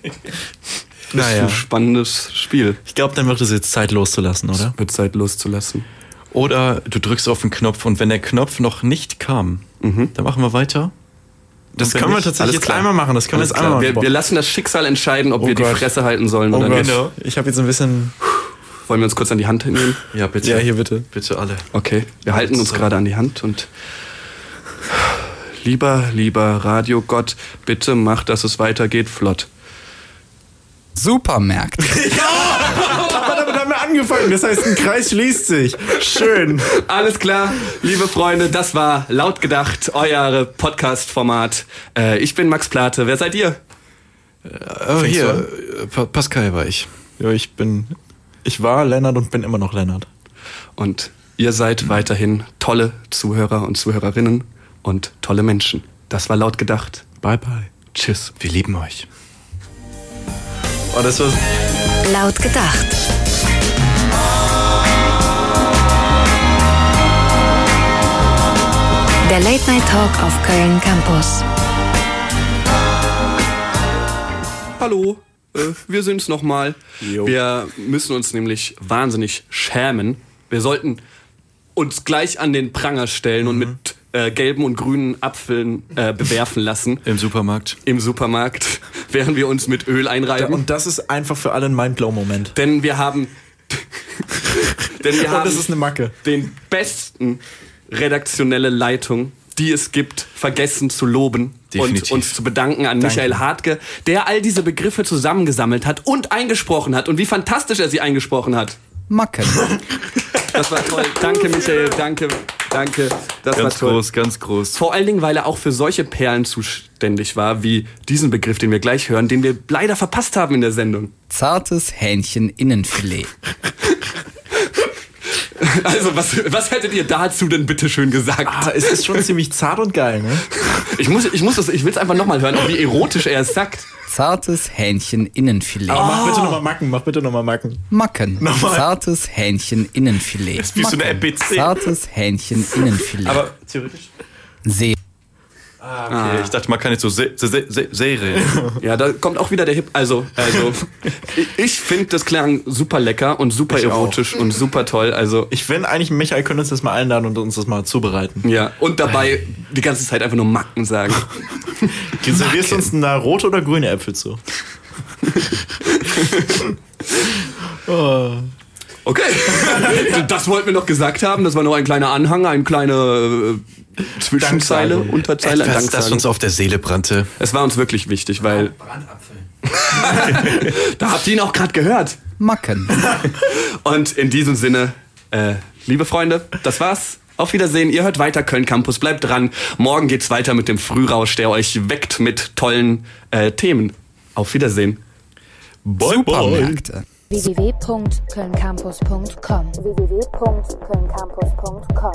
Speaker 2: Das ist
Speaker 3: Naja.
Speaker 2: ein spannendes Spiel.
Speaker 3: Ich glaube, dann wird es jetzt Zeit loszulassen, oder?
Speaker 2: Wird Zeit loszulassen.
Speaker 4: Oder du drückst auf den Knopf und wenn der Knopf noch nicht kam, dann machen wir weiter.
Speaker 3: Mhm. Das
Speaker 4: wenn
Speaker 3: können wir
Speaker 4: nicht,
Speaker 3: tatsächlich
Speaker 4: alles
Speaker 3: jetzt
Speaker 4: klar.
Speaker 3: einmal machen. Das können wir jetzt einmal
Speaker 2: Klar,
Speaker 3: machen. Oh
Speaker 2: wir, wir lassen das Schicksal entscheiden, ob wir
Speaker 3: Gott.
Speaker 2: die Fresse halten sollen
Speaker 3: oh
Speaker 2: oder
Speaker 3: Gott.
Speaker 2: nicht.
Speaker 4: genau.
Speaker 3: Ich habe jetzt ein bisschen.
Speaker 2: Wollen wir uns kurz an die Hand nehmen?
Speaker 4: Ja, bitte.
Speaker 3: Ja, hier bitte.
Speaker 4: Bitte alle.
Speaker 2: Okay, wir halten uns
Speaker 3: äh,
Speaker 4: So.
Speaker 2: gerade an die Hand und lieber, lieber Radiogott, bitte mach, dass es weitergeht flott.
Speaker 5: Supermärkte.
Speaker 3: Ah, damit haben wir angefangen. Das heißt, ein Kreis schließt sich. Schön.
Speaker 2: [laughs] Alles klar, liebe Freunde, das war laut gedacht euer Podcast-Format. Äh, ich bin Max Plate. Wer seid ihr?
Speaker 4: Oh, hier, äh, Pa- Pascal war ich.
Speaker 3: Ja, ich bin. Ich war Lennart und bin immer noch Lennart.
Speaker 2: Und ihr seid weiterhin tolle Zuhörer und Zuhörerinnen und tolle Menschen. Das war laut gedacht.
Speaker 3: Bye, bye.
Speaker 2: Tschüss.
Speaker 4: Wir lieben euch.
Speaker 3: Oh, das war.
Speaker 1: Laut gedacht. Der Late Night Talk auf Köln Campus.
Speaker 2: Hallo, äh, wir sind's nochmal. Wir müssen uns nämlich wahnsinnig schämen. Wir sollten uns gleich an den Pranger stellen und mit äh, gelben und grünen Apfeln äh, bewerfen lassen
Speaker 4: Im Supermarkt.
Speaker 2: im Supermarkt, [laughs] während wir uns mit Öl einreiben.
Speaker 3: Und das ist einfach für alle ein Mindblow-Moment.
Speaker 2: denn wir haben, denn wir haben
Speaker 3: das ist eine Macke.
Speaker 2: den besten redaktionelle Leitung, die es gibt, vergessen zu loben
Speaker 4: Definitiv.
Speaker 2: und uns zu bedanken an Michael Hartke, der all diese Begriffe zusammengesammelt hat und eingesprochen hat und wie fantastisch er sie eingesprochen hat.
Speaker 5: Macken.
Speaker 2: Das war toll. Danke, Michael. Danke, danke. Das
Speaker 4: Ganz
Speaker 2: war toll.
Speaker 4: groß, ganz groß.
Speaker 2: Vor allen Dingen, weil er auch für solche Perlen zuständig war, wie diesen Begriff, den wir gleich hören, den wir leider verpasst haben in der Sendung.
Speaker 5: Zartes Hähncheninnenfilet.
Speaker 2: Also, was, was hättet ihr dazu denn bitte schön gesagt?
Speaker 3: Ah, es ist [laughs] schon ziemlich zart und geil, ne?
Speaker 2: Ich muss, ich muss das, ich will es einfach nochmal hören, wie erotisch er es sagt.
Speaker 5: Zartes Hähncheninnenfilet.
Speaker 3: Oh,
Speaker 4: Ah,
Speaker 3: Mach bitte nochmal Macken, mach bitte nochmal Macken.
Speaker 5: Macken.
Speaker 3: Nochmal.
Speaker 5: Zartes Hähncheninnenfilet.
Speaker 4: wie so eine
Speaker 5: Macken.
Speaker 4: NPC.
Speaker 5: Zartes Hähncheninnenfilet.
Speaker 4: theoretisch.
Speaker 5: See.
Speaker 3: Ah.
Speaker 4: Okay, Ich dachte, man kann jetzt so Se Se Se Se [laughs] Serie.
Speaker 2: Ja, da kommt auch wieder der Hip. Also, also ich, ich finde das klang super lecker und super
Speaker 3: Ich auch.
Speaker 2: erotisch und super toll. Also,
Speaker 3: Ich will eigentlich, Michael können uns das mal einladen und uns das mal zubereiten.
Speaker 2: ja. Und dabei die ganze Zeit einfach nur Macken sagen.
Speaker 3: Servierst du uns denn da rote oder grüne Äpfel zu?
Speaker 2: Okay. [laughs] Das wollten wir noch gesagt haben. Das war nur ein kleiner Anhänger, eine kleine äh, Zwischenzeile,
Speaker 3: Danksagung.
Speaker 2: Unterzeile.
Speaker 4: Etwas, das
Speaker 2: Danksagung.
Speaker 4: uns auf der Seele brannte.
Speaker 2: es war uns wirklich wichtig, weil. Brandapfel. [laughs] da habt ihr ihn auch gerade gehört.
Speaker 5: Macken.
Speaker 2: Und in diesem Sinne, äh, liebe Freunde, das war's. Auf Wiedersehen. Ihr hört weiter Köln Campus. Bleibt dran. Morgen geht's weiter mit dem Frührausch, der euch weckt mit tollen äh, Themen. Auf Wiedersehen.
Speaker 4: Bye,
Speaker 5: Supermärkte.
Speaker 7: www.kölncampus.com www.kölncampus.com